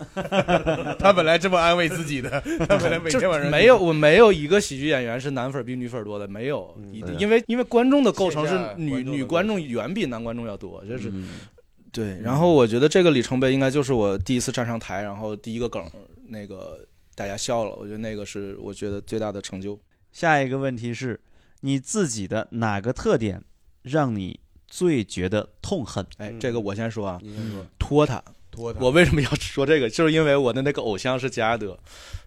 Speaker 2: 他本来这么安慰自己 的，他本来每天晚
Speaker 4: 就
Speaker 2: 上
Speaker 4: 没有，我没有一个喜剧演员是男粉儿比女粉儿多的，没有
Speaker 2: 嗯，
Speaker 4: 一
Speaker 5: 对
Speaker 4: 因为因为观众的构成是
Speaker 2: 线下观
Speaker 4: 女
Speaker 2: 众的
Speaker 4: 女观众远比男观众要多，这是
Speaker 1: 嗯
Speaker 4: 对。然后我觉得这个里程碑应该就是我第一次站上台，然后第一个梗儿那个大家笑了，我觉得那个是我觉得最大的成就。
Speaker 1: 下一个问题是，你自己的哪个特点让你最觉得痛恨？
Speaker 4: 哎
Speaker 2: 嗯，
Speaker 4: 这个我先说啊，
Speaker 2: 你先说，
Speaker 4: 拖沓。
Speaker 2: 拖沓。
Speaker 4: 我为什么要说这个？就是因为我的那个偶像是杰拉德，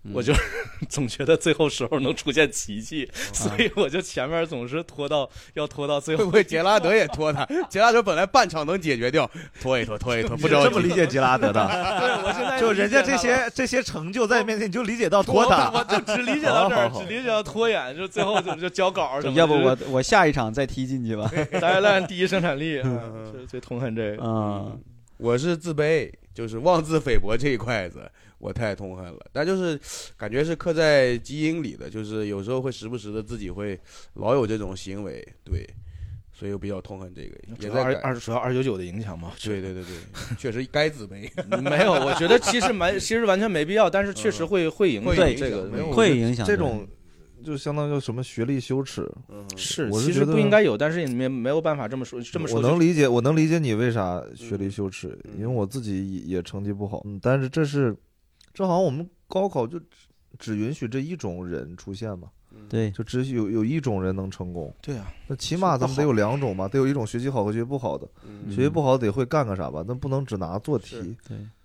Speaker 1: 嗯
Speaker 4: 我就是 总觉得最后时候能出现奇迹，所以我就前面总是拖到要拖到最
Speaker 2: 会
Speaker 4: 后。
Speaker 2: 不会杰拉德也拖他？杰拉德本来半场能解决掉，拖一拖，拖一拖，不着
Speaker 5: 这
Speaker 2: 急
Speaker 5: 么。理解杰拉德的，
Speaker 4: 对，我现在
Speaker 7: 就人家这些这些成就在你面前，你就理解到
Speaker 4: 拖
Speaker 7: 拖沓。
Speaker 4: 我就只理解到这儿，
Speaker 5: 好好好
Speaker 4: 只理解到拖延，就最后就就交稿什么的。
Speaker 1: 要不
Speaker 4: 就是
Speaker 1: 我我下一场再踢进去吧。
Speaker 4: 达赖烂第一生产力，啊
Speaker 2: 嗯
Speaker 4: 最最痛恨这个。
Speaker 1: 啊，
Speaker 2: 我是自卑，就是妄自菲薄这一块子，我太痛恨了。但就是感觉是刻在基因里的，就是有时候会时不时的自己会老有这种行为，对，所以我比较痛恨这个，
Speaker 4: 主
Speaker 2: 也
Speaker 4: 要
Speaker 2: 在
Speaker 4: 二
Speaker 2: 改。
Speaker 4: 二主要二九九的影响嘛，
Speaker 2: 对对对对，确实该自卑。
Speaker 4: 没有，我觉得其实蛮，其实完全没必要，但是确实会嗯会影
Speaker 2: 会
Speaker 1: 对
Speaker 4: 响这个
Speaker 2: 没有
Speaker 1: 会影响
Speaker 5: 这
Speaker 1: 的
Speaker 5: 种就相当于什么学历羞耻，
Speaker 2: 嗯，
Speaker 4: 是，
Speaker 5: 我是
Speaker 4: 其
Speaker 5: 觉
Speaker 4: 实
Speaker 5: 得
Speaker 4: 不应该有，但是也没没有办法这么说，这么说
Speaker 5: 我
Speaker 4: 就
Speaker 5: 能理解，我能理解你为啥学历羞耻，
Speaker 2: 嗯
Speaker 5: 因为我自己也也成绩不好。嗯，但是这是，这好像我们高考就只只允许这一种人出现嘛，
Speaker 1: 对，
Speaker 5: 就只许有有一种人能成功。
Speaker 4: 对啊，
Speaker 5: 那起码咱们得有两种吧，得有一种学习好和学习不好的。
Speaker 2: 嗯
Speaker 5: 学习不好得会干个啥吧？那不能只拿做题。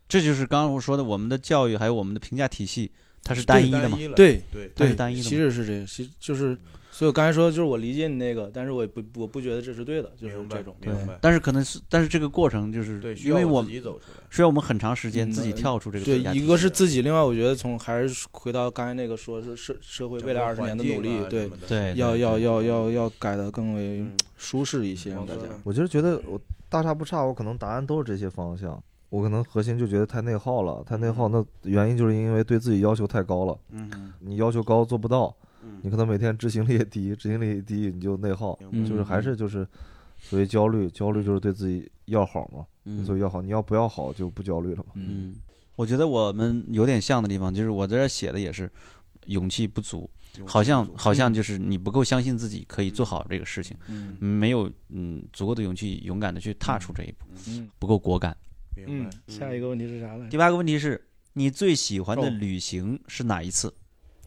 Speaker 1: 这就是刚刚我说的，我们的教育还有我们的评价体系，它是单一的嘛？
Speaker 2: 了
Speaker 4: 对
Speaker 2: 对
Speaker 1: 它
Speaker 4: 对
Speaker 1: 是，单一的
Speaker 4: 其
Speaker 1: 嘛。
Speaker 4: 实是这个，其实就是，嗯所以我刚才说就是我理解你那个，但是我也不我不觉得这是对的，就是
Speaker 2: 明白
Speaker 4: 这种。
Speaker 2: 明白。
Speaker 1: 但是可能是，但是这个过程就是，
Speaker 2: 对，需
Speaker 1: 因
Speaker 2: 要
Speaker 1: 为
Speaker 2: 我
Speaker 1: 我
Speaker 2: 自己走出来。
Speaker 1: 需要我们很长时间
Speaker 4: 嗯
Speaker 1: 自己
Speaker 4: 呃
Speaker 1: 跳出这个
Speaker 4: 对
Speaker 1: 评价，体
Speaker 4: 一
Speaker 1: 系
Speaker 4: 个是自己，另外我觉得从还是回到刚才那个说，是社社会未来二
Speaker 2: 整
Speaker 4: 十
Speaker 2: 个
Speaker 4: 年
Speaker 2: 环
Speaker 4: 的
Speaker 2: 境啊
Speaker 4: 努力，对
Speaker 2: 什，么的
Speaker 1: 对，
Speaker 4: 要
Speaker 1: 对
Speaker 4: 要
Speaker 1: 对
Speaker 4: 要要要改的更为
Speaker 2: 嗯
Speaker 4: 舒适一些，让
Speaker 2: 王
Speaker 4: 大
Speaker 2: 哥
Speaker 4: 家。
Speaker 2: 呢
Speaker 5: 我就是觉得我大差不差，我可能答案都是这些方向。我可能核心就觉得太内耗了，太内耗，那
Speaker 1: 嗯
Speaker 5: 原因就是因为对自己要求太高了。
Speaker 2: 嗯，
Speaker 5: 你要求高做不到，
Speaker 2: 嗯
Speaker 5: 你可能每天执行力也低，执行力一低你就内耗，
Speaker 1: 嗯
Speaker 5: 就是还是就是所谓焦虑，焦虑就是对自己要好嘛，
Speaker 1: 嗯
Speaker 5: 所以要好，你要不要好就不焦虑了嘛。
Speaker 1: 嗯，我觉得我们有点像的地方，就是我在这儿写的也是勇气不足，好像好像就是你不够相信自己可以做好这个事情，
Speaker 4: 嗯
Speaker 1: 没有嗯足够的勇气勇敢的去踏出这一步，
Speaker 4: 嗯
Speaker 1: 不够果敢。
Speaker 2: 明白。
Speaker 4: 下一
Speaker 2: 个，
Speaker 4: 个问题是啥来
Speaker 1: 第
Speaker 4: 着？
Speaker 1: 八个问题是你最喜欢的
Speaker 4: 哦
Speaker 1: 旅行是哪一次？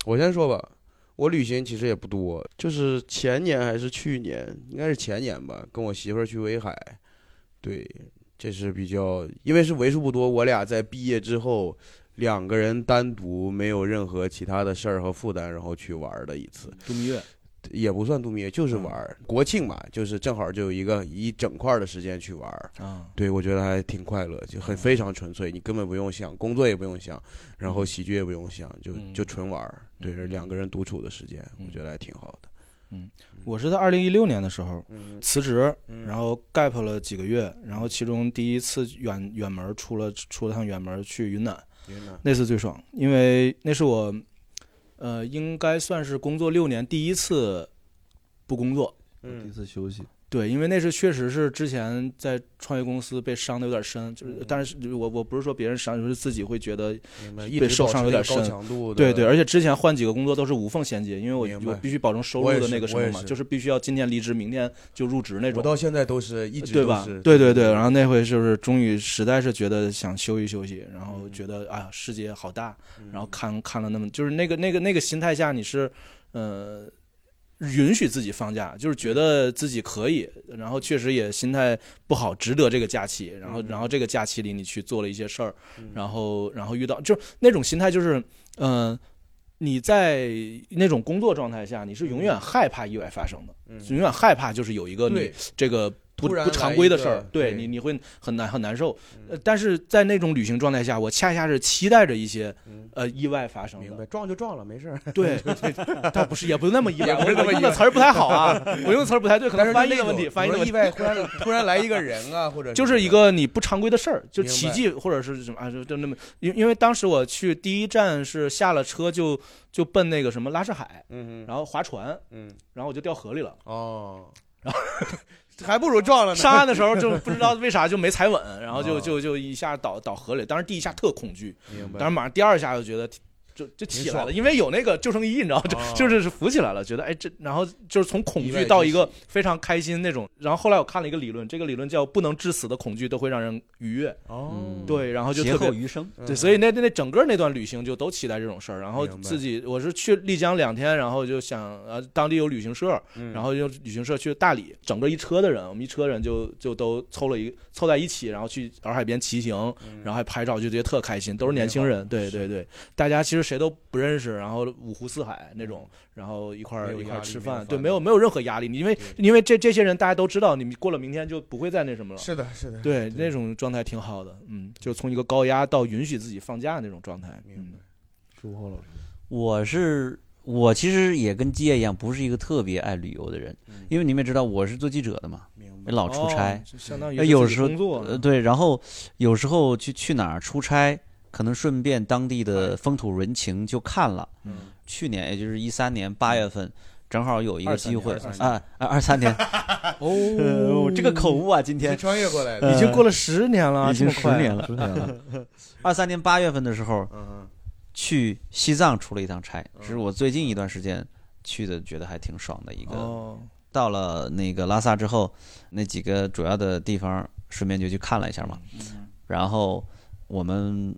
Speaker 2: 我先说吧。我旅行其实也不多，就是前年还是去年，应该是前年吧，跟我媳妇儿去威海，对，这是比较，因为是为数不多，我俩在毕业之后，两个人单独没有任何其他的事儿和负担，然后去玩儿的一次，
Speaker 4: 度蜜月，
Speaker 2: 也不算度蜜月，就是玩儿。国庆嘛，就是正好就有一个一整块儿的时间去玩儿，
Speaker 4: 啊，
Speaker 2: 对，我觉得还挺快乐，就很
Speaker 4: 嗯
Speaker 2: 非常纯粹，你根本不用想工作也不用想，然后喜剧也不用想，就
Speaker 4: 嗯
Speaker 2: 就纯玩儿，对，
Speaker 4: 嗯
Speaker 2: 两个人独处的时间，
Speaker 4: 嗯
Speaker 2: 我觉得还挺好的。
Speaker 4: 我是在二零一六年的时候
Speaker 2: 嗯
Speaker 4: 辞职，
Speaker 2: 嗯
Speaker 4: 然后 gap 了几个月，然后其中第一次远远门出了出了趟远门去云南，那次最爽，因为那是我，呃，应该算是工作六年第一次不工作。
Speaker 2: 嗯
Speaker 5: 第一次休息，
Speaker 4: 对，因为那是确实是之前在创业公司被伤的有点深，就是
Speaker 2: 嗯，
Speaker 4: 但是我我不是说别人伤，就是自己会觉得，
Speaker 2: 明白，
Speaker 4: 被
Speaker 2: 一直
Speaker 4: 受
Speaker 2: 保持
Speaker 4: 伤有
Speaker 2: 那个
Speaker 4: 点
Speaker 2: 高
Speaker 4: 深
Speaker 2: 强度的，
Speaker 4: 对对，而且之前换几个工作都是无缝衔接，因为我
Speaker 2: 明白
Speaker 4: 我必须保证收
Speaker 2: 我
Speaker 4: 入
Speaker 2: 也
Speaker 4: 的
Speaker 2: 是
Speaker 4: 那个什
Speaker 2: 我也
Speaker 4: 么嘛，
Speaker 2: 是
Speaker 4: 就是必须要今天离职，明天就入职那
Speaker 2: 我
Speaker 4: 种。
Speaker 2: 到现在都是一直
Speaker 4: 对
Speaker 2: 都
Speaker 4: 吧
Speaker 2: 是？嗯
Speaker 4: 对对对，然后那回就是终于实在是觉得想休息休息，然后
Speaker 2: 嗯
Speaker 4: 觉得啊世界好大，
Speaker 2: 嗯
Speaker 4: 然后看看了那么就是那个那个那个心态下，你是呃允许自己放假，就是觉得自己可以，然后确实也心态不好，值得这个假期，然后
Speaker 2: 嗯
Speaker 4: 然后这个假期里你去做了一些事儿
Speaker 2: 嗯，
Speaker 4: 然后然后遇到就是那种心态就是嗯。呃你在那种工作状态下，你是永远害怕意外发生的，
Speaker 2: 嗯
Speaker 4: 永远害怕就是有一个你
Speaker 2: 对，
Speaker 4: 这个不
Speaker 2: 突然
Speaker 4: 不常规的事
Speaker 2: 来一
Speaker 4: 儿
Speaker 2: 个，
Speaker 4: 对
Speaker 2: 对
Speaker 4: 你你会很难很难受
Speaker 2: 嗯。
Speaker 4: 呃，但是在那种旅行状态下，我恰恰是期待着一些
Speaker 2: 嗯
Speaker 4: 呃意外发生
Speaker 2: 明
Speaker 4: 的
Speaker 2: 白，。撞就撞了，没事儿。
Speaker 4: 对， 倒不是也不那么意外，
Speaker 2: 也不
Speaker 4: 我
Speaker 2: 是那么
Speaker 4: 我
Speaker 2: 意
Speaker 4: 用的
Speaker 2: 外
Speaker 4: 词儿不太 好啊，我用的词儿不太对，可
Speaker 2: 但
Speaker 4: 能
Speaker 2: 是
Speaker 4: 翻译
Speaker 2: 那
Speaker 4: 的问
Speaker 2: 种
Speaker 4: 题，
Speaker 2: 比
Speaker 4: 翻译
Speaker 2: 如
Speaker 4: 的
Speaker 2: 说
Speaker 4: 问
Speaker 2: 意外
Speaker 4: 题。
Speaker 2: 忽然 突然来一个人啊，或者
Speaker 4: 就是一个你不常规的事儿，就
Speaker 2: 明白
Speaker 4: 奇迹或者是什么啊，就就那么，因因为当时我去第一站是下了车就就奔那个什么拉市海，
Speaker 2: 嗯嗯
Speaker 4: 然后划船，
Speaker 2: 嗯
Speaker 4: 然后我就掉河里了。
Speaker 2: 哦，还不如撞了呢。
Speaker 4: 上岸的时候就不知 道为啥就没踩稳，然后就
Speaker 2: 哦
Speaker 4: 就就一下倒倒河里，当时第一下特恐惧，
Speaker 2: 明白
Speaker 4: 但是马上第二下就觉得就就起来了，因为有那个救生衣，你知道， 就就是是浮起来了，觉得哎这，然后就是从恐
Speaker 2: 啊意外
Speaker 4: 惧
Speaker 2: 之
Speaker 4: 到一个
Speaker 2: 喜
Speaker 4: 非常开心那种。然后后来我看了一个理论，这个理论叫不能致死的恐惧都会让人愉悦，
Speaker 1: 嗯，
Speaker 4: 对，然后就
Speaker 1: 劫
Speaker 4: 特别
Speaker 1: 后余生，
Speaker 2: 哦嗯
Speaker 4: 对，所以那那整个那段旅行就都期待这种事儿，然后
Speaker 2: 明白
Speaker 4: 自己我是去丽江两天，然后就想呃当地有旅行社，
Speaker 2: 嗯
Speaker 4: 然后就旅行社去大理，整个一车的人，我们一车人就就都凑了一凑在一起，然后去洱海边骑行，
Speaker 2: 嗯
Speaker 4: 然后还拍照，就觉得特开心，都是年轻人，对对对，大家其实谁都不认识，然后五湖四海那种，然后一块
Speaker 2: 嗯没
Speaker 4: 儿
Speaker 2: 有
Speaker 4: 一块
Speaker 2: 压
Speaker 4: 儿
Speaker 2: 力
Speaker 4: 吃
Speaker 2: 没有
Speaker 4: 饭，
Speaker 2: 烦
Speaker 4: 对，
Speaker 2: 恼
Speaker 4: 没有没有任何压力，你因为因为这这些人大家都知道，你们过了明天就不会再那什么了，
Speaker 2: 是的，是的，
Speaker 4: 对，那种状态挺好的，嗯，就从一个高压到允许自己放假那种状态，
Speaker 2: 明
Speaker 4: 嗯
Speaker 2: 白，
Speaker 5: 朱浩老 师，
Speaker 1: 我是我其实也跟基业一样，不是一个特别爱旅游的人，因为你们也知道我是做记者的嘛，
Speaker 2: 明白，
Speaker 1: 老出差
Speaker 4: 哦，就相当于
Speaker 1: 呃
Speaker 4: 是
Speaker 1: 有
Speaker 4: 自己
Speaker 1: 时候
Speaker 4: 工作
Speaker 1: 呃，对，然后有时候去去哪儿出差，可能顺便当地的风土人情就看了。
Speaker 4: 哎嗯
Speaker 1: 去年也就是一三年八月份，正好有一个机会
Speaker 4: 23
Speaker 1: 啊啊二三 年，
Speaker 4: 哦
Speaker 1: 呃这个口误啊，今
Speaker 2: 是
Speaker 1: 天
Speaker 2: 穿越过来的，
Speaker 4: 已经过了十年了，
Speaker 1: 已经
Speaker 4: 啊这么
Speaker 1: 十
Speaker 4: 快
Speaker 1: 年了。
Speaker 5: 十年啊 了，
Speaker 1: 二三年八月份的时候
Speaker 2: 嗯
Speaker 1: 去西藏出了一趟差，
Speaker 4: 嗯
Speaker 1: 这是我最近一段时间去的，觉得还挺爽的一个
Speaker 4: 哦，
Speaker 1: 到了那个拉萨之后，那几个主要的地方顺便就去看了一下嘛。
Speaker 4: 嗯
Speaker 1: 然后我们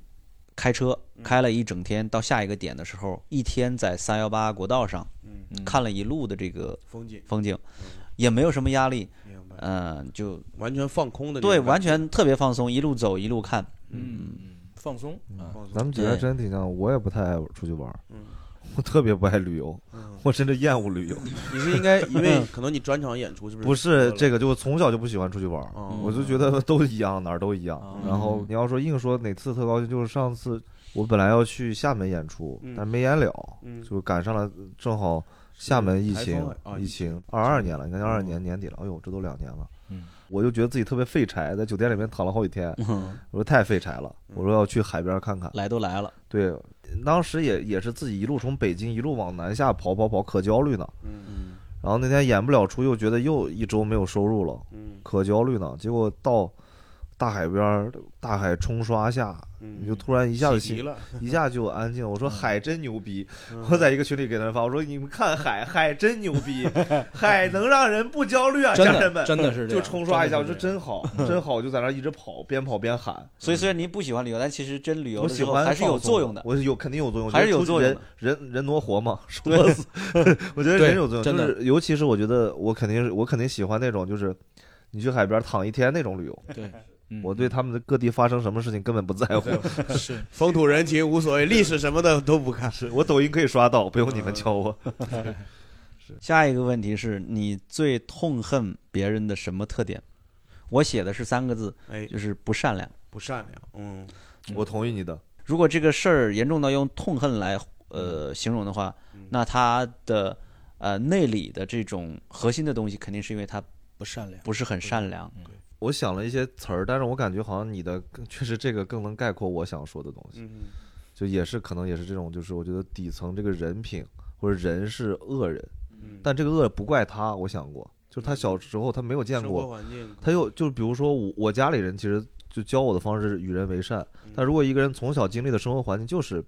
Speaker 1: 开车开了一整天，到下一个点的时候，一天在三幺八国道上
Speaker 2: 嗯，
Speaker 4: 嗯
Speaker 1: 看了一路的这个
Speaker 2: 风景
Speaker 1: 风景，也没有什么压力，
Speaker 2: 明白，
Speaker 1: 嗯，就
Speaker 2: 完全放空的那种
Speaker 1: 对，
Speaker 2: 感觉，
Speaker 1: 完全特别放松，一路走一路看。
Speaker 4: 嗯，嗯放松啊，
Speaker 2: 放松
Speaker 5: 咱们几个还真挺像，我也不太爱出去玩儿
Speaker 2: 嗯，
Speaker 5: 我特别不爱旅游，我甚至厌恶旅游。
Speaker 2: 你是应 该，因为可能你专场演出嗯是不是？
Speaker 5: 不是这
Speaker 2: 个，
Speaker 5: 个，就我从小就不喜欢出去玩儿，
Speaker 2: 哦
Speaker 5: 我就觉得 都一样，哪儿都一样。
Speaker 2: 嗯
Speaker 4: 哦
Speaker 5: 然后你要说硬说哪次特高兴，就是上次我本来要去厦门演出，
Speaker 2: 嗯
Speaker 5: 但没演了，
Speaker 2: 嗯
Speaker 5: 就赶上了正好厦门疫
Speaker 2: 台
Speaker 5: 情
Speaker 2: 风啊，嗯
Speaker 5: 疫情二二年了，你看二二年年底了，哎呦，这都两年了。
Speaker 4: 嗯
Speaker 5: 我就觉得自己特别废柴，在酒店里面躺了好几天。
Speaker 2: 嗯
Speaker 5: 我说太废柴了，我说要去海边看看。
Speaker 1: 来都来了，
Speaker 5: 对，当时也也是自己一路从北京一路往南下跑跑跑，可焦虑呢。
Speaker 2: 嗯
Speaker 5: 然后那天演不了出，又觉得又一周没有收入了，
Speaker 2: 嗯
Speaker 5: 可焦虑呢。结果到大海边儿，大海冲刷下，
Speaker 2: 嗯
Speaker 5: 你就突然一下子
Speaker 2: 洗涤
Speaker 5: 心
Speaker 2: 了，
Speaker 5: 一下就安静了。我说海真牛逼，
Speaker 2: 嗯
Speaker 5: 我在一个群里给他们发，我说你们看海，海真牛 逼，海能让人不焦虑啊，
Speaker 4: 真
Speaker 5: 家人们
Speaker 4: 的真的 是这
Speaker 5: 就
Speaker 4: 样，
Speaker 5: 冲刷一下，我
Speaker 4: 真
Speaker 5: 说
Speaker 4: 的是这样
Speaker 5: 真好， 真好，我就在那儿一直跑，边跑边喊。
Speaker 1: 所以虽然您不喜欢旅游，但其实真旅游
Speaker 5: 我
Speaker 1: 的
Speaker 5: 喜
Speaker 1: 时候
Speaker 5: 欢
Speaker 1: 还是有
Speaker 5: 放松
Speaker 1: 作用的。
Speaker 5: 我是有肯定有作用，
Speaker 1: 还是有
Speaker 5: 我觉
Speaker 1: 作
Speaker 5: 得
Speaker 1: 用的
Speaker 5: 出去人人人挪活嘛，说死。 我觉得
Speaker 4: 对
Speaker 5: 人有作用，
Speaker 4: 真
Speaker 5: 就
Speaker 4: 的
Speaker 5: 是尤其是我觉得我肯定是我肯定喜欢那种就是。你去海边躺一天那种旅游，
Speaker 4: 对，嗯
Speaker 5: 我对他们的各地发生什么事情根本不在乎，
Speaker 4: 是
Speaker 2: 风土人情无所谓，历史什么的都不看。
Speaker 5: 是我抖音可以刷到，不用
Speaker 1: 嗯
Speaker 5: 你们教我。
Speaker 1: 下一个问题是你最痛恨别人的什么特点？我写的是三个字，
Speaker 2: 哎，
Speaker 1: 就是不善良。
Speaker 2: 不善良，嗯，
Speaker 5: 我同意你的，
Speaker 1: 如果这个事儿严重到用痛恨来呃形容的话，那他的呃内里的这种核心的东西，肯定是因为他
Speaker 4: 不善良，
Speaker 1: 不是很善良。
Speaker 5: 我想了一些词儿，但是我感觉好像你的更确实这个更能概括我想说的东西，
Speaker 2: 嗯
Speaker 5: 就也是可能也是这种，就是我觉得底层这个人品或者人是恶人，
Speaker 2: 嗯
Speaker 5: 但这个恶不怪他，我想过，就是他小时候他没有见
Speaker 2: 生活
Speaker 5: 过，
Speaker 2: 环境，
Speaker 5: 他又就是比如说我我家里人其实就教我的方式是与人为善，但如果一个人从小经历的生活环境就是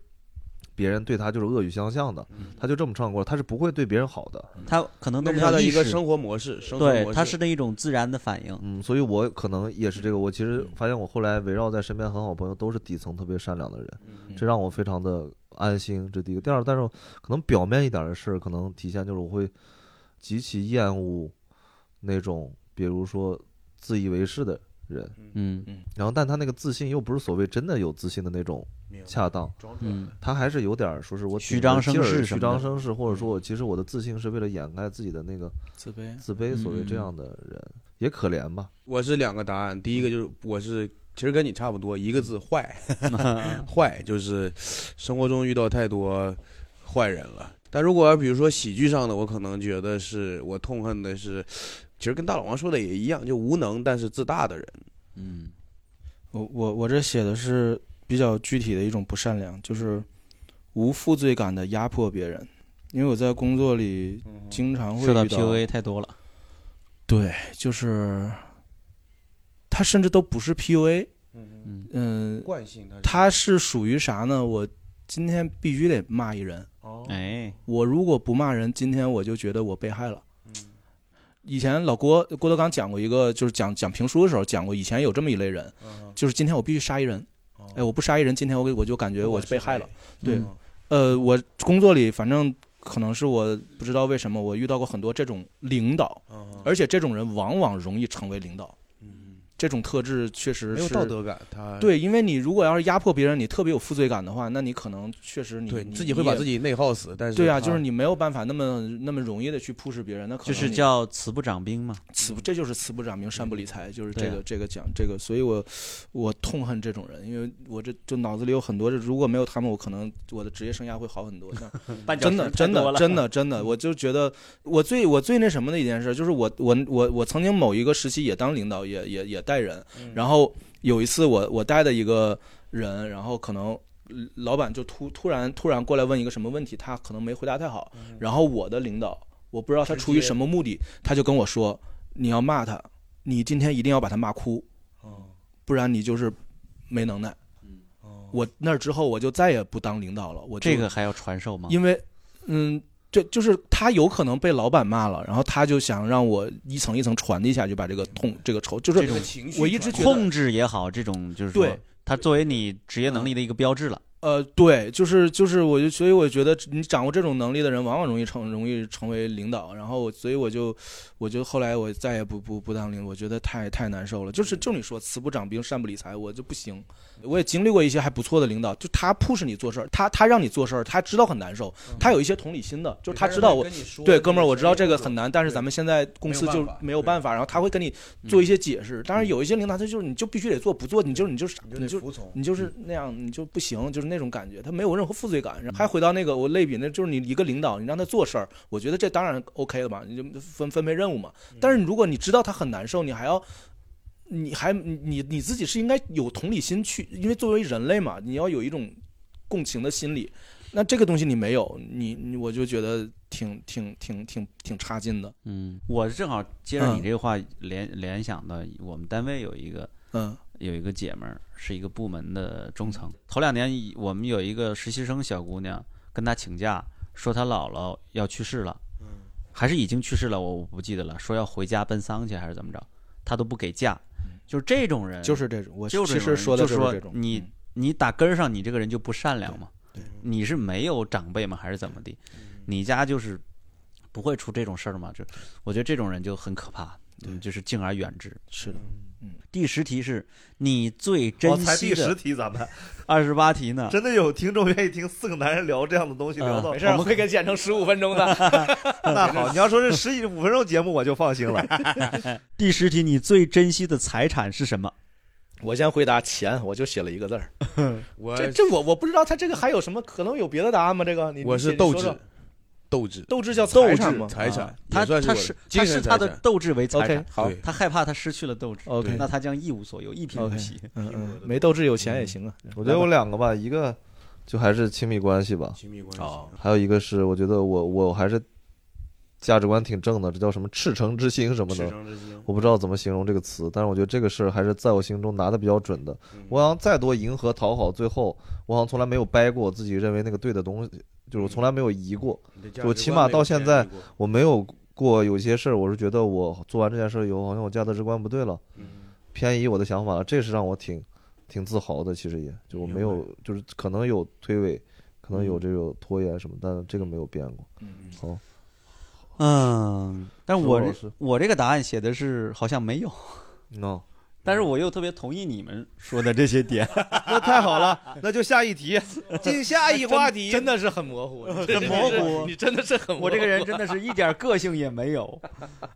Speaker 5: 别人对他就是恶语相向的，他就这么唱过，他是不会对别人好的，
Speaker 1: 他可能
Speaker 2: 那
Speaker 1: 都
Speaker 2: 是
Speaker 1: 没
Speaker 2: 他
Speaker 1: 有
Speaker 2: 的
Speaker 1: 意
Speaker 2: 一个
Speaker 1: 识，
Speaker 2: 生活模式，生活模
Speaker 1: 对，
Speaker 2: 式，
Speaker 1: 他是那一种自然的反应。
Speaker 5: 嗯，所以我可能也是这个。我其实发现，我后来围绕在身边很好朋友都是底层特别善良的人，
Speaker 1: 嗯
Speaker 5: 这让我非常的安心。这第一个，第二，但是可能表面一点的事儿，可能体现就是我会极其厌恶那种，比如说自以为是的人。
Speaker 1: 嗯
Speaker 5: 然后，但他那个自信又不是所谓真的有自信的那种
Speaker 2: 明白
Speaker 5: 恰当，
Speaker 2: 装出来
Speaker 1: 嗯
Speaker 2: 的，
Speaker 5: 他还是有点儿说是我
Speaker 1: 虚
Speaker 5: 顶着
Speaker 1: 张声
Speaker 5: 劲儿
Speaker 1: 势什
Speaker 5: 虚
Speaker 1: 么
Speaker 5: 张
Speaker 1: 的
Speaker 5: 声势，或者说我其实我的自信是为了掩盖自己的那个
Speaker 4: 自卑，
Speaker 5: 自卑，所谓这
Speaker 1: 嗯
Speaker 5: 样的人也可怜吧。
Speaker 2: 我是两个答案，
Speaker 4: 嗯
Speaker 2: 第一个就是我是。其实跟你差不多，一个字坏， 坏就是生活中遇到太多坏人了。但如果要比如说喜剧上的，我可能觉得是我痛恨的是，其实跟大老王说的也一样，就无能但是自大的人。
Speaker 1: 嗯
Speaker 4: 我我我这写的是比较具体的一种不善良，就是无负罪感的压迫别人，因为我在工作里经常会
Speaker 1: 嗯受到
Speaker 4: 遇
Speaker 1: PUA 太多了。
Speaker 4: 对，就是他甚至都不是 PUA，
Speaker 2: 嗯，
Speaker 1: 嗯
Speaker 4: 嗯、
Speaker 2: 惯性他
Speaker 4: 他是属于啥呢？我今天必须得骂一人。
Speaker 2: 哦
Speaker 1: 哎，
Speaker 4: 我如果不骂人，今天我就觉得我被害了。以前老郭郭德纲讲过一个，就是讲讲评书的时候讲过，以前有这么一类人，就是今天我必须杀一人，哎，我不杀一人，今天我我就感觉我被害了。对
Speaker 1: 嗯
Speaker 4: 呃，我工作里反正可能是我不知道为什么，我遇到过很多这种领导，而且这种人往往容易成为领导，
Speaker 2: 嗯，
Speaker 4: 这种特质确实
Speaker 2: 没有
Speaker 4: 是
Speaker 2: 道德感，他
Speaker 4: 对，因为你如果要是压迫别人，你特别有负罪感的话，那你可能确实你
Speaker 2: 对，
Speaker 4: 你
Speaker 2: 自己会把自
Speaker 4: 己
Speaker 2: 己内耗死，但是
Speaker 4: 对啊，
Speaker 2: 他
Speaker 4: 就是你没有办法那么那么容易的去 push 别人，那可能
Speaker 1: 就是
Speaker 4: 你
Speaker 1: 叫慈不长兵嘛。
Speaker 4: 此不这就是慈不长明善不理财，就是
Speaker 1: 对
Speaker 4: 这
Speaker 1: 啊
Speaker 4: 个、这个讲这个，所以我我痛恨这种人，因为我这就脑子里有很多，如果没有他们，我可能我的职业生涯会好很多。那
Speaker 1: 绊脚
Speaker 4: 真的，
Speaker 1: 石
Speaker 4: 真
Speaker 1: 太多
Speaker 4: 的，
Speaker 1: 了
Speaker 4: 真的，真的，我就觉得我最我最那什么的一件事，就是我我我我曾经某一个时期也当领导，也也也带人，
Speaker 1: 嗯
Speaker 4: 然后有一次我我带的一个人，然后可能。老板就突突然突然过来问一个什么问题，他可能没回答太好，
Speaker 1: 嗯
Speaker 4: 然后我的领导我不知道他出于什么目的，他就跟我说：“你要骂他，你今天一定要把他骂哭，
Speaker 1: 哦
Speaker 4: 不然你就是没能耐。”
Speaker 1: 嗯
Speaker 4: 我那之后我就再也不当领导了，我就
Speaker 1: 这个还要传授吗？
Speaker 4: 因为，嗯，这就是他有可能被老板骂了，然后他就想让我一层一层传递下去，把这个痛、这个仇，就
Speaker 1: 这
Speaker 4: 是
Speaker 1: 种
Speaker 2: 情
Speaker 4: 我一直觉得，
Speaker 1: 控制也好，这种就是说
Speaker 4: 对，
Speaker 1: 它作为你职业能力的一个标志了。
Speaker 4: 呃，对，就是就是，我就所以我觉得你掌握这种能力的人，往往容易成容易成为领导，然后所以我就我就后来我再也不不不当领，我觉得太太难受了，
Speaker 1: 嗯
Speaker 4: 就是就你说慈不掌兵，善不理财，我就不行。我也经历过一些还不错的领导，就他 push 你做事儿，他他让你做事儿，他知道很难受，
Speaker 1: 嗯
Speaker 4: 他有一些同理心的，就是他知道我对，哥们儿，我知道这个很难，但是咱们现在公司
Speaker 2: 没有
Speaker 4: 就
Speaker 2: 办法嗯
Speaker 4: 没有办法，然后他会跟你做一些解释。当然，有一些领导他就是你就必须得做，不做你就是你就是傻
Speaker 2: 你就
Speaker 4: 你就
Speaker 2: 得服从，
Speaker 4: 你就是
Speaker 1: 嗯
Speaker 4: 那样，你就不行，就是那种感觉，他没有任何负罪感。然后还回到那个我类比，那就是你一个领导，你让他做事儿，我觉得这当然 OK 了嘛，你就分分配任务嘛。
Speaker 1: 嗯
Speaker 4: 但是如果你知道他很难受，你还要。你还你你你自己是应该有同理心去，因为作为人类嘛，你要有一种共情的心理。那这个东西你没有，你你我就觉得挺挺挺挺挺差劲的。
Speaker 1: 嗯，我正好接着你
Speaker 4: 嗯
Speaker 1: 这个话联联想到我们单位有一个
Speaker 4: 嗯
Speaker 1: 有一个姐们儿，是一个部门的中层。头两年以我们有一个实习生小姑娘跟她请假，说她姥姥要去世了，
Speaker 4: 嗯
Speaker 1: 还是已经去世了，我我不记得了，说要回家奔丧去还是怎么着，她都不给假。就是这种人，
Speaker 4: 嗯就是这种，我
Speaker 1: 哎就
Speaker 4: 其
Speaker 1: 是这种
Speaker 4: 实
Speaker 1: 人
Speaker 4: 说的
Speaker 1: 就说哦
Speaker 4: 这种。
Speaker 1: 你
Speaker 4: 嗯
Speaker 1: 你打根儿上，你这个人就不善良嘛？你是没有长辈吗？还是怎么的？
Speaker 4: 嗯
Speaker 1: 你家就是不会出这种事儿吗？就我觉得这种人就很可怕，嗯，就是敬而远之。嗯
Speaker 4: 是的，
Speaker 2: 嗯
Speaker 1: 第十题是你最
Speaker 7: 哦，
Speaker 1: 珍
Speaker 7: 才
Speaker 1: 惜
Speaker 7: 第十
Speaker 1: 的，
Speaker 7: 题，咱们
Speaker 1: 二十八题 呢？
Speaker 7: 真的有听众愿意听四个男人聊这样的东西，
Speaker 1: 嗯
Speaker 7: 聊到
Speaker 1: 没
Speaker 4: 我们会给剪成十五分钟的。
Speaker 7: 那好，你要说是十五分钟节目，我就放心了。
Speaker 1: 第十题，你最珍惜的财产是什么？
Speaker 4: 我先回答钱，我就写了一个字儿。
Speaker 2: 我
Speaker 4: 这这我我不知道他这个还有什么可能有别的答案吗？这个你
Speaker 2: 我是
Speaker 4: 你
Speaker 2: 斗
Speaker 4: 说
Speaker 2: 志
Speaker 4: 说，
Speaker 2: 斗志，
Speaker 4: 斗志叫
Speaker 2: 斗
Speaker 4: 财产
Speaker 2: 志
Speaker 4: 吗？
Speaker 2: 财产
Speaker 4: 啊，
Speaker 1: 他
Speaker 2: 也算
Speaker 1: 他
Speaker 2: 我
Speaker 1: 是
Speaker 2: 精
Speaker 1: 他
Speaker 2: 神
Speaker 1: 是
Speaker 2: 财
Speaker 1: 他的
Speaker 2: 产
Speaker 1: 斗志为财
Speaker 4: OK，
Speaker 1: 产，
Speaker 4: 好，
Speaker 2: 对
Speaker 1: 他害怕他失去了斗志
Speaker 4: OK
Speaker 1: 那他将一无所有，一贫无
Speaker 4: OK
Speaker 1: 奇。
Speaker 4: 嗯嗯，没斗志有钱也行啊。
Speaker 2: 嗯
Speaker 5: 我觉得我两个吧，一个就还是亲密关系吧，
Speaker 2: 亲密关
Speaker 1: 哦
Speaker 2: 系，啊
Speaker 5: 还有一个是我觉得我我还是价值观挺正的，这叫什么赤诚之心什么
Speaker 2: 赤
Speaker 5: 的，
Speaker 2: 诚之心，
Speaker 5: 我不知道怎么形容这个词，但是我觉得这个事儿还是在我心中拿的比较准的。
Speaker 2: 嗯
Speaker 5: 我好像再多迎合讨好，最后我好像从来没有掰过我自己认为那个对的东西，就是我从来没有移过。
Speaker 2: 你的价值观
Speaker 5: 我起码到现
Speaker 2: 没有
Speaker 5: 在
Speaker 2: 偏离过，
Speaker 5: 我没有过有些事儿，我是觉得我做完这件事儿以后，好像我价值观不对了，
Speaker 7: 嗯
Speaker 5: 偏移我的想法了，这是让我挺挺自豪的。其实也就我没有，就是可能有推诿，可能有这种拖延什么，但这个没有变过。
Speaker 4: 嗯
Speaker 5: 好，
Speaker 1: 嗯，但我
Speaker 5: 周老
Speaker 1: 这
Speaker 5: 师
Speaker 1: 我这个答案写的是好像没有，
Speaker 7: 嗯
Speaker 5: no，
Speaker 1: 但是我又特别同意你们说的这些 点。
Speaker 7: 那太好 了，啊那就下一 题，进下一话题。
Speaker 4: 真的是很 模糊，
Speaker 1: 很模糊
Speaker 4: 你真的是很模糊。
Speaker 1: 我这个人真的是一点个性也没 有。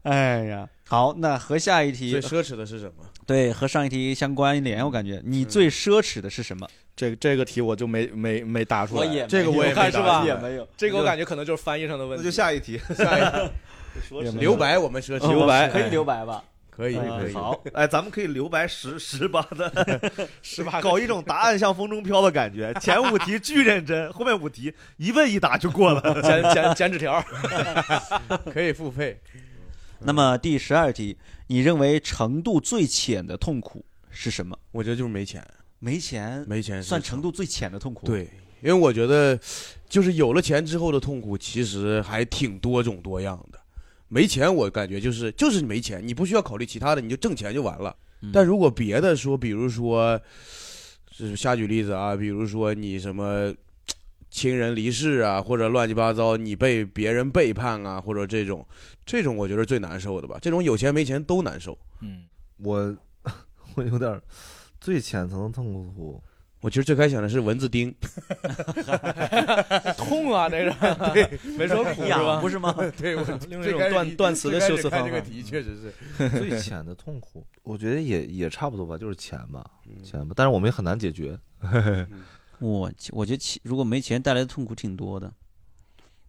Speaker 1: 哎呀，好，那和下一
Speaker 2: 最
Speaker 1: 题
Speaker 2: 奢侈的是什么？
Speaker 1: 对和上一题相关联，我感觉你最奢侈的是什么？
Speaker 4: 这个这个题我就没没没答出来，
Speaker 1: 这
Speaker 2: 个我也没
Speaker 1: 看是
Speaker 2: 答
Speaker 1: 吧？
Speaker 2: 出来
Speaker 1: 也没有。
Speaker 4: 这个我感觉可能就是翻译上的问
Speaker 7: 那
Speaker 4: 题。
Speaker 7: 就下一题，
Speaker 2: 留白我们奢
Speaker 4: 哦
Speaker 2: 侈，
Speaker 1: 留白
Speaker 2: 哎
Speaker 1: 哦可以留白吧？
Speaker 2: 可以
Speaker 1: 嗯
Speaker 2: 可以，
Speaker 1: 好，
Speaker 7: 哎，咱们可以留白十 十八的，
Speaker 4: 十八个
Speaker 7: 搞一种答案像风中飘的感觉。前五题巨认真，后面五题一问一答就过 了。
Speaker 4: 剪 剪剪纸条，
Speaker 2: 可以付费，
Speaker 1: 那么第十二题，你认为程度最浅的痛苦是什么？
Speaker 2: 我觉得就是没钱，
Speaker 1: 没钱，
Speaker 2: 没钱是
Speaker 1: 算程度最浅的痛苦。，
Speaker 2: 对，因为我觉得，就是有了钱之后的痛苦，其实还挺多种多样的。没钱，我感觉就是就是你没钱，你不需要考虑其他的，你就挣钱就完了。
Speaker 4: 嗯
Speaker 2: 但如果别的说，比如说，就是瞎举例子啊，比如说你什么亲人离世啊，或者乱七八糟，你被别人背叛啊，或者这种，这种我觉得是最难受的吧。这种有钱没钱都难受。
Speaker 4: 嗯，
Speaker 5: 我 我有点儿最浅层的痛苦，
Speaker 2: 我其实最开始想的是蚊子叮，
Speaker 4: 痛啊，这个没说苦是吧？
Speaker 1: 不 是吗？
Speaker 2: 对我
Speaker 4: 用这种断断词的修辞方法，
Speaker 2: 题确实是，
Speaker 5: 最浅的痛苦， 我觉得也也差不多吧，就是钱吧，
Speaker 7: 嗯
Speaker 5: 钱吧。但是我们也很难解决。
Speaker 1: 我我觉得其如果没钱带来的痛苦挺多的，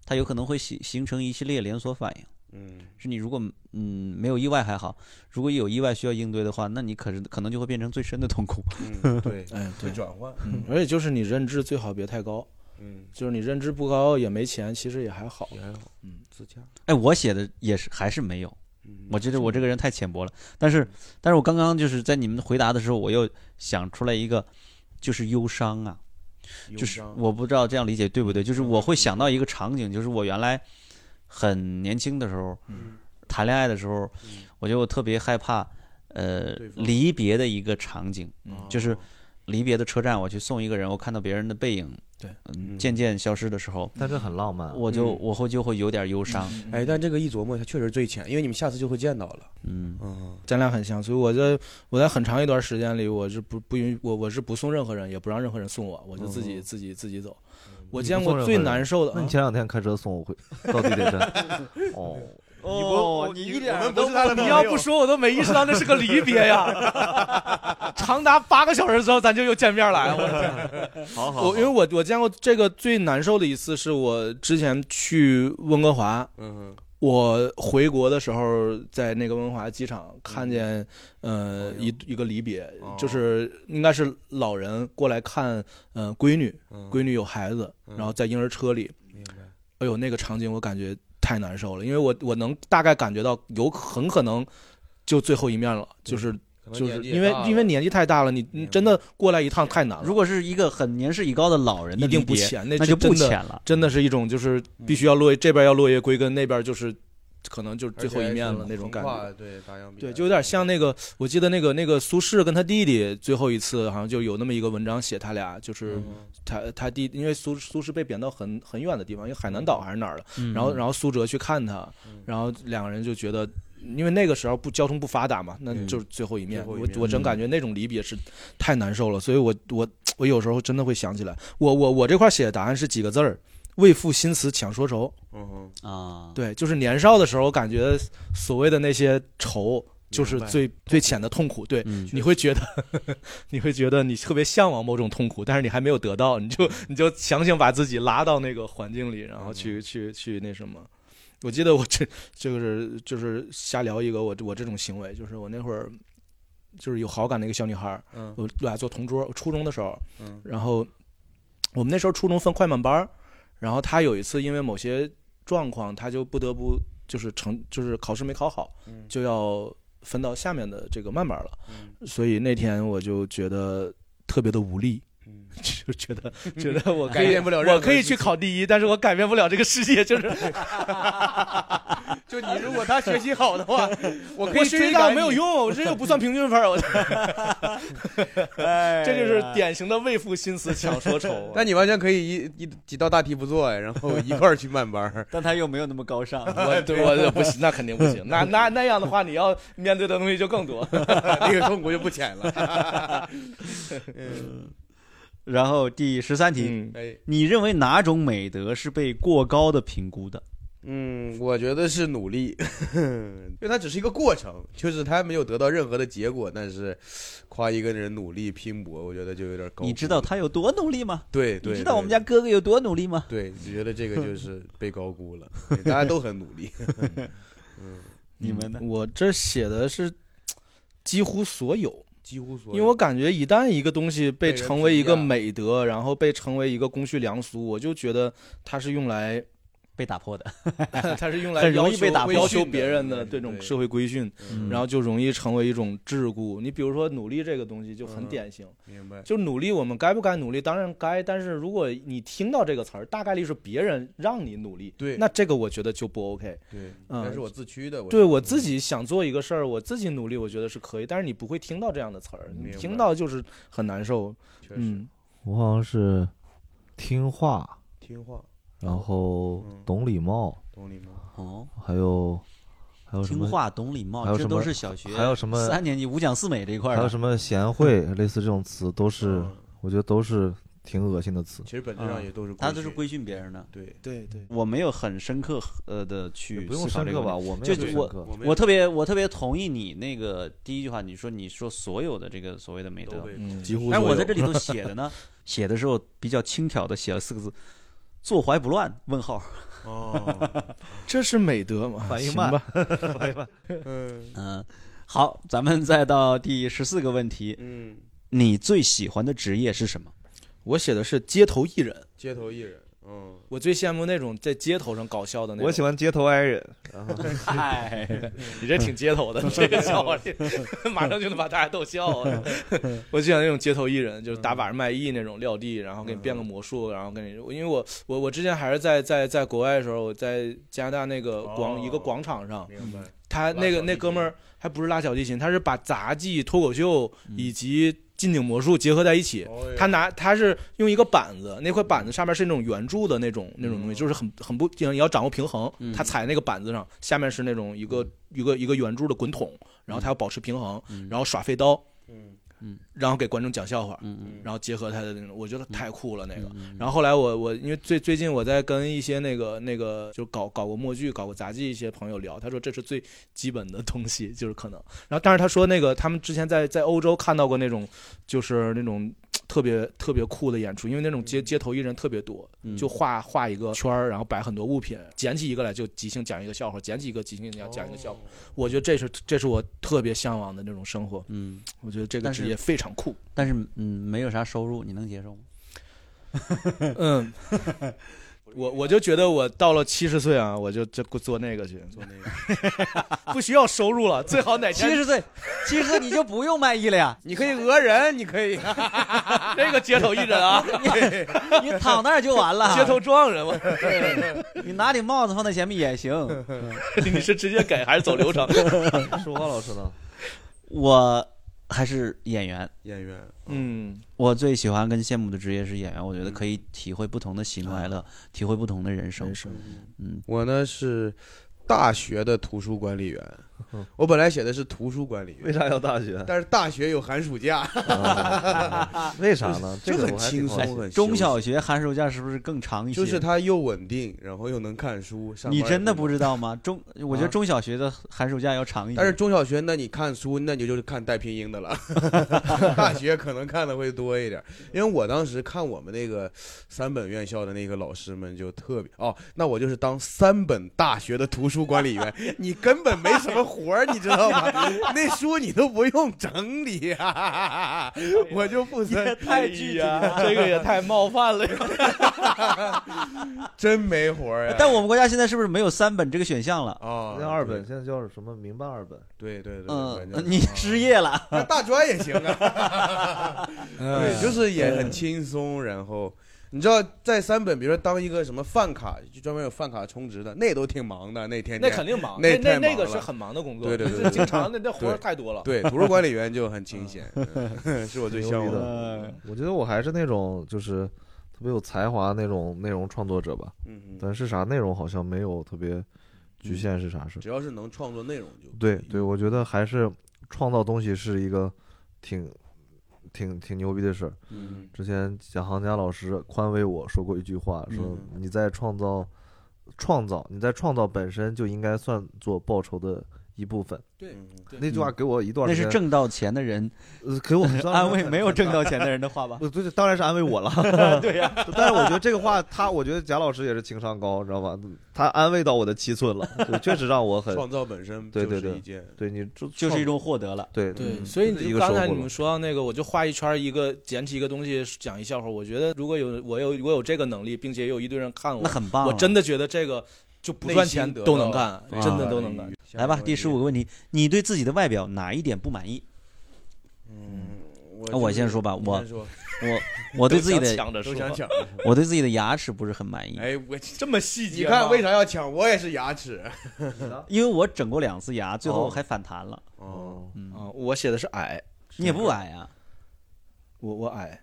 Speaker 1: 它有可能会形形成一系列连锁反应。
Speaker 2: 嗯，
Speaker 1: 是你如果嗯没有意外还好，如果有意外需要应对的话，那你可是可能就会变成最深的痛苦。
Speaker 2: 嗯对，
Speaker 4: 哎，
Speaker 2: 会
Speaker 4: 对，
Speaker 2: 转换，
Speaker 4: 嗯，而且就是你认知最好别太高，
Speaker 2: 嗯，
Speaker 4: 就是你认知不高也没钱，其实也还好。
Speaker 2: 也还好，
Speaker 4: 嗯，
Speaker 2: 自洽，
Speaker 1: 哎，我写的也是还是没有，
Speaker 2: 嗯
Speaker 1: 我觉得我这个人太浅薄了。但是，但是我刚刚就是在你们回答的时候，我又想出来一个，就是忧伤啊。就是
Speaker 2: 嗯
Speaker 1: 我不知道这样理解对不对，就是我会想到一个场景，就是我原来很年轻的时候，
Speaker 4: 嗯
Speaker 1: 谈恋爱的时候，我觉得我特别害怕，呃
Speaker 2: 对，方
Speaker 1: 离别的一个场景，
Speaker 4: 嗯
Speaker 1: 就是
Speaker 2: 哦
Speaker 1: 离别的车站，我去送一个人，我看到别人的背影，
Speaker 4: 对，嗯
Speaker 1: 嗯，
Speaker 2: 嗯
Speaker 1: 渐渐消失的时候，
Speaker 5: 但这很浪漫啊，
Speaker 1: 我就我会就会有点忧伤，
Speaker 2: 哎，但这个一琢磨，它确实最浅，因为你们下次就会见到了。
Speaker 1: 嗯，
Speaker 2: 嗯，
Speaker 4: 咱俩很像，所以我在我在很长一段时间里，我是不不允我我是不送任何人，也不让任何人送我，我就自己、
Speaker 2: 哦
Speaker 4: 自己自己走。
Speaker 7: 嗯
Speaker 4: 我
Speaker 5: 你
Speaker 4: 见
Speaker 5: 不送
Speaker 4: 过
Speaker 5: 任
Speaker 4: 最
Speaker 5: 何人
Speaker 4: 难受的，
Speaker 5: 那你
Speaker 4: 啊
Speaker 5: 前两天开车送我回到地铁站，哦，
Speaker 7: 哦你一点儿都
Speaker 4: 你要不说我都没意识到那是个离别呀。 长达八个小时之后，咱就又见面来了。我天
Speaker 7: 好好，
Speaker 4: 我因为我我见过这个最难受的一次，是我之前去温哥华，
Speaker 2: 嗯，
Speaker 4: 我回国的时候，在那个温哥华机场看见，
Speaker 7: 嗯
Speaker 4: 呃，一一个离别，
Speaker 7: 哦
Speaker 4: 就是应该是老人过来看，呃，闺女，闺女有孩子，然后在婴儿车里，
Speaker 2: 嗯明白，
Speaker 4: 哎呦，那个场景我感觉太难受了，因为我我能大概感觉到有很可能就最后一面了，就是就是因为因为年纪太大了，你你
Speaker 2: 明白
Speaker 4: 真的过来一趟太难了
Speaker 1: 如，果是一个很年事已高的老人的
Speaker 4: 嗯一定
Speaker 1: 离
Speaker 4: 不
Speaker 1: 别，
Speaker 4: 浅，
Speaker 1: 那
Speaker 4: 是
Speaker 1: 就不
Speaker 4: 真的
Speaker 1: 浅了，
Speaker 4: 真的是一种就是必须要落叶这边要落叶归根，那边就是可能就是最后一面
Speaker 2: 而且
Speaker 4: 了
Speaker 2: 还是
Speaker 4: 那种感
Speaker 2: 横跨
Speaker 4: 觉。
Speaker 2: 对，大洋彼
Speaker 4: 对，
Speaker 2: 岸
Speaker 4: 就有点像那个，我记得那个那个苏轼跟他弟弟最后一次好像就有那么一个文章写他俩，就是
Speaker 2: 嗯
Speaker 4: 他他弟，因为苏苏轼被贬到很很远的地方，因为海南岛还是哪儿的，
Speaker 1: 嗯
Speaker 4: 然后然后苏辙去看他，
Speaker 2: 嗯
Speaker 4: 然后两个人就觉得。因为那个时候不交通不发达嘛，那
Speaker 2: 嗯
Speaker 4: 就是最后一面。
Speaker 2: 最后一
Speaker 4: 我
Speaker 2: 面嗯
Speaker 4: 我真感觉那种离别是太难受了，所以我我我有时候真的会想起来，我我我这块写的答案是几个字儿：为赋新词强说愁。
Speaker 2: 嗯
Speaker 1: 啊，
Speaker 4: 对，就是年少的时候，我感觉所谓的那些愁，就是
Speaker 2: 明白
Speaker 4: 最最浅的痛苦。对，
Speaker 1: 嗯，。
Speaker 4: 你会觉得， 你会觉得你特别向往某种痛苦，但是你还没有得到，你就你就强行把自己拉到那个环境里，
Speaker 2: 嗯
Speaker 4: 然后去去去那什么。我记得我这这个是就是瞎聊一个我我这种行为，就是我那会儿就是有好感的一个小女孩儿，
Speaker 2: 嗯
Speaker 4: 我俩做同桌，初中的时候，
Speaker 2: 嗯
Speaker 4: 然后我们那时候初中分快慢班儿，然后她有一次因为某些状况，她就不得不就是成就是考试没考好，
Speaker 2: 嗯
Speaker 4: 就要分到下面的这个慢班了，
Speaker 2: 嗯
Speaker 4: 所以那天我就觉得特别的无力，
Speaker 2: 嗯，
Speaker 4: 就觉得觉 得我可
Speaker 2: 改
Speaker 4: 以
Speaker 2: 变不了任何
Speaker 4: 我可以
Speaker 2: 事
Speaker 4: 去
Speaker 2: 情
Speaker 4: 考第一，但是我改变不了这个世界，就是
Speaker 2: 就你如果他学习好的 话，我可
Speaker 4: 我
Speaker 2: 以
Speaker 4: 学习
Speaker 2: 追
Speaker 4: 到
Speaker 2: 赶
Speaker 4: 没有
Speaker 2: 你，。
Speaker 4: 用，我这又不算平均分儿，我
Speaker 7: 哎
Speaker 4: 这就是典型的为赋新词强说愁 啊
Speaker 2: 但你完全可以一一几道大题不做哎，然后一块儿去慢班儿
Speaker 1: 但他又没有那么高尚，
Speaker 4: 我对我我不行，那肯定不行，那那那样的话，你要面对的东西就更多。
Speaker 2: 那个痛苦就不浅了。
Speaker 1: 然后第十三题，
Speaker 4: 嗯，
Speaker 2: 哎，
Speaker 1: 你认为哪种美德是被过高的评估的？
Speaker 2: 嗯，我觉得是努力， 因为它只是一个过程，就是他没有得到任何的结果，但是夸一个人努力拼搏，我觉得就有点高估了。
Speaker 1: 你知道他有多努力吗？
Speaker 2: 对
Speaker 1: 你
Speaker 2: 对，
Speaker 1: 知道我们
Speaker 2: 对
Speaker 1: 家哥哥有多努力吗？
Speaker 2: 对，你觉得这个 就是被高估了，对大家都很努力。
Speaker 4: 嗯
Speaker 1: 你们呢？
Speaker 4: 我这写的是几乎所有，
Speaker 2: 几乎所
Speaker 4: 因为我感觉一旦一个东西被
Speaker 2: 被人
Speaker 4: 成为一个
Speaker 2: 评价
Speaker 4: 美德，然后被成为一个公序良俗，我就觉得它是用来
Speaker 1: 被打破的。
Speaker 4: 它是用来
Speaker 1: 很容
Speaker 4: 要
Speaker 1: 易
Speaker 4: 求
Speaker 1: 被打破
Speaker 4: 要求别人的
Speaker 2: 对
Speaker 4: 这种
Speaker 2: 对
Speaker 4: 社会规训，
Speaker 1: 嗯
Speaker 4: 然后就容易成为一种桎梏。你比如说努力这个东西就很
Speaker 2: 嗯
Speaker 4: 典型，
Speaker 2: 明白。
Speaker 4: 就努力我们该不该努力？当然该，但是如果你听到这个词儿，大概率是别人让你努力，
Speaker 2: 对
Speaker 4: 那这个我觉得就不 OK。
Speaker 2: 对，
Speaker 4: 嗯
Speaker 2: 但是我自驱的，
Speaker 4: 对
Speaker 2: 是
Speaker 4: 我自己想做一个事儿，我自己努力，我觉得是可以，但是你不会听到这样的词儿，
Speaker 2: 明
Speaker 4: 你
Speaker 2: 白
Speaker 4: 听到就是很难受。
Speaker 2: 确实
Speaker 4: 嗯，
Speaker 5: 我好像是听话，
Speaker 2: 听话，
Speaker 5: 然后
Speaker 2: 嗯
Speaker 5: 懂礼貌，
Speaker 2: 懂你吗？
Speaker 1: 哦，
Speaker 5: 还有还有什
Speaker 1: 听
Speaker 5: 么？
Speaker 1: 话懂礼
Speaker 5: 还
Speaker 1: 貌，
Speaker 5: 有
Speaker 1: 这
Speaker 5: 什
Speaker 1: 都
Speaker 5: 么
Speaker 1: 是小学
Speaker 5: 还有什么
Speaker 1: 三年级五讲四美这一块
Speaker 5: 还
Speaker 1: 儿
Speaker 5: 有
Speaker 1: 的。
Speaker 5: 什么贤惠，类似这种词都是，
Speaker 2: 嗯
Speaker 5: 我觉得都是挺恶心的词。
Speaker 2: 其实本质上
Speaker 1: 嗯
Speaker 2: 也都是规训，
Speaker 1: 他都是规训别人的，
Speaker 2: 对，
Speaker 3: 对对，
Speaker 1: 我没有很深刻呃的
Speaker 5: 也
Speaker 1: 去
Speaker 5: 不用
Speaker 1: 思考
Speaker 5: 深
Speaker 1: 这个
Speaker 5: 刻吧，
Speaker 1: 问题。
Speaker 5: 我们
Speaker 1: 就
Speaker 5: 也不
Speaker 1: 是
Speaker 5: 深刻
Speaker 2: 我们
Speaker 1: 我特别我特别同意你那个第一句话，你说你说所有的这个所谓的美
Speaker 2: 都
Speaker 1: 德，
Speaker 2: 被
Speaker 3: 嗯，几乎
Speaker 1: 但
Speaker 3: 所
Speaker 1: 我
Speaker 3: 有
Speaker 1: 在这里 头写的呢，写的时候比较轻佻的写了四个字：坐怀不乱？问号。
Speaker 2: 哦，
Speaker 3: 这是美德嘛？
Speaker 5: 反应
Speaker 3: 行
Speaker 5: 慢
Speaker 3: 吧，
Speaker 2: 嗯
Speaker 1: 嗯，好，咱们再到第十四个问题，
Speaker 2: 嗯，
Speaker 1: 你最喜欢的职业是什 么？
Speaker 3: 我写的是街头艺人，
Speaker 2: 街头艺人，嗯，
Speaker 4: 我最羡慕那种在街头上搞笑的那种。
Speaker 5: 我喜欢街头挨人，哎
Speaker 4: 嗨，你这挺街头 的，这个笑话，这马上就能把大家逗笑了。 我就想那种街头艺人，就是打把卖艺那种撂地，然后给你变个魔术，然后给你，因为我我我之前还是在在在国外的时候，我在加拿大那个广、
Speaker 2: 哦
Speaker 4: 一个广场上，
Speaker 2: 明白，
Speaker 4: 他那
Speaker 2: 拉小提
Speaker 4: 个
Speaker 2: 琴嗯
Speaker 4: 那哥们儿还不是拉小提琴，他是把杂技、脱口秀以及近景魔术结合在一起。
Speaker 2: 哦
Speaker 4: 他拿他是用一个板子，那块板子上面是那种圆柱的那种那种东西，
Speaker 2: 嗯
Speaker 4: 就是很很不，你要掌握平衡
Speaker 1: 嗯。
Speaker 4: 他踩那个板子上，下面是那种一个
Speaker 2: 嗯
Speaker 4: 一个一个圆柱的滚筒，然后他要保持平衡，
Speaker 1: 嗯
Speaker 4: 然后耍飞刀，
Speaker 2: 嗯
Speaker 4: 然后给观众讲笑话，
Speaker 1: 嗯
Speaker 2: 嗯
Speaker 4: 然后结合他的那种，我觉得太酷了那个。
Speaker 1: 嗯
Speaker 4: 然后后来我我因为最最近我在跟一些那个那个就搞搞过默剧、搞过杂技一些朋友聊，他说这是最基本的东西，就是可能。 然后但是他说那个他们之前在在欧洲看到过那种就是那种特别特别酷的演出，因为那种街街头艺人特别多，
Speaker 1: 嗯
Speaker 4: 就画画一个圈儿，然后摆很多物品，捡起一个来就即兴讲一个笑话，捡起一个即兴讲讲一个笑
Speaker 1: 哦
Speaker 4: 话。，
Speaker 2: 哦
Speaker 4: 我觉得这是这是我特别向往的那种生活，
Speaker 1: 嗯，
Speaker 4: 我觉得这个
Speaker 1: 但是
Speaker 4: 职业非常酷。
Speaker 1: 但是嗯，没有啥收入，你能接受吗？
Speaker 4: 嗯，我我就觉得我到了七十岁啊，我就就做那个去，
Speaker 2: 做那个，
Speaker 4: 不需要收入了，最好哪
Speaker 1: 七
Speaker 4: 天
Speaker 1: 十岁，七十岁你就不用卖艺了呀，
Speaker 2: 哎 你可以讹人，你可以，
Speaker 4: 这个街头艺人 啊，
Speaker 1: 你躺那儿就完 了。
Speaker 4: 街头撞人嘛，
Speaker 1: 你拿顶帽子放在前面也行。
Speaker 4: 你是直接给还是走流 程？
Speaker 5: 说话老师呢？
Speaker 1: 我还是演员，
Speaker 2: 演员，
Speaker 4: 嗯，
Speaker 1: 我最喜欢跟羡慕的职业是演员，我觉得可以体会不同的喜怒哀
Speaker 2: 啊
Speaker 1: 乐，体会不同的人生。嗯，
Speaker 2: 我呢是大学的图书管理员，我本来写的是图书管理
Speaker 5: 为
Speaker 2: 员，
Speaker 5: 啥要大 学？
Speaker 2: 但是大学有寒暑假，
Speaker 5: 啊为啥呢？
Speaker 2: 就
Speaker 5: 这个
Speaker 2: 很
Speaker 5: 我还
Speaker 2: 轻
Speaker 5: 挺好
Speaker 2: 松
Speaker 5: 奇，
Speaker 2: 很
Speaker 1: 哎中
Speaker 2: 休
Speaker 1: 小
Speaker 2: 闲
Speaker 1: 学寒暑假是不是更长一些？
Speaker 2: 就是它又稳定，然后又能看书，上
Speaker 1: 你
Speaker 2: 班也
Speaker 1: 真的
Speaker 2: 能
Speaker 1: 不知道吗？中，我觉得中小学的寒暑假要
Speaker 5: 嗯
Speaker 1: 长一点。
Speaker 2: 但是中小学，那你看书，那你就是看带拼音的了。 大学可能看的会多一点，因为我当时看我们那个三本院校的那个老师们就特别哦，那我就是当三本大学的图书管理 员，你根本没什么活儿，你知道吗？那书你都不用整理啊，
Speaker 5: 哎
Speaker 2: 我就负责
Speaker 4: 太具体
Speaker 2: 哎
Speaker 4: 了，哎这个也太冒犯了。
Speaker 2: 真没活儿呀。
Speaker 1: 但我们国家现在是不是没有三本这个选项了？
Speaker 2: 啊，
Speaker 5: 那二本呃现在叫什么民办二本？
Speaker 2: 对对对，
Speaker 1: 嗯
Speaker 2: 对反，正
Speaker 1: 你失业了。
Speaker 2: 那 大专也行啊， 对，就是也很轻松。然后你知道，在三本，比如说当一个什么饭卡，就专门有饭卡充值的，那都挺忙的。那天
Speaker 4: 那
Speaker 2: 天
Speaker 4: 肯定忙，
Speaker 2: 那
Speaker 4: 那那
Speaker 2: 太忙
Speaker 4: 那个
Speaker 2: 了
Speaker 4: 是很忙的工作，
Speaker 2: 对对对
Speaker 4: 这
Speaker 2: 对
Speaker 4: 经常那那活儿太多了。
Speaker 2: 对图书管理员就很清闲， 嗯是我最向往
Speaker 5: 牛逼
Speaker 2: 的。
Speaker 1: 嗯
Speaker 5: 的。我觉得我还是那种就是特别有才华那种内容创作者吧，
Speaker 2: 嗯，嗯
Speaker 5: 但是啥内容好像没有特别局限是啥事。
Speaker 2: 只要是能创作内容就
Speaker 5: 对对，我觉得还是创造东西是一个挺挺挺牛逼的事儿。
Speaker 2: 嗯
Speaker 5: 之前蒋行家老师宽慰我说过一句话，说
Speaker 2: 嗯
Speaker 5: 你在创造，创造你在创造本身就应该算作报酬的一部分。
Speaker 4: 对对
Speaker 5: 那句话给我一段
Speaker 1: 嗯那
Speaker 5: 时间，
Speaker 1: 是挣到钱的人
Speaker 5: 呃给我很 伤
Speaker 1: 安慰
Speaker 5: 很
Speaker 1: 没有
Speaker 5: 很
Speaker 1: 挣到钱的人的 话吧？
Speaker 5: 不，对，当然是安慰我了。
Speaker 1: 啊对呀、
Speaker 5: 但是我觉得这个话，他我觉得贾老师也是情商高，知道吧？他安慰到我的七寸了，就确实让我很
Speaker 2: 创造本身
Speaker 5: 对对
Speaker 2: 就是
Speaker 5: 对
Speaker 2: 一件
Speaker 5: 对你就
Speaker 1: 就是一种获得了。
Speaker 5: 对
Speaker 4: 对，
Speaker 5: 嗯
Speaker 4: 所以
Speaker 5: 一
Speaker 4: 你
Speaker 5: 个
Speaker 4: 就刚
Speaker 5: 收获
Speaker 4: 才你
Speaker 5: 了
Speaker 4: 们说到那个，我就画一圈儿一个捡起一个东西讲一笑话儿。我觉得如果有我有我有这个能力，并且有一堆人 看
Speaker 1: 那
Speaker 4: 我，
Speaker 1: 很棒了，
Speaker 4: 我真的觉得这个就不
Speaker 2: 内
Speaker 4: 赚
Speaker 2: 心
Speaker 4: 钱
Speaker 2: 得
Speaker 4: 都
Speaker 2: 到
Speaker 4: 能干，
Speaker 1: 啊
Speaker 2: 对
Speaker 4: 真的都能干。。
Speaker 1: 来吧。第十五
Speaker 2: 个，
Speaker 1: 个问题，你对自己的外表哪一点不满意？
Speaker 2: 嗯，
Speaker 1: 那我先说吧
Speaker 2: 你
Speaker 1: 我
Speaker 2: 先说
Speaker 1: 我我对自己的
Speaker 2: 都想抢。
Speaker 1: 我对自己的牙齿不是很满意，
Speaker 2: 哎，我
Speaker 8: 这么细
Speaker 2: 你
Speaker 8: 节吗，
Speaker 2: 看为啥要抢？我也是牙齿。
Speaker 1: 因为我整过两次牙，最后
Speaker 5: 哦
Speaker 1: 还反弹了。
Speaker 2: 哦，
Speaker 1: 嗯，
Speaker 4: 啊，我写的是矮，
Speaker 1: 你也不矮啊，
Speaker 4: 我我矮，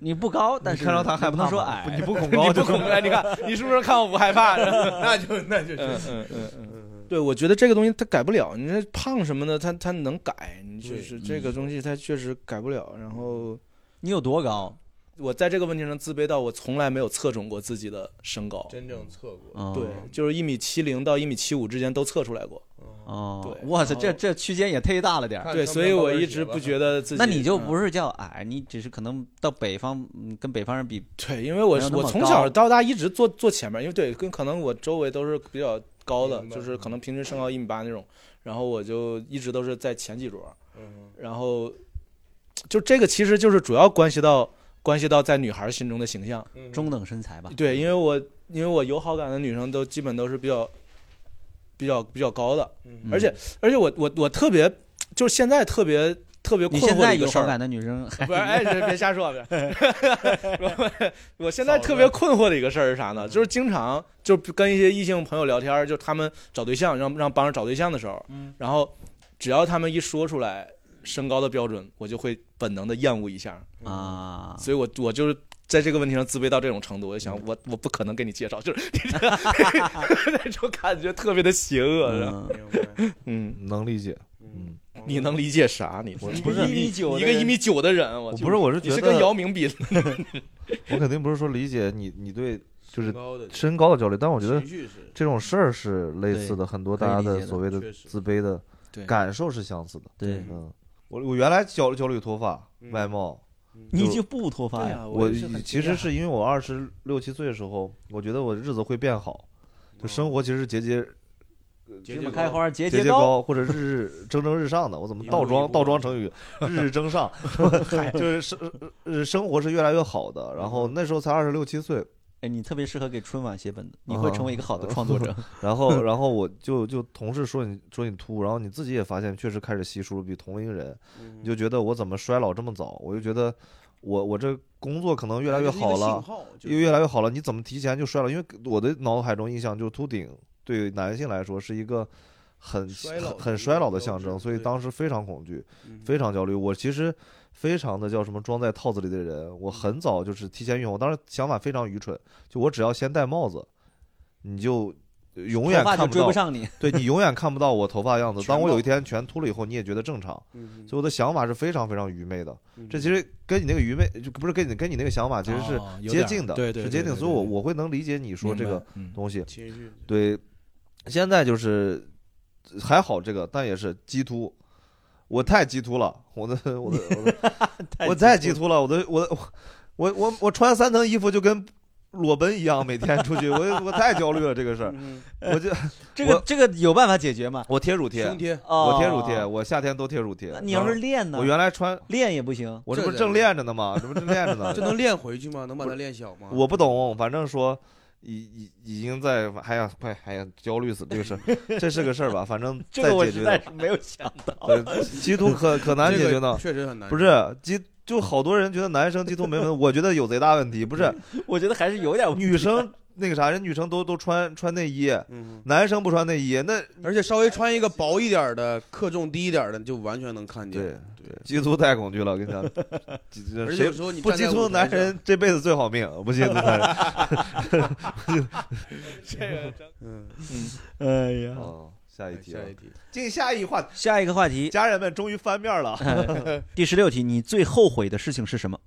Speaker 1: 你不高，但是
Speaker 5: 看到他害
Speaker 1: 你不能
Speaker 5: 怕
Speaker 1: 说
Speaker 5: 吗
Speaker 1: 矮，
Speaker 9: 你不 恐高就
Speaker 8: 恐哎，你看你是不是看我不害怕？
Speaker 2: 那就那就
Speaker 8: 嗯
Speaker 2: 是
Speaker 8: 嗯嗯嗯，
Speaker 4: 对我觉得这个东西它改不了，你这胖什么的，它它能改，你就
Speaker 2: 对
Speaker 4: 是这个东西它确实改不了。然后
Speaker 1: 你有多高？
Speaker 4: 我在这个问题上自卑到我从来没有测准过自己的身高，
Speaker 2: 真正测过。
Speaker 5: 嗯
Speaker 1: 哦
Speaker 4: 对，就是一米七零到一米七五之间都测出来过。
Speaker 1: 哦，
Speaker 4: 对
Speaker 1: 哇塞，
Speaker 4: 然后
Speaker 1: 这这区间也忒大了点儿。
Speaker 2: 看
Speaker 4: 对，
Speaker 2: 上
Speaker 4: 所
Speaker 2: 面
Speaker 4: 以
Speaker 2: 报
Speaker 4: 我
Speaker 2: 纸
Speaker 4: 一
Speaker 2: 写
Speaker 4: 直
Speaker 2: 吧
Speaker 4: 不觉得自己。
Speaker 1: 那你就
Speaker 4: 嗯
Speaker 1: 不是叫矮，你只是可能到北方，嗯，跟北方人比，
Speaker 4: 对，因为我
Speaker 1: 没有
Speaker 4: 是
Speaker 1: 那
Speaker 4: 我
Speaker 1: 么
Speaker 4: 从
Speaker 1: 高
Speaker 4: 小到大一直坐坐前面，因为对，跟可能我周围都是比较高的
Speaker 2: 明，白
Speaker 4: 就是可能平均身高一米八那种，然后我就一直都是在前几桌，
Speaker 2: 嗯
Speaker 4: 然后就这个其实就是主要关系到关系到在女孩心中的形象，
Speaker 2: 嗯
Speaker 1: 中等身材吧。
Speaker 4: 对，因为我因为我有好感的女生都基本都是比较比较比较高的，
Speaker 2: 嗯
Speaker 4: 而且而且我我我特别就是现在特别特别
Speaker 1: 你
Speaker 4: 困
Speaker 1: 现
Speaker 4: 惑
Speaker 1: 在
Speaker 4: 的一个
Speaker 1: 有
Speaker 4: 事
Speaker 1: 好
Speaker 4: 儿，
Speaker 1: 感的女生，
Speaker 4: 不是，哎，别别瞎说，别。我我现在特别困惑的一个事儿是啥呢？就是经常就跟一些异性朋友聊天儿，就他们找对象，让让帮着找对象的时候，
Speaker 1: 嗯
Speaker 4: 然后只要他们一说出来身高的标准，我就会本能的厌恶一下，
Speaker 2: 嗯
Speaker 1: 啊，
Speaker 4: 所以我我就是。在这个问题上自卑到这种程度，我就想我我不可能给你介绍，就是 那种感觉特别的邪恶。然后
Speaker 1: 嗯
Speaker 2: 明 白
Speaker 4: 嗯，
Speaker 5: 能理解。
Speaker 2: 嗯
Speaker 5: 嗯，
Speaker 4: 你能理解啥？你
Speaker 5: 我
Speaker 4: 你
Speaker 5: 不是
Speaker 4: 一米九，
Speaker 1: 的
Speaker 4: 一个
Speaker 1: 人
Speaker 4: 一米九的人，我
Speaker 5: 我
Speaker 4: 就
Speaker 5: 不是，我是
Speaker 4: 你
Speaker 5: 觉
Speaker 4: 是跟
Speaker 5: 得
Speaker 4: 姚明比的，
Speaker 5: 我肯定不是说理解你，你对就是
Speaker 2: 身高的
Speaker 5: 身高的焦虑，但我觉得
Speaker 2: 情绪是
Speaker 5: 这种事儿是类似的，很多
Speaker 1: 可以
Speaker 5: 大家
Speaker 1: 理解
Speaker 5: 的
Speaker 1: 的
Speaker 5: 所谓的
Speaker 2: 确实
Speaker 5: 自卑的
Speaker 4: 对
Speaker 5: 感受是相似的。
Speaker 1: 对，
Speaker 5: 嗯，我我原来焦焦虑脱发、
Speaker 2: 嗯
Speaker 5: 外貌，
Speaker 1: 你就不脱发
Speaker 4: 对
Speaker 1: 呀？
Speaker 4: 啊
Speaker 5: 我
Speaker 4: 也是很
Speaker 5: 其
Speaker 4: 惊
Speaker 5: 实
Speaker 4: 讶
Speaker 5: 是因为我二十六七岁的时候，我觉得我日子会变好，就生活其实是节节
Speaker 2: 节
Speaker 1: 芝
Speaker 2: 节
Speaker 1: 麻开
Speaker 2: 高
Speaker 1: 花节
Speaker 5: 节节
Speaker 1: 高，
Speaker 5: 高，或者日日蒸蒸日上的。我怎么
Speaker 2: 一步
Speaker 5: 倒
Speaker 2: 一
Speaker 5: 装
Speaker 2: 步
Speaker 5: 倒装成语？日日蒸上，嗨就是生呃生活是越来越好的。然后那时候才二十六七岁，
Speaker 1: 哎，你特别适合给春晚写本子，你
Speaker 4: 啊
Speaker 1: 会成为一个好的创 作者。
Speaker 5: 然后然后我就就同事说你说你秃，然后你自己也发现确实开始稀疏了，比同龄人，
Speaker 2: 嗯
Speaker 5: 你就觉得我怎么衰老这么早？我就觉得我我这工作可能越来
Speaker 1: 啊
Speaker 5: 越好了，
Speaker 2: 了
Speaker 5: 又越来越好了，你怎么提前就衰老？因为我的脑海中印象就是秃顶对男性来说是一个很
Speaker 2: 衰老的
Speaker 5: 很
Speaker 2: 一个
Speaker 5: 很衰老的
Speaker 2: 标
Speaker 5: 象
Speaker 2: 志
Speaker 5: 征，所以
Speaker 2: 对
Speaker 5: 当时非常恐惧，
Speaker 2: 嗯
Speaker 5: 非常焦虑。我其实非常的叫什么装在套子里的人，
Speaker 2: 嗯
Speaker 5: 我很早就是提前运用，我当时想法非常愚蠢，就我只要先戴帽子，你就。永
Speaker 1: 头
Speaker 5: 远
Speaker 1: 发就
Speaker 5: 看不
Speaker 1: 追
Speaker 5: 到
Speaker 1: 不，上你。
Speaker 5: 对你永远看不到我头发的样子。
Speaker 2: 全
Speaker 5: 当我
Speaker 2: 貌
Speaker 5: 有一天全秃了以后，你也觉得正常。
Speaker 2: 嗯
Speaker 5: 所以我的想法是非常非常愚昧的。
Speaker 2: 嗯
Speaker 5: 这其实跟你那个愚昧，就不是跟你跟你那个想法其实是
Speaker 4: 哦有
Speaker 5: 接
Speaker 4: 点
Speaker 5: 近的，
Speaker 4: 对对，
Speaker 5: 是
Speaker 4: 对
Speaker 5: 接近。
Speaker 4: 对
Speaker 5: 所以我
Speaker 4: 对
Speaker 5: 我会能理解你说这个，
Speaker 4: 明白嗯
Speaker 5: 东西。
Speaker 2: 情绪
Speaker 5: 对，现在就是还好这个，但也是鸡突，我太鸡突了，我的我的我的我太鸡突了，我的我的我我我穿三层衣服就跟。裸奔一样，每天出去，我我太焦虑了这个事儿，我就
Speaker 1: 这个
Speaker 5: 我
Speaker 1: 这个有办法解决吗？
Speaker 5: 我贴乳贴，
Speaker 2: 胸贴
Speaker 1: 哦，
Speaker 5: 我贴乳贴，。我夏天都贴乳贴
Speaker 1: 那。你要是
Speaker 4: 嗯
Speaker 1: 练呢
Speaker 5: 我？原来穿
Speaker 1: 练也不行。
Speaker 5: 我这
Speaker 2: 这
Speaker 5: 不正练着呢吗？这不正练着 呢
Speaker 2: 这。能练回去吗？能把它练小吗？
Speaker 5: 我不懂，反正说已已已经在，哎呀，快，哎呀，焦虑死这个事儿，这是个事儿吧？反正
Speaker 1: 这
Speaker 5: 在
Speaker 1: 个我
Speaker 5: 解
Speaker 1: 实
Speaker 5: 决
Speaker 1: 在
Speaker 5: 的，
Speaker 1: 是没有想到。
Speaker 5: 对，鸡突可可难
Speaker 2: 这
Speaker 5: 解
Speaker 2: 个
Speaker 5: 决 呢。
Speaker 2: 确实很难。
Speaker 5: 不是鸡，就好多人觉得男生鸡突没问题，我觉得有贼大问 题。不是
Speaker 1: 我觉得还是有点问题
Speaker 5: 女生那个啥，人女生都都穿穿内衣，
Speaker 2: 嗯，
Speaker 5: 男生不穿内衣，那
Speaker 2: 而且稍微穿一个薄一点儿的，克重低一点儿的，就完全能看见。
Speaker 5: 对
Speaker 2: 对，
Speaker 5: 鸡突太恐惧了，我跟 你讲，鸡
Speaker 2: 而且
Speaker 5: 谁
Speaker 2: 有时候你
Speaker 5: 不
Speaker 2: 站
Speaker 5: 鸡
Speaker 2: 在
Speaker 5: 突
Speaker 2: 舞
Speaker 5: 的男
Speaker 2: 台上，
Speaker 5: 人这辈子最好命，不鸡突的男人。
Speaker 2: 嗯，
Speaker 1: 哎呀，
Speaker 5: 哦，下一题啊了
Speaker 2: 下，一题，
Speaker 5: 进下一话题。
Speaker 1: 下一个话题，
Speaker 5: 家人们终于翻 面了。
Speaker 1: 第十六题，你最后悔的事情是什么？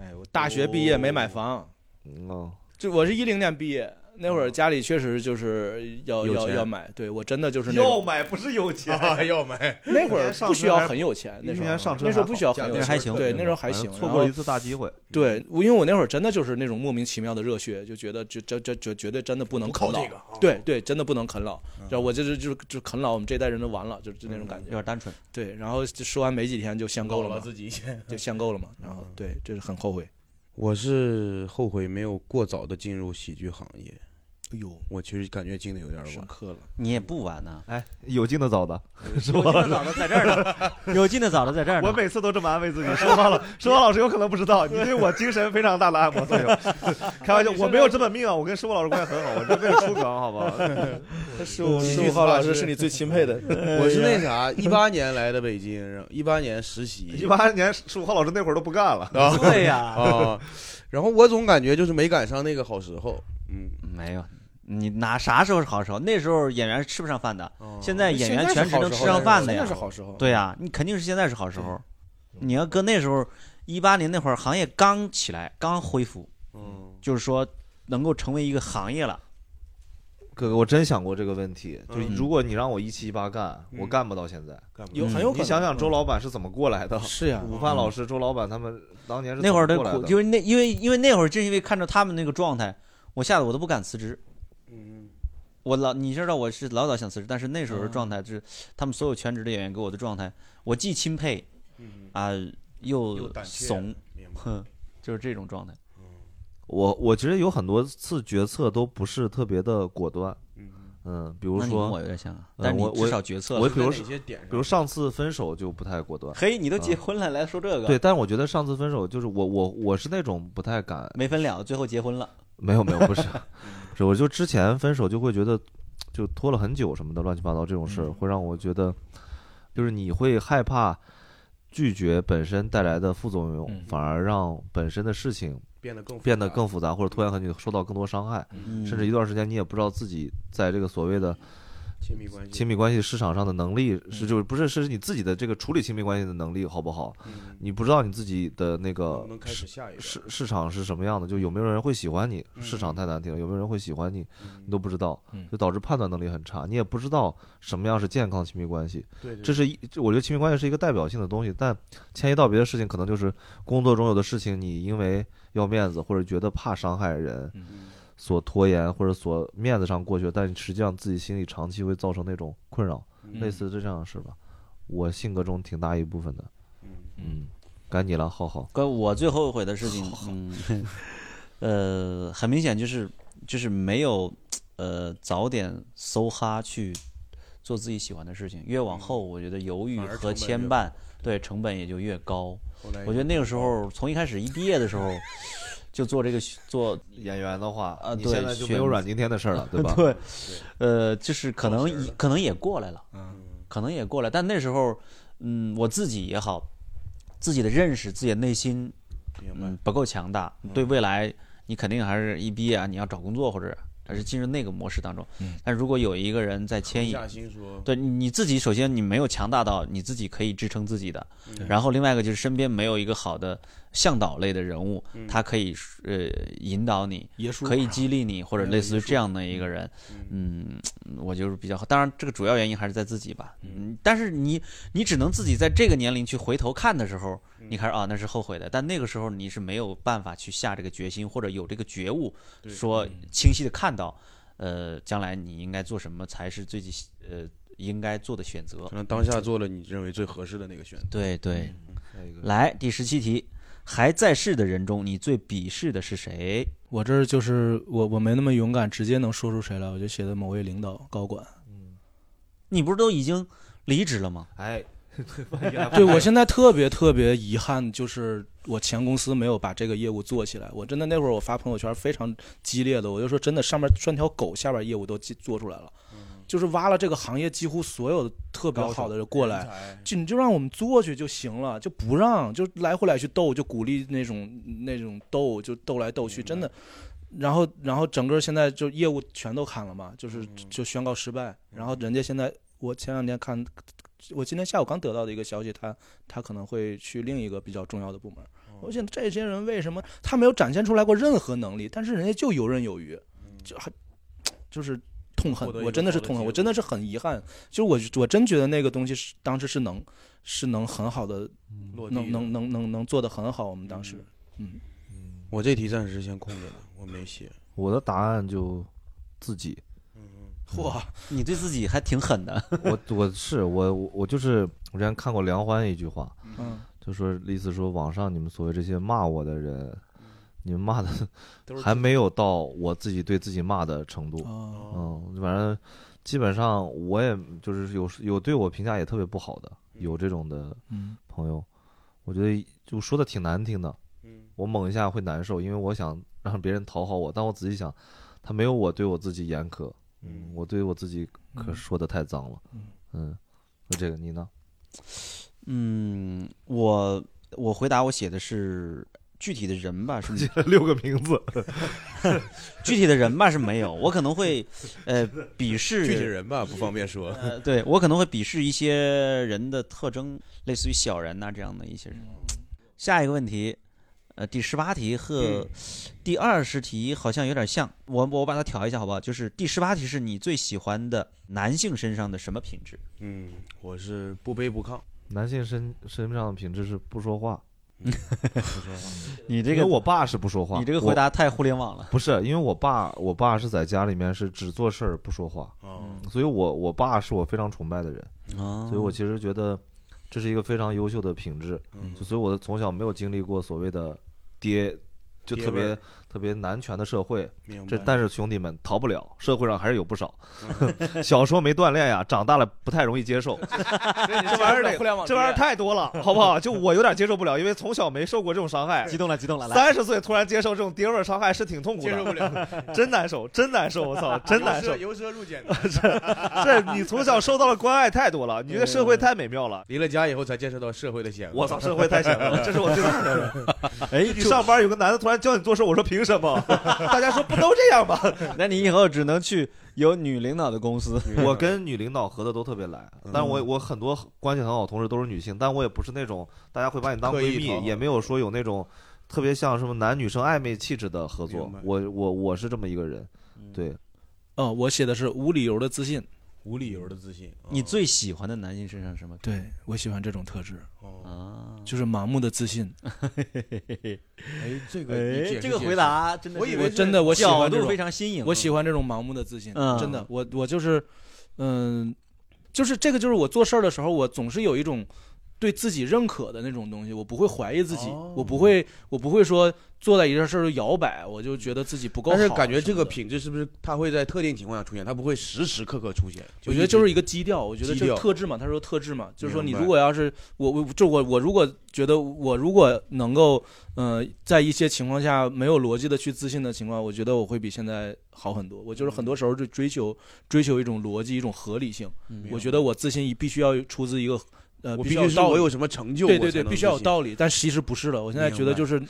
Speaker 4: 哎，我大学毕业没买房，
Speaker 5: 嗯哦，
Speaker 4: 就我是一零年毕业，那
Speaker 5: 哦
Speaker 4: 会儿家里确实就是要
Speaker 2: 有
Speaker 4: 要
Speaker 2: 钱
Speaker 4: 要买，对我真的就是那
Speaker 7: 要
Speaker 4: 种
Speaker 7: 买不是有钱，
Speaker 2: 啊，要买
Speaker 4: 那会儿不需要很有钱，那时
Speaker 5: 一年上
Speaker 4: 候
Speaker 5: 车
Speaker 4: 那时候不需要很有
Speaker 1: 那
Speaker 4: 钱，
Speaker 1: 还行
Speaker 4: 对那时候还行，
Speaker 5: 错
Speaker 4: 然
Speaker 5: 过
Speaker 4: 后
Speaker 5: 一次大机会，
Speaker 4: 对，我因为我那会儿真的就是那种莫名其妙的热血，就觉得这这这这绝对真的不能啃
Speaker 2: 靠
Speaker 4: 老
Speaker 2: 这，个，啊
Speaker 4: 对对，真的不能啃老。
Speaker 5: 嗯
Speaker 4: 然后我就是就是就啃老，我们这代人都完了，就就那种感
Speaker 1: 有
Speaker 4: 觉。
Speaker 1: 点单纯。
Speaker 4: 对，然后就说完没几天就限购了嘛，
Speaker 2: 自己先。
Speaker 4: 就限购了嘛。然后
Speaker 3: 嗯
Speaker 4: 对，这是很后悔。
Speaker 2: 我是后悔没有过早的进入喜剧行业，
Speaker 4: 哎呦，
Speaker 2: 我其实感觉进的有点晚
Speaker 4: 深。刻了。
Speaker 1: 你也不晚 呢，
Speaker 5: 哎，有进的早的，
Speaker 1: 有进的早的在这儿 呢，有进的早的在这儿呢。
Speaker 7: 我每次都这么安慰自己。说话老，说话老师有可能不知道，你对我精神非常大的按摩 作用。开玩笑，我没有这本病啊，我跟说话老师关系很好，我这为了出梗，好不好？
Speaker 3: 十五十五号老师是你最钦佩的，
Speaker 2: 我是那啥，一八年来的北京，然后一八年实习，
Speaker 7: 一八年十五号老师那会儿都不干了，
Speaker 2: 啊
Speaker 1: 对呀，
Speaker 2: 啊，然后我总感觉就是没赶上那个好时候，嗯，
Speaker 1: 没有。你拿啥时候是好时候？那时候演员吃不上饭的，
Speaker 2: 哦
Speaker 1: 现在演员
Speaker 3: 现在
Speaker 1: 全
Speaker 3: 是
Speaker 1: 职
Speaker 3: 好
Speaker 1: 能
Speaker 3: 时
Speaker 1: 吃
Speaker 3: 候
Speaker 1: 上饭的
Speaker 3: 现
Speaker 1: 呀
Speaker 3: 在是。好时候。
Speaker 1: 对呀、你肯定是现在是好时候。
Speaker 5: 对
Speaker 1: 你要搁那时候，一八年那会儿行业刚起来，刚恢复，
Speaker 2: 嗯，
Speaker 1: 就是说能够成为一个行业了。
Speaker 5: 哥哥，我真想过这个问题，就
Speaker 1: 嗯
Speaker 5: 如果你让我一七一八干，
Speaker 2: 嗯
Speaker 5: 我干不到现在。
Speaker 3: 有
Speaker 1: 嗯
Speaker 3: 很有可
Speaker 5: 你
Speaker 3: 能
Speaker 5: 想想周嗯老板是怎么过来的？
Speaker 3: 是呀，
Speaker 5: 午饭老师、周老板他们当年是
Speaker 1: 那会儿
Speaker 5: 怎
Speaker 1: 的
Speaker 5: 么过来
Speaker 1: 苦，
Speaker 5: 的，
Speaker 1: 就是那因为因为那会儿正因为看着他们那个状态，我吓得我都不敢辞职。
Speaker 2: 嗯
Speaker 1: 我老你知道我是老早想辞职，但是那时候
Speaker 5: 嗯
Speaker 1: 的状态就是他们所有全职的演员给我的状态，我既钦佩
Speaker 2: 嗯，
Speaker 1: 啊、
Speaker 2: 又
Speaker 1: 又
Speaker 2: 胆怯
Speaker 1: 怂，，
Speaker 2: 明白
Speaker 1: 哼，就是这种状态。
Speaker 5: 我我其实有很多次决策都不是特别的果断。
Speaker 2: 嗯，
Speaker 5: 嗯，比如
Speaker 1: 那你跟我
Speaker 5: 说，
Speaker 1: 有点像啊，
Speaker 5: 呃
Speaker 1: 但是你
Speaker 5: 我我
Speaker 1: 至少决策
Speaker 5: 我
Speaker 1: 了。
Speaker 5: 比如
Speaker 2: 在哪些点上，
Speaker 5: 比如上次分手就不太果 断。
Speaker 1: 嘿，你都结婚了，来说这个，
Speaker 5: 嗯对，，但我觉得上次分手就是我我我是那种不太敢，
Speaker 1: 没分了，最后结婚了。
Speaker 5: 没有没有不是，是我就之前分手就会觉得就拖了很久什么的乱七八糟这种
Speaker 1: 嗯
Speaker 5: 事儿，会让我觉得就是你会害怕拒绝本身带来的副作用，
Speaker 4: 嗯
Speaker 5: 反而让本身的事情
Speaker 2: 变得更复杂
Speaker 5: 变得更复杂或者拖延很久，受到更多伤害，
Speaker 2: 嗯
Speaker 1: 嗯
Speaker 5: 甚至一段时间你也不知道自己在这个所谓的
Speaker 2: 亲密关系，嗯
Speaker 5: 亲密关系市场上的能力是就是不是是你自己的这个处理亲密关系的能力好不好？
Speaker 2: 嗯
Speaker 5: 你不知道你自己的那
Speaker 2: 能
Speaker 5: 个
Speaker 2: 不能开始
Speaker 5: 市
Speaker 2: 下一个
Speaker 5: 市市场是什么样的，就有没有人会喜欢你？
Speaker 2: 嗯
Speaker 5: 市场太难听了，有没有人会喜欢你？你都不知道
Speaker 4: 嗯，
Speaker 5: 就导致判断能力很差，你也不知道什么样是健康亲密关系。
Speaker 2: 对对
Speaker 5: 这是一，这我觉得亲密关系是一个代表性的东西，但迁移到别的事情，可能就是工作中有的事情，你因为要面子或者觉得怕伤害人
Speaker 2: 嗯，
Speaker 5: 所拖延或者所面子上过去了，但实际上自己心里长期会造成那种困扰，
Speaker 2: 嗯
Speaker 5: 类似这样的事吧。我性格中挺大一部分的，
Speaker 2: 嗯
Speaker 5: 嗯，该你了，浩浩。
Speaker 1: 关我最后悔的事 情，嗯，呃，很明显就是就是没有呃早点搜哈去做自己喜欢的事情，越往后我觉得犹豫
Speaker 2: 嗯反而
Speaker 1: 和
Speaker 2: 成本
Speaker 1: 牵
Speaker 2: 越哎
Speaker 1: 绊，对成本也就越高。
Speaker 2: 后来
Speaker 1: 我觉得那个时候从一开始一毕业的 时候就做这个做
Speaker 5: 演员的话，
Speaker 1: 啊
Speaker 5: 你
Speaker 1: 对
Speaker 5: 现在就没
Speaker 1: 选
Speaker 5: 有
Speaker 1: 择
Speaker 5: 阮经天的事儿了，对吧？
Speaker 1: 对，呃，就是可能也可能也过来了，
Speaker 2: 嗯
Speaker 1: 可能也过来，但那时候嗯我自己也好，自己的认识，自己的内心
Speaker 2: 明白
Speaker 1: 嗯，不够强大，对未来你肯定还是一毕业啊，你要找工作或者还是进入那个模式当中。
Speaker 2: 嗯
Speaker 1: 但如果有一个人在牵
Speaker 2: 狠
Speaker 1: 引，
Speaker 2: 下心说
Speaker 1: 对你你自己，首先你没有强大到你自己可以支撑自己的，
Speaker 2: 嗯
Speaker 1: 然后另外一个就是身边没有一个好的向导类的人物，
Speaker 2: 嗯
Speaker 1: 他可以呃引导你，
Speaker 3: 爷叔
Speaker 1: 可以激励你，或者类似于这样的一个人，嗯，我就是比较好。当然，这个主要原因还是在自己吧。嗯，但是你你只能自己在这个年龄去回头看的时候，你开始啊那是后悔的，但那个时候你是没有办法去下这个决心，或者有这个觉悟，
Speaker 2: 对
Speaker 1: 说清晰的看到，呃，将来你应该做什么才是最呃应该做的选择
Speaker 2: 可。能当下做了你认为最合适的那个选择，
Speaker 1: 对对，
Speaker 5: 下一个
Speaker 1: 来第十七题，还在世的人中，你最鄙视的是谁？
Speaker 3: 我这儿就是我我没那么勇敢，直接能说出谁来，我就写的某位领导高 管。
Speaker 1: 你不是都已经离职了吗？
Speaker 5: 哎，
Speaker 4: 啊
Speaker 3: 对我现在特别特别遗憾，就是我前公司没有把这个业务做起来。我真的那会儿我发朋友圈非常激烈的，我就说真的，上面拴条狗，下边业务都做做出来了，
Speaker 4: 嗯
Speaker 3: 就是挖了这个行业几乎所有特别好的人过来。
Speaker 2: 来，
Speaker 3: 就你就让我们做去就行了，就不让，就来回来去斗，就鼓励那种那种斗，就斗来斗去，真的。然后，然后整个现在就业务全都砍了嘛，就是就宣告失败。然后人家现在，我前两天看，我今天下午刚得到的一个消息，他他可能会去另一个比较重要的部门。
Speaker 2: 嗯哦
Speaker 3: 我想这些人为什么他没有展现出来过任何能力，但是人家就游刃有余，就还
Speaker 4: 就是痛
Speaker 2: 嗯
Speaker 4: 恨
Speaker 2: 获得一，个
Speaker 4: 我真的是
Speaker 2: 好的
Speaker 4: 痛
Speaker 2: 结
Speaker 4: 恨，
Speaker 2: 果
Speaker 4: 我真的是很遗憾，就是我我真觉得那个东西是当时是能是能很好的，
Speaker 2: 落地
Speaker 4: 能能能能能做得很好，我们当时
Speaker 2: 嗯，
Speaker 4: 嗯，
Speaker 2: 我这题暂时先空着呢，我没写。
Speaker 5: 我的答案就自 己，
Speaker 2: 嗯
Speaker 4: 哇，
Speaker 1: 你对自己还挺狠的。
Speaker 5: 我我是我我我就是我之前看过梁欢一句话，
Speaker 4: 嗯，
Speaker 5: 就说意思说网上你们所谓这些骂我的人，你们骂的
Speaker 2: 都是
Speaker 5: 还没有到我自己对自己骂的程度。
Speaker 4: 哦，
Speaker 5: 嗯，反正基本上我也就是有有对我评价也特别不好的，有这种的
Speaker 4: 嗯，
Speaker 5: 朋友，我觉得就说的挺难听的，
Speaker 2: 嗯
Speaker 5: 我猛一下会难受，因为我想让别人讨好我，但我仔细想，他没有我对我自己严苛，嗯，我对我自己可说的太脏了，
Speaker 4: 嗯
Speaker 5: 嗯，那这个你呢？
Speaker 1: 嗯，我我回答我写的是具体的人吧，是 吗
Speaker 5: 六个名字，
Speaker 1: 具体的人吧是没有，我可能会呃鄙视
Speaker 2: 具体人吧不方便说。
Speaker 1: 呃，对我可能会鄙视一些人的特征，类似于小人呐、这样的一些人。下一个问题，呃，第十八题和第二十题好像有点像，我我把它调一下好不好？就是第十八题是你最喜欢的男性身上的什么品质？
Speaker 2: 嗯，我是不卑不亢，
Speaker 5: 男性身身上的品质是不说话，
Speaker 1: 你
Speaker 5: 因为我爸是不说话，
Speaker 1: 你这个
Speaker 5: 我
Speaker 1: 回答太互联网了。
Speaker 5: 不是，因为我爸，我爸是在家里面是只做事儿不说话，
Speaker 2: 哦，
Speaker 5: 所以我我爸是我非常崇拜的人，
Speaker 1: 哦
Speaker 5: 所以我其实觉得这是一个非常优秀的品质，
Speaker 2: 嗯
Speaker 5: 就所以我的从小没有经历过所谓的爹，就
Speaker 2: 爹
Speaker 5: 特
Speaker 2: 味
Speaker 5: 别
Speaker 2: 儿
Speaker 5: 特别男权的社会，
Speaker 2: 明白。
Speaker 5: 这但是兄弟们逃不了，社会上还是有不少， 小时候没锻炼呀，长大了不太容易接受，
Speaker 7: 这玩意儿得
Speaker 4: 互联网
Speaker 7: 这玩意儿
Speaker 4: 太
Speaker 7: 太多 了，好不好？就我有点接受不了，因为从小没受过这种伤害
Speaker 1: 激。动了，激动了，来，
Speaker 7: 三十岁突然接受这种爹味儿伤害是挺痛 苦
Speaker 2: 接受
Speaker 7: 的，
Speaker 2: 不了，
Speaker 7: 真难受，真难受，我 操，真难受
Speaker 2: 由奢。由奢入俭的，
Speaker 7: 这你从小受到的关爱太 多了，你这社会太美妙了。
Speaker 2: 离了家以后才见识到社会的险 恶。
Speaker 7: 我操，社会太险恶了，这是我最讨厌的。
Speaker 1: 哎，
Speaker 7: 你上班有个男的突然教你做事，我说凭什么？ 大家说不都这样吗？
Speaker 1: 那你以后只能去有女领导的公司。
Speaker 5: 我跟女领导合的都特别来，但是我
Speaker 2: 嗯
Speaker 5: 我很多关系很好的同事都是女性，但我也不是那种大家会把你当
Speaker 2: 刻意
Speaker 5: 闺
Speaker 2: 讨好
Speaker 5: 蜜，也没有说有那种特别像什么男女生暧昧气质的合作
Speaker 2: 明白。嗯
Speaker 5: 我我我是这么一个人，对，
Speaker 4: 哦，我写的是无理由的自信，
Speaker 2: 无理由的自信。哦
Speaker 1: 你最喜欢的男性身上什么？
Speaker 4: 对我喜欢这种特质，
Speaker 2: 哦
Speaker 1: 啊，
Speaker 4: 就是盲目的自信，
Speaker 2: 哎，这个你解
Speaker 1: 哎，
Speaker 2: 释
Speaker 1: 这个
Speaker 2: 解
Speaker 1: 回
Speaker 2: 释
Speaker 1: 答真的是，
Speaker 2: 我以为
Speaker 4: 我
Speaker 2: 是
Speaker 4: 真的我喜
Speaker 1: 角
Speaker 4: 欢这
Speaker 1: 度
Speaker 4: 种
Speaker 1: 非，常新
Speaker 2: 啊
Speaker 1: 颖。啊
Speaker 4: 我喜欢这种盲目的自信，
Speaker 1: 嗯
Speaker 4: 真的，我我就是，嗯、就是这个就是我做事儿的时候，我总是有一种对自己认可的那种东西，我不会怀疑自己，
Speaker 2: 哦
Speaker 4: 我不会我不会说做在一件事儿就摇摆，我就觉得自己不够好
Speaker 2: 但
Speaker 4: 什
Speaker 2: 是
Speaker 4: 么的。
Speaker 2: 感觉这个品质是不是它会在特定情况下出现，它不会时时刻刻出现。
Speaker 4: 我觉得就是
Speaker 2: 一
Speaker 4: 一个基调，我觉得
Speaker 2: 基
Speaker 4: 这
Speaker 2: 调
Speaker 4: 特质嘛，他说特质嘛，就是说你
Speaker 2: 明白
Speaker 4: 如果要是我我就我我如果觉得我如果能够呃在一些情况下没有逻辑的去自信的情况，我觉得我会比现在好很多。我就是很多时候就追求追求一种逻辑，一种合理性。
Speaker 1: 嗯
Speaker 2: 明白
Speaker 4: 我觉得我自信必须要出自一个呃，
Speaker 2: 我
Speaker 4: 必
Speaker 2: 必
Speaker 4: 须要有
Speaker 2: 须是
Speaker 4: 道
Speaker 2: 我
Speaker 4: 理
Speaker 2: 有什么成就，
Speaker 4: 对
Speaker 2: 我
Speaker 4: 对
Speaker 2: 才
Speaker 4: 对，
Speaker 2: 能
Speaker 4: 必须要有
Speaker 2: 自信
Speaker 4: 道理，但其实不是了。我现在觉得就是，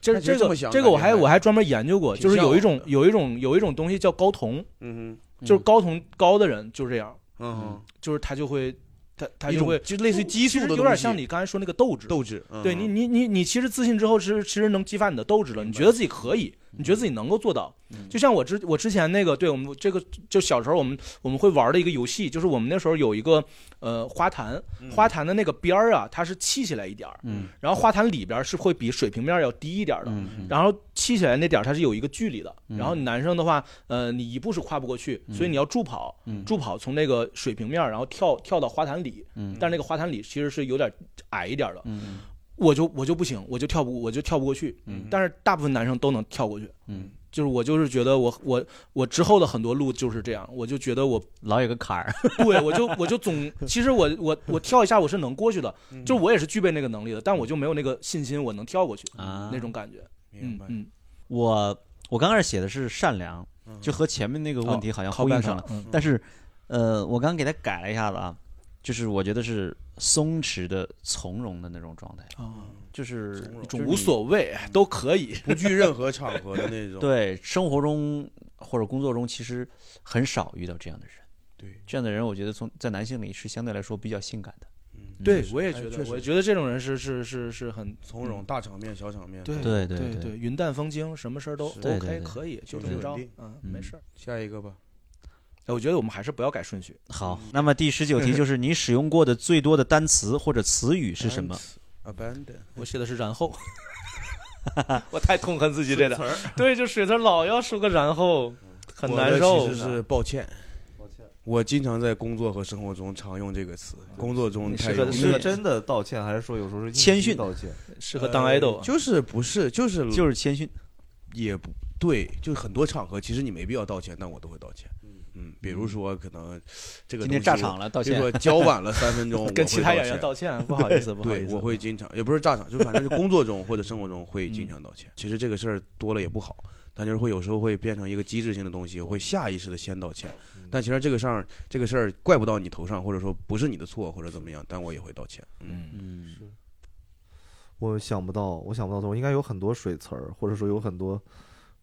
Speaker 4: 这
Speaker 2: 那其实
Speaker 4: 这
Speaker 2: 这
Speaker 4: 个
Speaker 2: 么想
Speaker 4: 这个我还
Speaker 2: 感觉
Speaker 4: 我还专门研究过，
Speaker 2: 挺
Speaker 4: 就是有一
Speaker 2: 向往
Speaker 4: 种
Speaker 2: 的
Speaker 4: 有一种有一种东西叫高同，
Speaker 2: 嗯
Speaker 4: 就是高同高的人就是这样，
Speaker 2: 哼嗯
Speaker 4: 就是他就会他他
Speaker 2: 哼，一
Speaker 4: 就
Speaker 2: 种
Speaker 4: 会
Speaker 2: 就类似于激素
Speaker 4: 其实
Speaker 2: 的东西，
Speaker 4: 有点像你刚才说那个斗志。
Speaker 2: 斗志。嗯
Speaker 4: 对你，你你你其实自信之后是其实能激发你的斗志了，你觉得自己可以，你觉得自己能够做到。
Speaker 2: 嗯
Speaker 4: 就像我之我之前那个，对我们这个就小时候我们我们会玩的一个游戏，就是我们那时候有一个呃花坛，
Speaker 2: 嗯
Speaker 4: 花坛的那个边儿啊，它是砌起来一点儿，
Speaker 1: 嗯
Speaker 4: 然后花坛里边儿是会比水平面儿要低一点儿的，
Speaker 1: 嗯
Speaker 4: 然后砌起来那点儿它是有一个距离的，
Speaker 1: 嗯
Speaker 4: 然后男生的话，呃，你一步是跨不过去，所以你要助跑，
Speaker 1: 嗯
Speaker 4: 助跑从那个水平面儿，然后跳跳到花坛里，
Speaker 1: 嗯
Speaker 4: 但是那个花坛里其实是有点矮一点儿的，
Speaker 1: 嗯
Speaker 4: 我就我就不行，我就跳不我就跳不过去，
Speaker 1: 嗯
Speaker 4: 但是大部分男生都能跳过去，
Speaker 1: 嗯，
Speaker 4: 就是我就是觉得我我我之后的很多路就是这样，我就觉得我
Speaker 1: 老有个坎儿。
Speaker 4: 对，我就我就总，其实我我我跳一下我是能过去的，
Speaker 2: 嗯
Speaker 4: 就我也是具备那个能力的，但我就没有那个信心我能跳过去
Speaker 1: 啊
Speaker 4: 那种感觉。
Speaker 2: 明
Speaker 4: 嗯
Speaker 2: 白
Speaker 4: 嗯，
Speaker 1: 我我刚开始写的是善良，就和前面那个问题嗯哦好像
Speaker 4: 靠
Speaker 1: 呼应
Speaker 4: 半
Speaker 1: 上
Speaker 4: 上
Speaker 1: 了，，
Speaker 4: 嗯
Speaker 1: 但是呃，我刚给它改了一下子啊，就是我觉得是松弛的、从容的那种状态，
Speaker 4: 啊，
Speaker 1: 就是
Speaker 2: 从容
Speaker 4: 一
Speaker 1: 就
Speaker 4: 种
Speaker 1: 是
Speaker 4: 无
Speaker 1: 你
Speaker 4: 所谓都可以。
Speaker 2: 不惧任何场合的 那种。
Speaker 1: 对生活中或者工作中，其实很少遇到这样的人。
Speaker 2: 对，
Speaker 1: 这样的人，我觉得从在男性里是相对来说比较性感的。
Speaker 2: 嗯
Speaker 4: 对，我也
Speaker 2: 哎
Speaker 4: 觉
Speaker 2: 确
Speaker 4: 得，
Speaker 2: 实
Speaker 4: 我觉得这种人是是是是很
Speaker 2: 从容，大场面、小场面。
Speaker 4: 对
Speaker 1: 对对
Speaker 4: 对
Speaker 1: 对
Speaker 4: 云淡风轻，什么事儿都
Speaker 2: 是
Speaker 1: 对对
Speaker 4: OK，
Speaker 1: 对
Speaker 4: 可以，就
Speaker 2: 就是稳
Speaker 4: 这么着
Speaker 2: 定，
Speaker 4: 嗯，
Speaker 1: 嗯
Speaker 4: 没事儿。
Speaker 2: 下一个吧。
Speaker 4: 哎，我觉得我们还是不要改顺序。
Speaker 1: 好，那么第十九题就是你使用过的最多的单词或者词语是什么？
Speaker 2: ？Abandon
Speaker 4: 嗯我写的是然后， 我太痛恨自己这点。嗯对，就水词儿老要说个然后，很难
Speaker 2: 我
Speaker 4: 受
Speaker 2: 的。其实是抱歉。我经常在工作和生活中常用这个词，工作中
Speaker 4: 你
Speaker 2: 太
Speaker 4: 适合
Speaker 2: 用
Speaker 5: 是
Speaker 4: 对
Speaker 5: 真的道歉，还是说有时候是硬
Speaker 1: 谦逊
Speaker 5: 道歉？
Speaker 4: 嗯适合当 idol，啊
Speaker 2: 就是不是就是
Speaker 1: 就是谦逊。
Speaker 2: 也不对，就是很多场合其实你没必要道歉，但我都会道歉。嗯，比如说可能这个
Speaker 1: 今天
Speaker 2: 东西
Speaker 1: 炸场了，道
Speaker 2: 比如
Speaker 1: 歉。
Speaker 2: 说交晚了三 分钟，
Speaker 4: 跟
Speaker 2: 我
Speaker 4: 其
Speaker 2: 会
Speaker 4: 他
Speaker 2: 道
Speaker 4: 演员
Speaker 2: 歉
Speaker 4: 道歉，不好意思，不好
Speaker 2: 对
Speaker 4: 意，思。
Speaker 2: 我会经常，也不是炸场，就反正是工作中或者生活中会
Speaker 4: 嗯
Speaker 2: 经常道歉。其实这个事儿多了也不好，但就是会有时候会变成一个机制性的东西，我会下意识的先道歉。
Speaker 4: 嗯
Speaker 2: 但其实这个上这个事儿怪不到你头上，或者说不是你的错或者怎么样，但我也会道歉。嗯，
Speaker 4: 嗯，
Speaker 1: 嗯，
Speaker 5: 我想不到，我想不到，我应该有很多水词儿，或者说有很多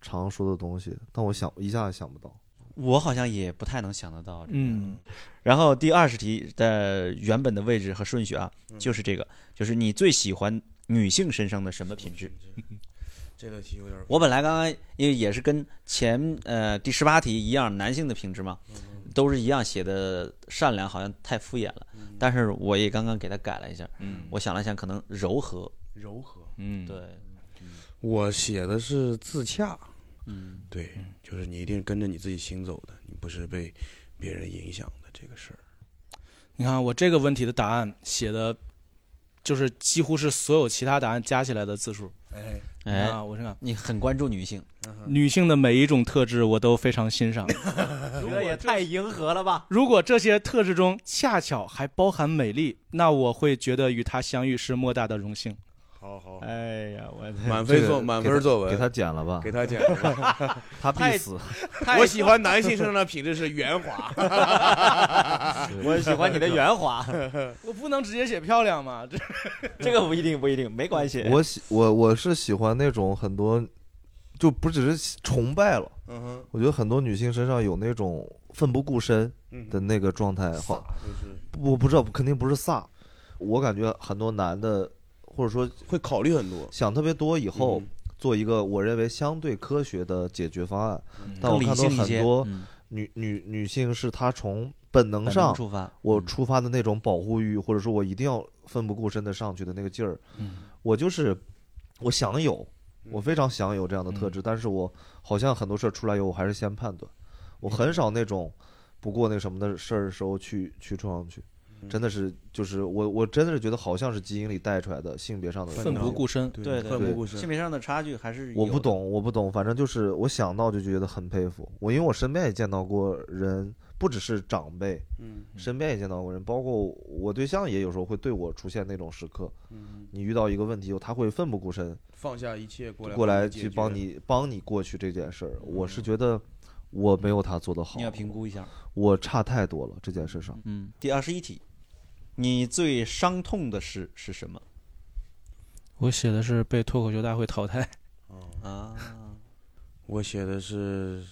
Speaker 5: 常说的东西，但我想一下想不到。
Speaker 1: 我好像也不太能想得到。
Speaker 4: 嗯，
Speaker 1: 然后第二十题的原本的位置和顺序啊，
Speaker 2: 嗯
Speaker 1: 就是这个，就是你最喜欢女性身上的什么品质？
Speaker 2: 这个题有点
Speaker 1: 我本来刚刚因为也是跟前呃第十八题一样，男性的品质嘛，
Speaker 2: 嗯
Speaker 1: 都是一样写的善良，好像太敷衍了。
Speaker 2: 嗯
Speaker 1: 但是我也刚刚给他改了一下，
Speaker 4: 嗯，
Speaker 1: 我想了想，可能柔和。
Speaker 2: 柔和。
Speaker 4: 嗯，
Speaker 1: 对，，
Speaker 2: 我写的是自洽，
Speaker 1: 嗯，
Speaker 2: 对，就是你一定跟着你自己行走的，你不是被别人影响的这个事儿。
Speaker 4: 你看我这个问题的答案写的，就是几乎是所有其他答案加起来的字数。
Speaker 2: 哎，
Speaker 1: 哎，
Speaker 4: 啊，我是看
Speaker 1: 你很关注女性，
Speaker 4: 女性的每一种特质，我都非常欣赏。
Speaker 2: 哎
Speaker 1: 这也太迎合了吧？
Speaker 4: 如果这些特质中恰巧还包含美丽，那我会觉得与她相遇是莫大的荣幸。
Speaker 2: 好好，
Speaker 4: 哎呀，我
Speaker 2: 满分
Speaker 5: 这
Speaker 2: 作
Speaker 5: 个
Speaker 2: 满
Speaker 5: 给
Speaker 2: 分
Speaker 5: 他
Speaker 2: 作文
Speaker 5: 给他剪了吧，
Speaker 2: 给他讲。
Speaker 5: 他必
Speaker 1: 太
Speaker 5: 死。
Speaker 2: 我喜欢男性身上的品质是圆滑。
Speaker 1: 我喜欢你的圆滑，
Speaker 4: 我不能直接写漂亮嘛？这
Speaker 1: 这个不一定，不一定，没关系。
Speaker 5: 我喜我我是喜欢那种很多，就不只是崇拜了。
Speaker 2: 嗯哼，
Speaker 5: 我觉得很多女性身上有那种奋不顾身
Speaker 2: 嗯
Speaker 5: 的那个状态，好，
Speaker 2: 就是
Speaker 5: 我不知道，肯定不是飒。我感觉很多男的，或者说
Speaker 2: 会考虑很多。
Speaker 5: 想特别多以后，
Speaker 2: 嗯
Speaker 5: 做一个我认为相对科学的解决方案。但
Speaker 1: 嗯更
Speaker 5: 我
Speaker 1: 理
Speaker 5: 看到
Speaker 1: 性一些
Speaker 5: 很多
Speaker 1: 嗯
Speaker 5: 女女女性是她从本能
Speaker 1: 本
Speaker 5: 上
Speaker 1: 能出发，
Speaker 5: 我
Speaker 1: 嗯
Speaker 5: 出发的那种保护欲，或者说我一定要奋不顾身的上去的那个劲儿，我就是我想有，我非常想有这样的特质，但是我好像很多事儿出来以后，我还是先判断，我很少那种不过那什么的事儿的时候去去冲上去，真的是就是我我真的是觉得好像是基因里带出来的性别上的
Speaker 4: 奋不
Speaker 5: 东西。
Speaker 4: 顾身。
Speaker 1: 对对
Speaker 2: 奋不
Speaker 1: 对
Speaker 2: 顾
Speaker 1: 性
Speaker 2: 身。
Speaker 1: 别上的差距还是
Speaker 5: 我
Speaker 1: 有
Speaker 5: 不
Speaker 1: 的，
Speaker 5: 懂，我不懂，反正就是我想到就觉得很佩服。我因为我身边也见到过人，不只是长辈，
Speaker 2: 嗯
Speaker 5: 身边也见到过人，包括我对象也有时候会对我出现那种时刻。你遇到一个问题，他会奋不顾身
Speaker 2: 放下一切过来
Speaker 5: 过来
Speaker 2: 解
Speaker 5: 去
Speaker 2: 决
Speaker 5: 帮。你帮你过去这件事儿。我是觉得我没有他做得好
Speaker 1: 你，要评估一下。
Speaker 5: 我差太多了这件事上。
Speaker 1: 嗯，第二十一题，你最伤痛的事是什么
Speaker 4: 我写的是被脱口秀大会淘汰。
Speaker 1: 啊？
Speaker 2: 我写的是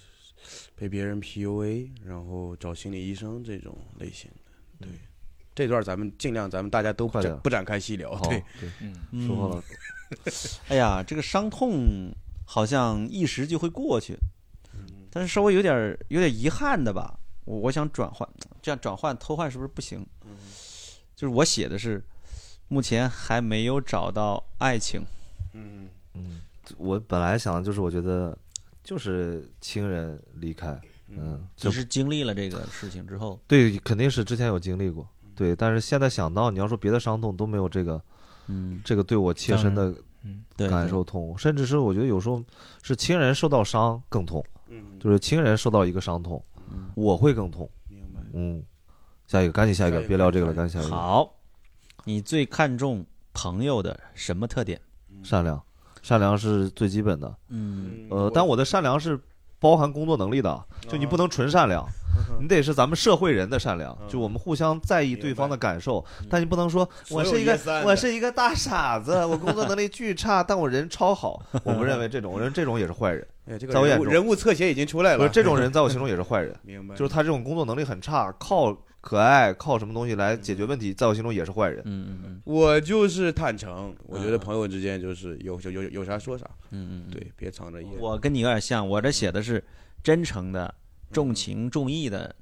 Speaker 2: 被别人 PUA，然后找心理医生这种类型的。对，这段咱们尽量咱们大家都不
Speaker 5: 快点
Speaker 2: 展不展开细聊。
Speaker 5: 好，
Speaker 2: 哦对，
Speaker 5: 对，
Speaker 4: 嗯，
Speaker 5: 说好了，
Speaker 1: 哎呀，这个伤痛好像一时就会过去，但是稍微有点儿有点遗憾的吧。我我想转换，这样转换偷换是不是不行？就是我写的是，目前还没有找到爱情。
Speaker 2: 嗯，
Speaker 5: 嗯，我本来想的就是我觉得就是亲人离开，嗯，这
Speaker 1: 只是经历了这个事情之后，
Speaker 5: 对肯定是之前有经历过，对，但是现在想到你要说别的伤痛都没有这个
Speaker 1: 嗯，
Speaker 5: 这个对我切身的
Speaker 1: 对，
Speaker 5: 感受痛，甚至是我觉得有时候是亲人受到伤更痛，
Speaker 2: 嗯
Speaker 5: 就是亲人受到一个伤痛，我会更痛。
Speaker 2: 明白。
Speaker 5: 嗯，下一个，赶紧下一
Speaker 2: 下
Speaker 5: 个
Speaker 2: 一，个
Speaker 5: 别聊这个了，赶紧下一个。
Speaker 1: 好，你最看重朋友的什么特点？
Speaker 5: 善良，善良是最基本的。
Speaker 1: 嗯，
Speaker 2: 嗯
Speaker 5: 呃，但我的善良是包含工作能力
Speaker 10: 啊
Speaker 5: 的，就你不能纯善良，
Speaker 10: 嗯
Speaker 5: 你得是咱们社会人的善良，就我们互相在意对方的感受，
Speaker 10: 嗯
Speaker 5: 但你不能说我是一个
Speaker 2: 所有一三
Speaker 5: 我是一个大傻子，我工作能力巨差，但我人超好。我不认为这种，我认为这种也是坏 人。
Speaker 2: 哎这
Speaker 5: 在我
Speaker 2: 个
Speaker 5: 眼
Speaker 2: 人物
Speaker 5: 中
Speaker 2: 人物侧写已经出来
Speaker 5: 不
Speaker 2: 了。
Speaker 5: 是这种人，在我心中也是坏人。
Speaker 2: 明白。
Speaker 5: 就是他这种工作能力很差，靠可爱、靠什么东西来解决问题，在我心中也是坏人。
Speaker 1: 嗯嗯
Speaker 2: 我就是坦诚，我觉得朋友之间就是有有有有啥说啥，
Speaker 1: 嗯嗯，
Speaker 2: 对，别藏着掖着。
Speaker 1: 我跟你有点像，我这写的是真诚的、重情重义的呢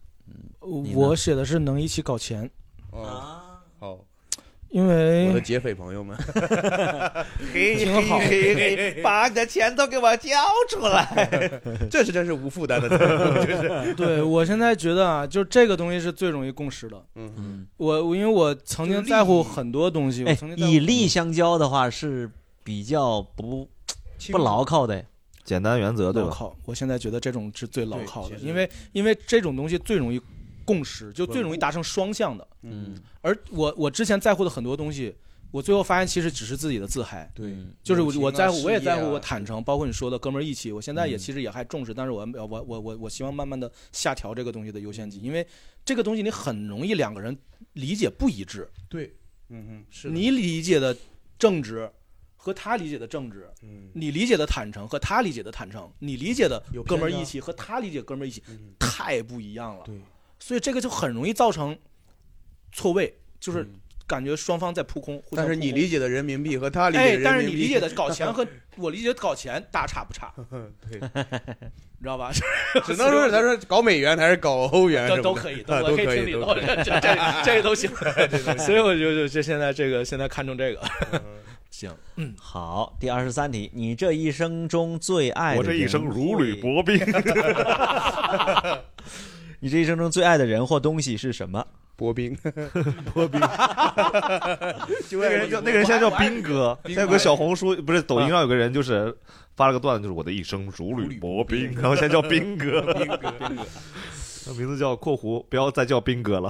Speaker 4: 嗯我写的是能一起搞钱，
Speaker 2: 哦，
Speaker 11: 啊，
Speaker 2: 好，
Speaker 4: 因
Speaker 2: 我的
Speaker 4: 为
Speaker 2: 劫匪朋友们，
Speaker 10: 嘿
Speaker 4: 挺好
Speaker 10: 嘿嘿嘿把你的钱都给我交出 来。
Speaker 2: 这是真是无负担的财富，这是。
Speaker 4: 对我现在觉得啊，就这个东西是最容易共识的。
Speaker 2: 嗯，
Speaker 1: 嗯，
Speaker 4: 我我因为我曾经在乎很多东西，我
Speaker 1: 哎
Speaker 4: 曾经，在乎
Speaker 1: 以利相交的话是比较不不牢靠的，
Speaker 5: 简单原则对
Speaker 4: 牢
Speaker 5: 吧？
Speaker 4: 靠，我现在觉得这种是最牢靠
Speaker 2: 对
Speaker 4: 的，
Speaker 2: 其实
Speaker 4: 因为因为这种东西最容易共识，就最容易达成双向的。
Speaker 1: 嗯，
Speaker 4: 而我我之前在乎的很多东西，我最后发现其实只是自己的自嗨。
Speaker 2: 对，
Speaker 1: 嗯
Speaker 4: 就是我
Speaker 2: 友情啊
Speaker 4: 我在乎，我也
Speaker 2: 事业啊
Speaker 4: 在乎，我坦诚，包括你说的哥们儿义气，我现在
Speaker 1: 嗯
Speaker 4: 也其实也还重视，但是我我我我我希望慢慢的下调这个东西的优先级，因为这个东西你很容易两个人理解不一致，
Speaker 2: 对，嗯嗯，是的，
Speaker 4: 你理解的正直和他理解的正直，
Speaker 2: 嗯
Speaker 4: 你理解的坦诚和他理解的坦诚，你理解的
Speaker 2: 有
Speaker 4: 哥们儿
Speaker 2: 偏
Speaker 4: 义
Speaker 2: 差
Speaker 4: 气和他理解哥们儿义气
Speaker 2: 嗯，
Speaker 4: 太不一样了，
Speaker 2: 对，
Speaker 4: 所以这个就很容易造成错位，就是
Speaker 2: 嗯
Speaker 4: 感觉双方在扑空，互相
Speaker 2: 但是
Speaker 4: 扑
Speaker 2: 你
Speaker 4: 空
Speaker 2: 理解的人民币和他理解
Speaker 4: 哎
Speaker 2: 人，
Speaker 4: 但是
Speaker 2: 民
Speaker 4: 你
Speaker 2: 币
Speaker 4: 理解的搞钱 和我理解的搞钱大差不差，
Speaker 2: 嗯对，
Speaker 4: 你知道吧？
Speaker 2: 只能说是他说搞美元还是搞欧元什
Speaker 4: 都
Speaker 2: 么
Speaker 4: 都
Speaker 2: 的
Speaker 4: 可 以，
Speaker 2: 啊都
Speaker 4: 我可
Speaker 2: 可以
Speaker 4: 听里
Speaker 2: 都
Speaker 4: 头，这这这 这个都行。所以我就就就现在这个现在看中这个，
Speaker 2: 嗯
Speaker 4: 行，
Speaker 1: 好，第二十三题，你这一生中最爱的
Speaker 10: 我这一
Speaker 1: 人
Speaker 10: 生如履
Speaker 1: 会
Speaker 10: 薄冰。
Speaker 1: 你这一生中最爱的人或东西是什么？
Speaker 2: 薄冰，
Speaker 10: 那个人叫那个人现在叫兵哥，现在有个小红书不是抖
Speaker 5: 抖音
Speaker 10: 音
Speaker 2: 啊
Speaker 5: 上有个人就是发了个段子，就是我的一生如履薄冰，然后现在叫 兵哥，
Speaker 2: 冰哥冰哥，
Speaker 5: 那名字叫（括弧），不要再叫兵 哥了，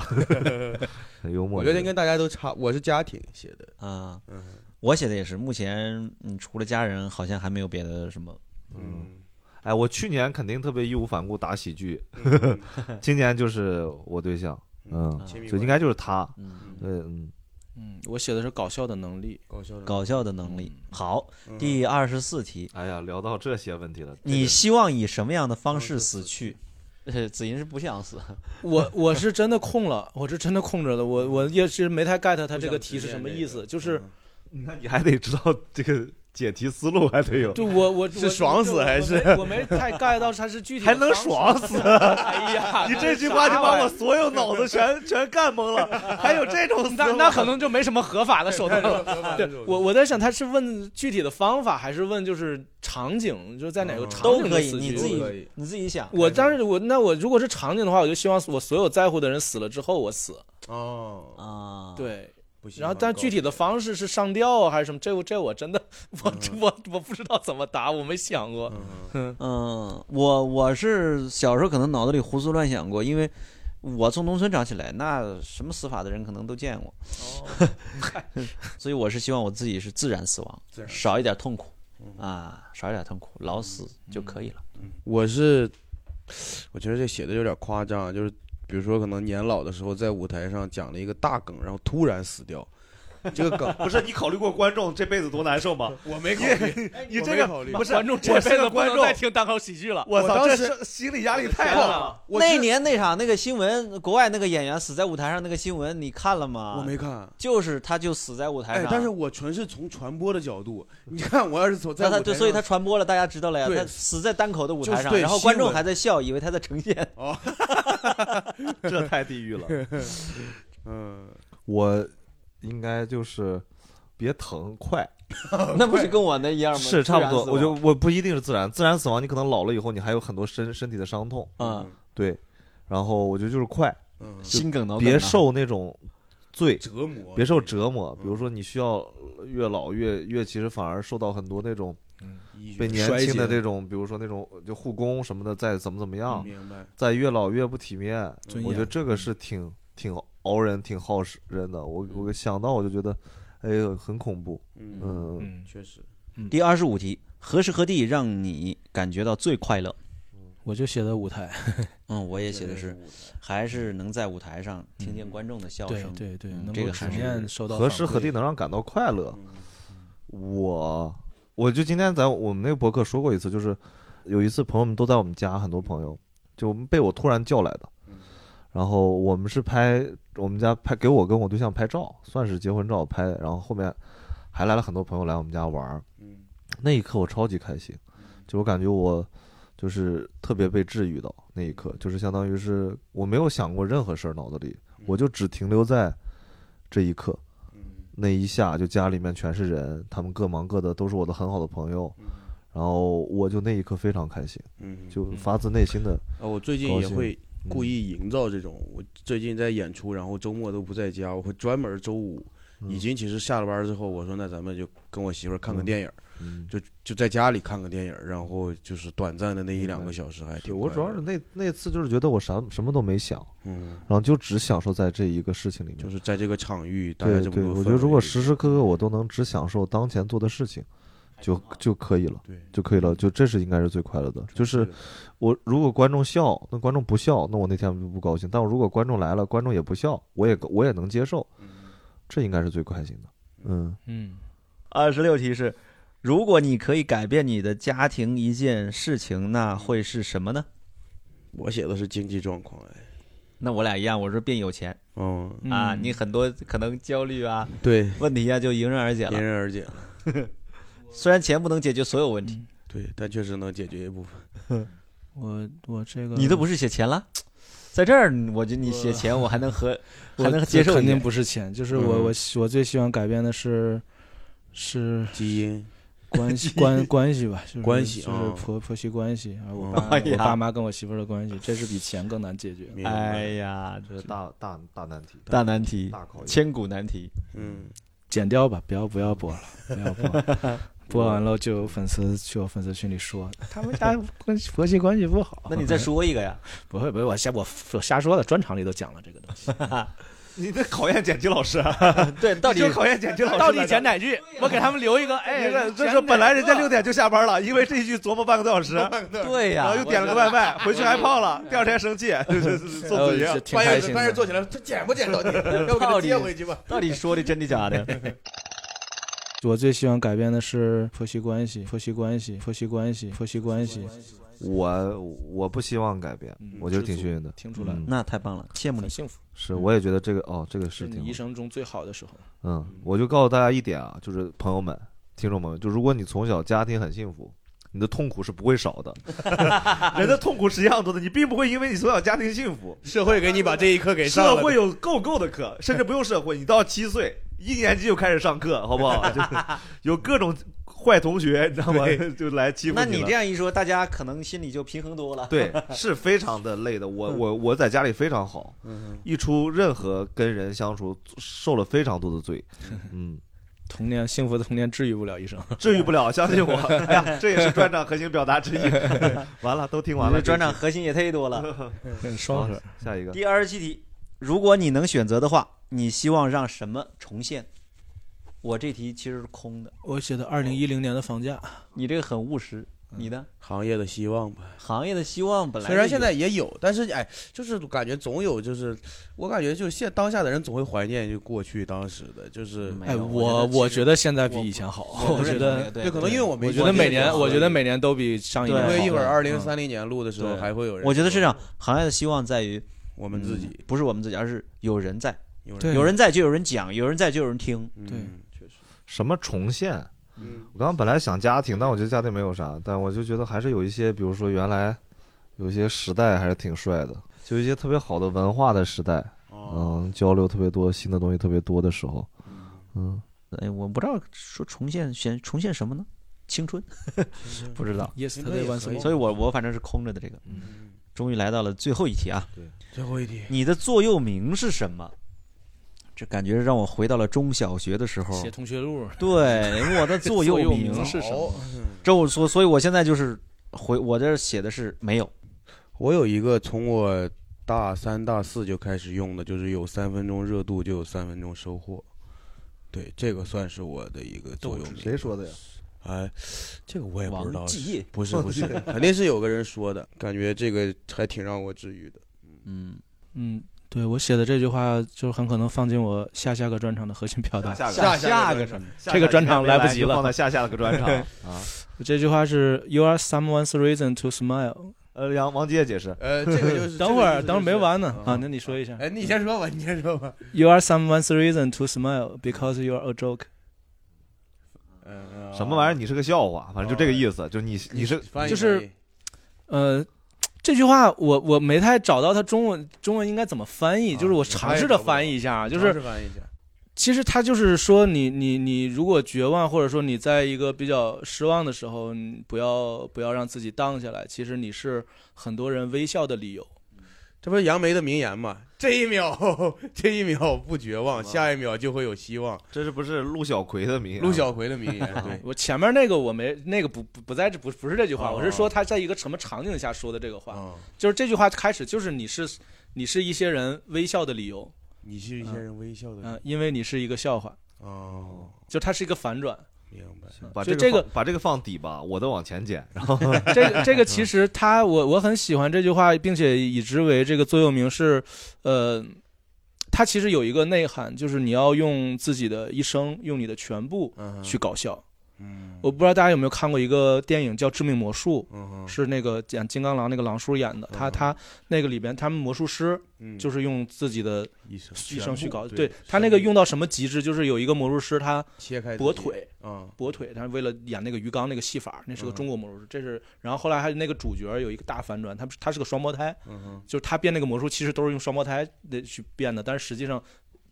Speaker 5: 很幽默。
Speaker 2: 我觉得应该大家都差，我是家庭写的，
Speaker 1: 啊、
Speaker 2: 嗯
Speaker 1: 我写的也是，目前嗯，除了家人，好像还没有别的什么。
Speaker 2: 嗯，
Speaker 5: 哎，我去年肯定特别义无反顾打喜剧，
Speaker 2: 嗯
Speaker 5: 今年就是我对象，嗯，
Speaker 1: 嗯
Speaker 2: 亲密
Speaker 5: 就应
Speaker 2: 关
Speaker 5: 该就是他，
Speaker 1: 嗯，
Speaker 5: 嗯，
Speaker 4: 嗯，我写的是搞笑的能力，
Speaker 2: 搞笑的
Speaker 1: 搞笑的能力。好，
Speaker 2: 嗯
Speaker 1: 第二十四题，
Speaker 5: 哎呀，聊到这些问题了，
Speaker 1: 你希望以什么样的方式
Speaker 2: 方式
Speaker 1: 死
Speaker 2: 死
Speaker 1: 去？呃，子银是不想死，
Speaker 4: 我我是真的空了，我是真的空着的，我我也是没太 get 他这个题是什么意
Speaker 2: 嗯
Speaker 4: 思，就是
Speaker 5: 你看你还得知道这个解题思路，还得有。
Speaker 4: 就我我
Speaker 2: 是
Speaker 4: 我
Speaker 2: 爽死
Speaker 4: 我
Speaker 2: 还是
Speaker 4: 我没我没太 get 到他是具体的
Speaker 10: 还能
Speaker 4: 方式
Speaker 10: 爽死？
Speaker 4: 哎呀，
Speaker 10: 你这
Speaker 4: 这
Speaker 10: 句话就
Speaker 4: 啥
Speaker 10: 把
Speaker 4: 玩意
Speaker 10: 我
Speaker 4: 儿
Speaker 10: 所有脑子 全全干懵了，还有这种死
Speaker 4: 那
Speaker 10: 法
Speaker 4: 那可能就没什么合法的手段了。 对
Speaker 2: 嗯对
Speaker 4: 我我在想，他是问具体的方法，还是问就是场景，就是在哪个
Speaker 2: 嗯
Speaker 4: 场
Speaker 1: 都
Speaker 4: 景
Speaker 1: 可
Speaker 4: 的
Speaker 1: 以，
Speaker 4: 死
Speaker 1: 你
Speaker 4: 去？
Speaker 1: 自
Speaker 2: 都
Speaker 1: 己
Speaker 2: 可以
Speaker 1: 你自己想。
Speaker 4: 我但是我那我如果是场景的话，我就希望我所有在乎的人死了之后我死。
Speaker 2: 哦，
Speaker 1: 啊，，
Speaker 4: 对，
Speaker 2: 不喜
Speaker 4: 然后
Speaker 2: 欢
Speaker 4: 但
Speaker 2: 搞
Speaker 4: 具体的方式是上吊啊还是什么？这我这我真的我我我不知道怎么答，我没想过。
Speaker 2: 嗯
Speaker 1: 嗯，我我是小时候可能脑子里胡思乱想过，因为我从农村长起来，那什么死法的人可能都见过，所以我是希望我自己是自然死亡，嗯
Speaker 2: 自然
Speaker 1: 少一点痛苦啊，少一点痛苦，老死就可以了。
Speaker 2: 我是，我觉得这写的有点夸张啊，就是比如说可能年老的时候在舞台上讲了一个大梗，然后突然死掉，这 个梗
Speaker 10: 不是你考虑过观众这辈子多难受吗？
Speaker 2: 我没考虑，哎
Speaker 10: 你
Speaker 2: 我
Speaker 10: 这
Speaker 2: 没
Speaker 10: 个
Speaker 2: 考虑
Speaker 10: 不是
Speaker 4: 观众这
Speaker 10: 我
Speaker 4: 辈
Speaker 10: 现
Speaker 4: 子
Speaker 10: 在
Speaker 4: 不
Speaker 10: 观
Speaker 4: 能
Speaker 10: 众
Speaker 4: 再，听单口喜剧了。
Speaker 10: 我
Speaker 2: 我
Speaker 10: 操，
Speaker 2: 当
Speaker 10: 这
Speaker 2: 时
Speaker 10: 是心理压力太
Speaker 4: 天
Speaker 10: 大
Speaker 4: 哪
Speaker 10: 了。
Speaker 2: 我
Speaker 1: 那
Speaker 2: 真
Speaker 1: 一年那场那个新闻，国外那个演员死在舞台上那个新闻，你看了吗？
Speaker 2: 我没，看。
Speaker 1: 就是他就死在舞台
Speaker 2: 哎
Speaker 1: 上，，
Speaker 2: 但是我纯是从传播的角度，你看我要是从在
Speaker 1: 那他
Speaker 2: 舞
Speaker 1: 对，
Speaker 2: 台
Speaker 1: 所以他
Speaker 2: 上
Speaker 1: 传播了，大家知道了呀，
Speaker 2: 对
Speaker 1: 他死在单口的舞
Speaker 2: 就
Speaker 1: 台
Speaker 2: 是
Speaker 1: 上，
Speaker 2: 对
Speaker 1: 然后观
Speaker 2: 新
Speaker 1: 众
Speaker 2: 闻
Speaker 1: 还在笑，以为他在呈现。
Speaker 5: 这太地狱了。
Speaker 2: 嗯，
Speaker 5: 我应该就是别疼，快
Speaker 1: 那呃不是跟我那一样吗？
Speaker 5: 是差不多。
Speaker 1: 自然死
Speaker 5: 我
Speaker 1: 亡
Speaker 5: 就我不一定是自然，自然死亡你可能老了以后你还有很多身身体的伤痛，
Speaker 1: 嗯，
Speaker 5: 对。然后我觉得就是快，
Speaker 2: 嗯，
Speaker 1: 心梗脑梗啊
Speaker 5: 别受那种罪，
Speaker 2: 折磨，
Speaker 5: 别受折磨。
Speaker 2: 嗯
Speaker 5: 比如说你需要越老越越其实反而受到很多那种
Speaker 2: 医学
Speaker 5: 被年
Speaker 4: 衰
Speaker 5: 轻的
Speaker 4: 竭
Speaker 5: 这种，比如说那种就护工什么的再怎么怎么样，
Speaker 2: 明白，
Speaker 5: 再越老越不体面。
Speaker 4: 尊
Speaker 5: 我觉得
Speaker 4: 严嗯
Speaker 5: 这个是挺挺熬人、挺耗时人的。我我想到我就觉得，哎呦，很恐怖。
Speaker 2: 嗯，
Speaker 5: 嗯，
Speaker 4: 嗯，
Speaker 2: 确实，
Speaker 1: 第二十五题，何时何地让你感觉到最快乐？
Speaker 4: 我就写的舞台。
Speaker 1: 嗯，我也写的是，还是能在舞台上听见观众的笑
Speaker 4: 对
Speaker 1: 声。
Speaker 4: 对对，
Speaker 1: 嗯
Speaker 4: 能
Speaker 1: 这
Speaker 4: 够
Speaker 1: 个还
Speaker 4: 体
Speaker 1: 是
Speaker 4: 验受到
Speaker 5: 何时
Speaker 4: 反
Speaker 5: 何
Speaker 4: 馈
Speaker 5: 地能让感到快乐？
Speaker 2: 嗯
Speaker 5: 我我就今天在我们那个博客说过一次，就是有一次朋友们都在我们家，很多朋友就被我突然叫来的
Speaker 2: 嗯。
Speaker 5: 然后我们是拍我们家拍给我跟我对象拍照，算是结婚照拍。然后后面还来了很多朋友来我们家玩儿。
Speaker 2: 嗯
Speaker 5: 那一刻我超级开心，就我感觉我就是特别被治愈到那一刻，就是相当于是我没有想过任何事儿，脑子里我就只停留在这一刻，
Speaker 2: 嗯
Speaker 5: 那一下就家里面全是人，他们各忙各的，都是我的很好的朋友，然后我就那一刻非常开心，
Speaker 2: 嗯，
Speaker 5: 就发自内心的
Speaker 2: 啊，我最近
Speaker 5: 高
Speaker 2: 也
Speaker 5: 兴嗯
Speaker 2: 会故意营造这种，我最近在演出，然后周末都不在家，我会专门周五。已经其实下了班之后，我说那咱们就跟我媳妇儿看个
Speaker 5: 嗯
Speaker 2: 电影儿，
Speaker 5: 嗯
Speaker 2: 就就在家里看个电影儿，然后就是短暂的那一
Speaker 5: 明
Speaker 2: 两
Speaker 5: 白
Speaker 2: 个小时还
Speaker 5: 对
Speaker 2: 挺
Speaker 5: 我
Speaker 2: 快
Speaker 5: 主要
Speaker 2: 乐
Speaker 5: 是
Speaker 2: 的
Speaker 5: 那那次就是觉得我啥什么都没想，
Speaker 2: 嗯，
Speaker 5: 然后就只享受在这一个事情里面。
Speaker 2: 就是在这个场域，大家
Speaker 5: 对
Speaker 2: 这么
Speaker 5: 对，
Speaker 2: 多氛围里，
Speaker 5: 我觉得如果时时刻刻我都能只享受当前做的事情，就就可以了，
Speaker 2: 对
Speaker 5: 就可以了，就嗯这是应该是最快乐的。就是我如果观众笑，那观众不笑，那我那天就不高兴；但我如果观众来了，观众也不笑，我也我也能接受，这应该是最开心的。嗯，
Speaker 4: 嗯，
Speaker 1: 二十六题是：如果你可以改变你的家庭一件事情，那会是什么呢？
Speaker 2: 我写的是经济状况，哎，
Speaker 1: 那我俩一样，我说变有钱、
Speaker 2: 嗯，
Speaker 1: 啊，你很多可能焦虑 啊、
Speaker 2: 对，
Speaker 1: 问题啊就迎刃而解
Speaker 2: 迎
Speaker 1: 了。
Speaker 2: 刃而解，
Speaker 1: 虽然钱不能解决所有问题，
Speaker 2: 对，但确实能解决一部分。
Speaker 4: 我我这个
Speaker 1: 你都不是写钱了，在这儿我觉得你写钱，我还能和还能接受
Speaker 4: 肯
Speaker 1: 一
Speaker 4: 定
Speaker 1: 点。
Speaker 4: 不是钱，就是我
Speaker 2: 嗯
Speaker 4: 我希我最希望改变的是是
Speaker 2: 基因，
Speaker 4: 关系关关系吧，就是
Speaker 2: 关系
Speaker 4: 就是
Speaker 2: 啊
Speaker 4: 婆婆媳关系，还有我
Speaker 2: 嗯
Speaker 4: 爸
Speaker 1: 哎
Speaker 4: 我
Speaker 1: 呀
Speaker 4: 爸妈跟我媳妇儿的关系，这是比钱更难解决。
Speaker 2: 明
Speaker 1: 哎
Speaker 2: 白，
Speaker 1: 呀，
Speaker 5: 这是大大大难题，
Speaker 1: 大难题，
Speaker 5: 大考验。
Speaker 1: 千古难题。
Speaker 2: 嗯，
Speaker 4: 剪掉吧，不要不要播了，不要播了，播完了就有粉丝去我粉丝群里说他们家关系婆媳关系不好。
Speaker 1: 那你再说一个呀？
Speaker 4: 不会不会，我瞎我我瞎说的，专场里都讲了这个东西。
Speaker 12: 你这考验剪辑老师，啊，
Speaker 1: 对，到底
Speaker 12: 就考验剪辑老师。
Speaker 4: 哪句？我给他们留一个，
Speaker 12: 哎，这这是本来人家六点就下班了，因为这一句琢磨半个多小时，
Speaker 1: 对
Speaker 12: 然
Speaker 1: 呀
Speaker 12: 后又？点了个外
Speaker 4: 哎
Speaker 12: 卖，回去还胖了，第二天 生气，就是做自己。
Speaker 4: 挺开心的。
Speaker 2: 起来，他捡不捡到你？
Speaker 1: 要不给他接回
Speaker 2: 去吧。
Speaker 1: 到底说的真的假的？
Speaker 4: 我最希望改变的是婆媳关系，婆媳关系，婆媳关系，婆媳关系。
Speaker 5: 我我不希望改变，我觉得挺幸运的。
Speaker 4: 听出来了
Speaker 5: 嗯
Speaker 1: 那太棒了，羡慕
Speaker 4: 很
Speaker 1: 你。
Speaker 4: 幸福，
Speaker 5: 是我也觉得这个哦，这个
Speaker 4: 是
Speaker 5: 是挺
Speaker 4: 你
Speaker 5: 好
Speaker 4: 一生中最好的时候。
Speaker 5: 嗯，我就告诉大家一点啊，就是朋友们、听众朋友们，就如果你从小家庭很幸福，你的痛苦是不会少的。
Speaker 12: 人的痛苦是一样多的，你并不会因为你从小家庭幸福，
Speaker 2: 社会给你把这一课给
Speaker 12: 社会有够够的课，甚至不用社会，你到七岁一年级就开始上课，好不好？就是有各种坏同学，你知道吗？ 就来欺负
Speaker 1: 那你
Speaker 12: 了
Speaker 1: 这样一说，大家可能心里就平衡多了。
Speaker 5: 对，是非常的累的。我我我在家里非常好，一出任何跟人相处受了非常多的罪。嗯，
Speaker 4: 童年幸福的童年治愈不了一 生。
Speaker 12: 治愈不了，相信我。哎呀，这也是专场核心表达之一。 完了，都听完
Speaker 1: 你
Speaker 12: 了
Speaker 1: 的，专场核心也忒多了。
Speaker 5: 双
Speaker 4: 啊
Speaker 5: 核。下 一个，
Speaker 1: 第二十七题，如果你能选择的话，你希望让什么重现？我这题其实是空的，
Speaker 4: 我写的二零一零年的房价，
Speaker 1: 你这个很务实。你呢？
Speaker 2: 行业的希望吧。
Speaker 1: 行业的希望本来
Speaker 2: 虽然
Speaker 1: 就
Speaker 2: 现
Speaker 1: 有
Speaker 2: 在也有，但是哎，就是感觉总有，就是我感觉就是现当下的人总会怀念就过去当时的，就是
Speaker 1: 没
Speaker 4: 哎，
Speaker 1: 有
Speaker 4: 我我觉
Speaker 1: 得
Speaker 4: 得现在比以前好，
Speaker 1: 其实
Speaker 4: 我
Speaker 1: 不
Speaker 4: 觉
Speaker 1: 认
Speaker 4: 得
Speaker 1: 同。这个
Speaker 2: 对，
Speaker 1: 对，
Speaker 2: 可能因为我没
Speaker 4: 我觉得每年，我觉得每
Speaker 2: 年
Speaker 4: 年都比上一
Speaker 1: 对
Speaker 4: 年
Speaker 2: 因
Speaker 4: 好。
Speaker 2: 啊为一会儿二零
Speaker 4: 嗯
Speaker 2: 三零年录的时候
Speaker 1: 对
Speaker 2: 还会有人说，
Speaker 1: 我觉得是这样，行业的希望在于
Speaker 2: 我们自己
Speaker 1: 嗯不是我们自己，而是有人在，
Speaker 2: 有
Speaker 4: 对
Speaker 2: 人
Speaker 1: 有人在就有人讲，有人在就有人听。
Speaker 4: 对
Speaker 2: 嗯确实，
Speaker 5: 什么重现？
Speaker 2: 嗯，
Speaker 5: 我刚刚本来想家庭，但我觉得家庭没有啥，但我就觉得还是有一些，比如说原来有一些时代还是挺帅的，就一些特别好的文化的时代，嗯，交流特别多，新的东西特别多的时候，嗯，
Speaker 1: 哎，我不知道说重现选重现什么呢？青春，嗯不知道。
Speaker 2: 应该也
Speaker 4: Yesterday once
Speaker 2: 可以
Speaker 4: more。
Speaker 1: 所以我我反正是空着的这个。终于来到了最后一题啊！
Speaker 2: 最后一题，
Speaker 1: 你的座右铭是什么？这感觉让我回到了中小学的时候。
Speaker 4: 写同学录，
Speaker 1: 对，我的 座右铭
Speaker 4: 座右铭是什么
Speaker 2: 好？
Speaker 1: 这我说，所以我现在就是回我这儿写的是没有。
Speaker 2: 我有一个从我大三、大四就开始用的，就是有三分钟热度就有三分钟收获。对，这个算是我的一个座右铭。
Speaker 5: 谁说的呀？
Speaker 2: 哎，这个我也不知道
Speaker 1: 王
Speaker 2: 是，
Speaker 1: 继业，
Speaker 5: 哦
Speaker 2: 不是不是，肯定是有个人说的，感觉这个还挺让我治愈的。
Speaker 1: 嗯，
Speaker 4: 嗯，对我写的这句话，就是很可能放进我下下个专场的核心表达。
Speaker 12: 下
Speaker 1: 下
Speaker 12: 下
Speaker 1: 个
Speaker 12: 什么？
Speaker 4: 这个专场来不及了
Speaker 12: 就放在下下个专场。
Speaker 4: 这句话是 “You are someone's reason to smile”。
Speaker 12: 呃，杨王杰解释，
Speaker 2: 呃，这个 就是
Speaker 4: 等会儿，等会儿没完呢啊！那
Speaker 2: 你
Speaker 4: 你说一下
Speaker 2: 哎，你先说吧，你先说吧。
Speaker 4: “You are someone's reason to smile because you are a joke”。
Speaker 2: 嗯，
Speaker 5: 啊哦什么玩意儿？你是个笑话，反正就这个意思，就是你你是
Speaker 2: 翻译
Speaker 4: 就是
Speaker 2: 翻译
Speaker 4: 呃，这句话我我没太找到它中文中文应该怎么翻译，
Speaker 2: 啊
Speaker 4: 就是我
Speaker 2: 我
Speaker 4: 尝
Speaker 2: 也
Speaker 4: 试着
Speaker 2: 找不到
Speaker 4: 翻译一下啊，就
Speaker 2: 尝
Speaker 4: 是
Speaker 2: 试翻译一下
Speaker 4: 其实他就是说你，你你如果绝望，或者说你在一个比较失望的时候，你不要不要让自己荡下来。其实你是很多人微笑的理由。
Speaker 2: 这不是杨梅的名言吗？这一秒， 这一秒不绝望，下一秒就会有希望。
Speaker 5: 这是不是陆小葵的名言？
Speaker 2: 陆小葵的 名
Speaker 4: 啊
Speaker 2: 言，对，
Speaker 4: 我前面那个我没那个不不不在这不不是这句话，
Speaker 2: 哦
Speaker 4: 我是说他在一个什么场景下说的这个话，
Speaker 2: 啊，
Speaker 4: 就是这句话开始就是你是你是一些人微笑的理由，
Speaker 2: 你是一些人微笑的
Speaker 4: 嗯、
Speaker 2: 人。
Speaker 4: 因为你是一个笑话，
Speaker 2: 哦，
Speaker 4: 就它是一个反转。
Speaker 2: 明白。
Speaker 5: 把
Speaker 4: 就
Speaker 5: 这
Speaker 4: 这
Speaker 5: 放
Speaker 4: 个
Speaker 5: 把这个放底吧，我的往前剪， 然后
Speaker 4: 这个这个其实他我我很喜欢这句话，并且以之为这个座右铭是，呃，它其实有一个内涵，就是你要用自己的一生，用你的全部
Speaker 2: 嗯哼
Speaker 4: 去，搞笑。
Speaker 2: 嗯，
Speaker 4: 我不知道大家有没有看过一个电影叫《致命魔术
Speaker 2: 嗯哼，》，
Speaker 4: 是那个演金刚狼那个狼叔演的，他他那个里边他们魔术师
Speaker 2: 嗯
Speaker 4: 就是用自己的
Speaker 2: 医生，
Speaker 4: 一生去搞，
Speaker 2: 全部
Speaker 4: 对他那个用到什么极致，就是有一个魔术师他
Speaker 2: 切开
Speaker 4: 跛腿。
Speaker 2: 啊，
Speaker 4: 跛腿，他为了演那个鱼缸那个戏法，那是个
Speaker 2: 嗯
Speaker 4: 中国魔术师。这是，然后后来还有那个主角有一个大反转，他他是个双胞胎，
Speaker 2: 嗯哼，
Speaker 4: 就是他变那个魔术其实都是用双胞胎的去变的，但是实际上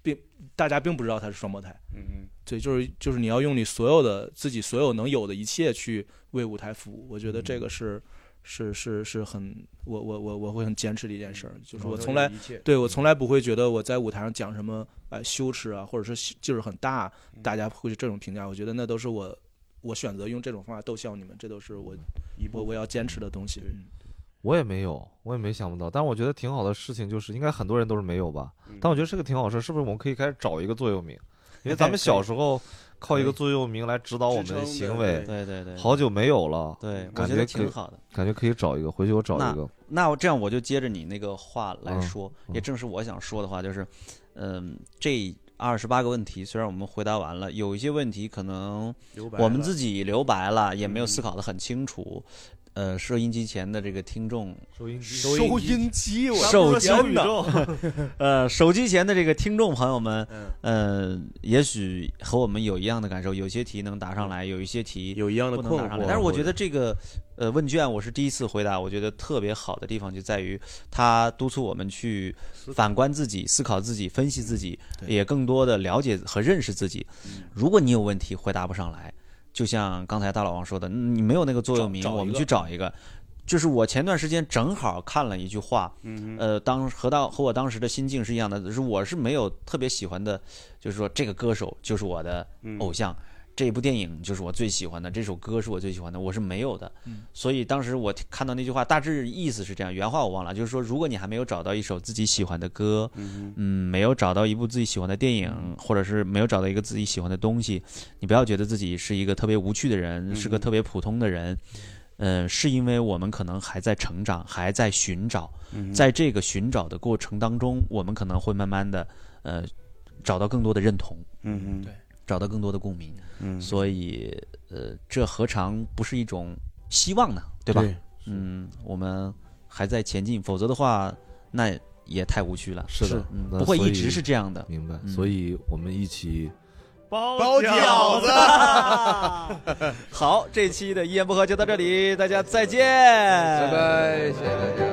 Speaker 4: 并大家并不知道他是双胞胎。
Speaker 2: 嗯嗯，
Speaker 4: 对，就是就是你要用你所有的自己所有能有的一切去为舞台服务，我觉得
Speaker 2: 嗯
Speaker 4: 这个是、是是是很我我我我会很坚持的一件事儿，就是我从来
Speaker 2: 嗯一切
Speaker 4: 对我从来不会觉得我在舞台上讲什么呃羞耻啊，或者是羞劲儿很大，大家会这种评价。我觉得那都是我我选择用这种方法逗笑你们，这都是我
Speaker 2: 一
Speaker 4: 我
Speaker 2: 步
Speaker 4: 我要坚持的东西。嗯
Speaker 5: 我也没有，我也没想不到，但我觉得挺好的事情，就是应该很多人都是没有吧。
Speaker 2: 嗯
Speaker 5: 但我觉得是个挺好事，是不是？我们可以开始找一个座右 铭，因为咱
Speaker 4: 可以
Speaker 5: 们小时候靠一
Speaker 2: 可
Speaker 5: 个
Speaker 2: 以
Speaker 5: 座右铭来指导我们
Speaker 2: 支撑
Speaker 5: 的
Speaker 2: 的
Speaker 5: 行为，
Speaker 1: 对对对，
Speaker 5: 好久没有了，
Speaker 1: 对，我
Speaker 5: 感
Speaker 1: 觉得
Speaker 5: 觉可以
Speaker 1: 挺好的。
Speaker 5: 感觉可以找一个，回去我找
Speaker 1: 那
Speaker 5: 一个。
Speaker 1: 那我这样我就接着你那个话来
Speaker 5: 嗯
Speaker 1: 说，
Speaker 5: 嗯
Speaker 1: 也正是我想说的话，就是，嗯，这二十八个问题虽然我们回答完了，有一些问题可能
Speaker 2: 留白
Speaker 1: 我们
Speaker 2: 了
Speaker 1: 自己留白了，也没有
Speaker 2: 嗯
Speaker 1: 思考的很清楚。呃，收音机前的这个听众，
Speaker 5: 收音机
Speaker 2: 收音机，我
Speaker 1: 手 机的，呃，手机前的这个听众朋友们，
Speaker 2: 嗯，
Speaker 1: 呃，也许和我们有一样的感受，有些题能答上来，有一些题
Speaker 2: 有一样的
Speaker 1: 不能
Speaker 2: 困
Speaker 1: 答上来。
Speaker 2: 惑，
Speaker 1: 但是我觉得这个呃问卷我是第一次回答，我觉得特别好的地方就在于它督促我们去反观自己、思考自己、分析自
Speaker 2: 嗯
Speaker 1: 己，也更多的了解和认识自己。
Speaker 4: 嗯
Speaker 1: 如果你有问题回答不上来，就像刚才大老王说的，嗯你没有那个座右铭
Speaker 4: 找，找一个
Speaker 1: 我们去找一个。就是我前段时间正好看了一句话，嗯、呃，当和到和我当时的心境是一样的，就是我是没有特别喜欢的，就是说这个歌手就是我的偶像，
Speaker 4: 嗯
Speaker 1: 这部电影就是我最喜欢的，这首歌是我最喜欢的，我是没有的。
Speaker 4: 嗯
Speaker 1: 所以当时我听看到那句话，大致意思是这样，原话我忘了，就是说，如果你还没有找到一首自己喜欢的歌，嗯没有找到一部自己喜欢的电影，或者是没有找到一个自己喜欢的东西，你不要觉得自己是一个特别无趣的人，是个特别普通的
Speaker 5: 嗯
Speaker 1: 人。呃，是因为我们可能还在成长，还在寻找，在这个寻找的过程当中，我们可能会慢慢的，呃，找到更多的认同，
Speaker 2: 嗯
Speaker 4: 对
Speaker 1: 找到更多的共鸣。
Speaker 2: 嗯
Speaker 1: 所以，呃，这何尝不是一种希望呢？对吧？嗯，我们还在前进，否则的话，那也太无趣了。
Speaker 5: 是的，
Speaker 1: 嗯，
Speaker 5: 那
Speaker 1: 不会
Speaker 5: 所
Speaker 1: 一直
Speaker 5: 以
Speaker 1: 是这样的。
Speaker 5: 明白，
Speaker 1: 嗯
Speaker 5: 所以我们一起
Speaker 7: 包
Speaker 2: 包饺
Speaker 7: 子，
Speaker 2: 子。
Speaker 1: 好，这期的一言不合就到这里，大家再见，
Speaker 4: 哎
Speaker 2: 拜拜，谢谢大家。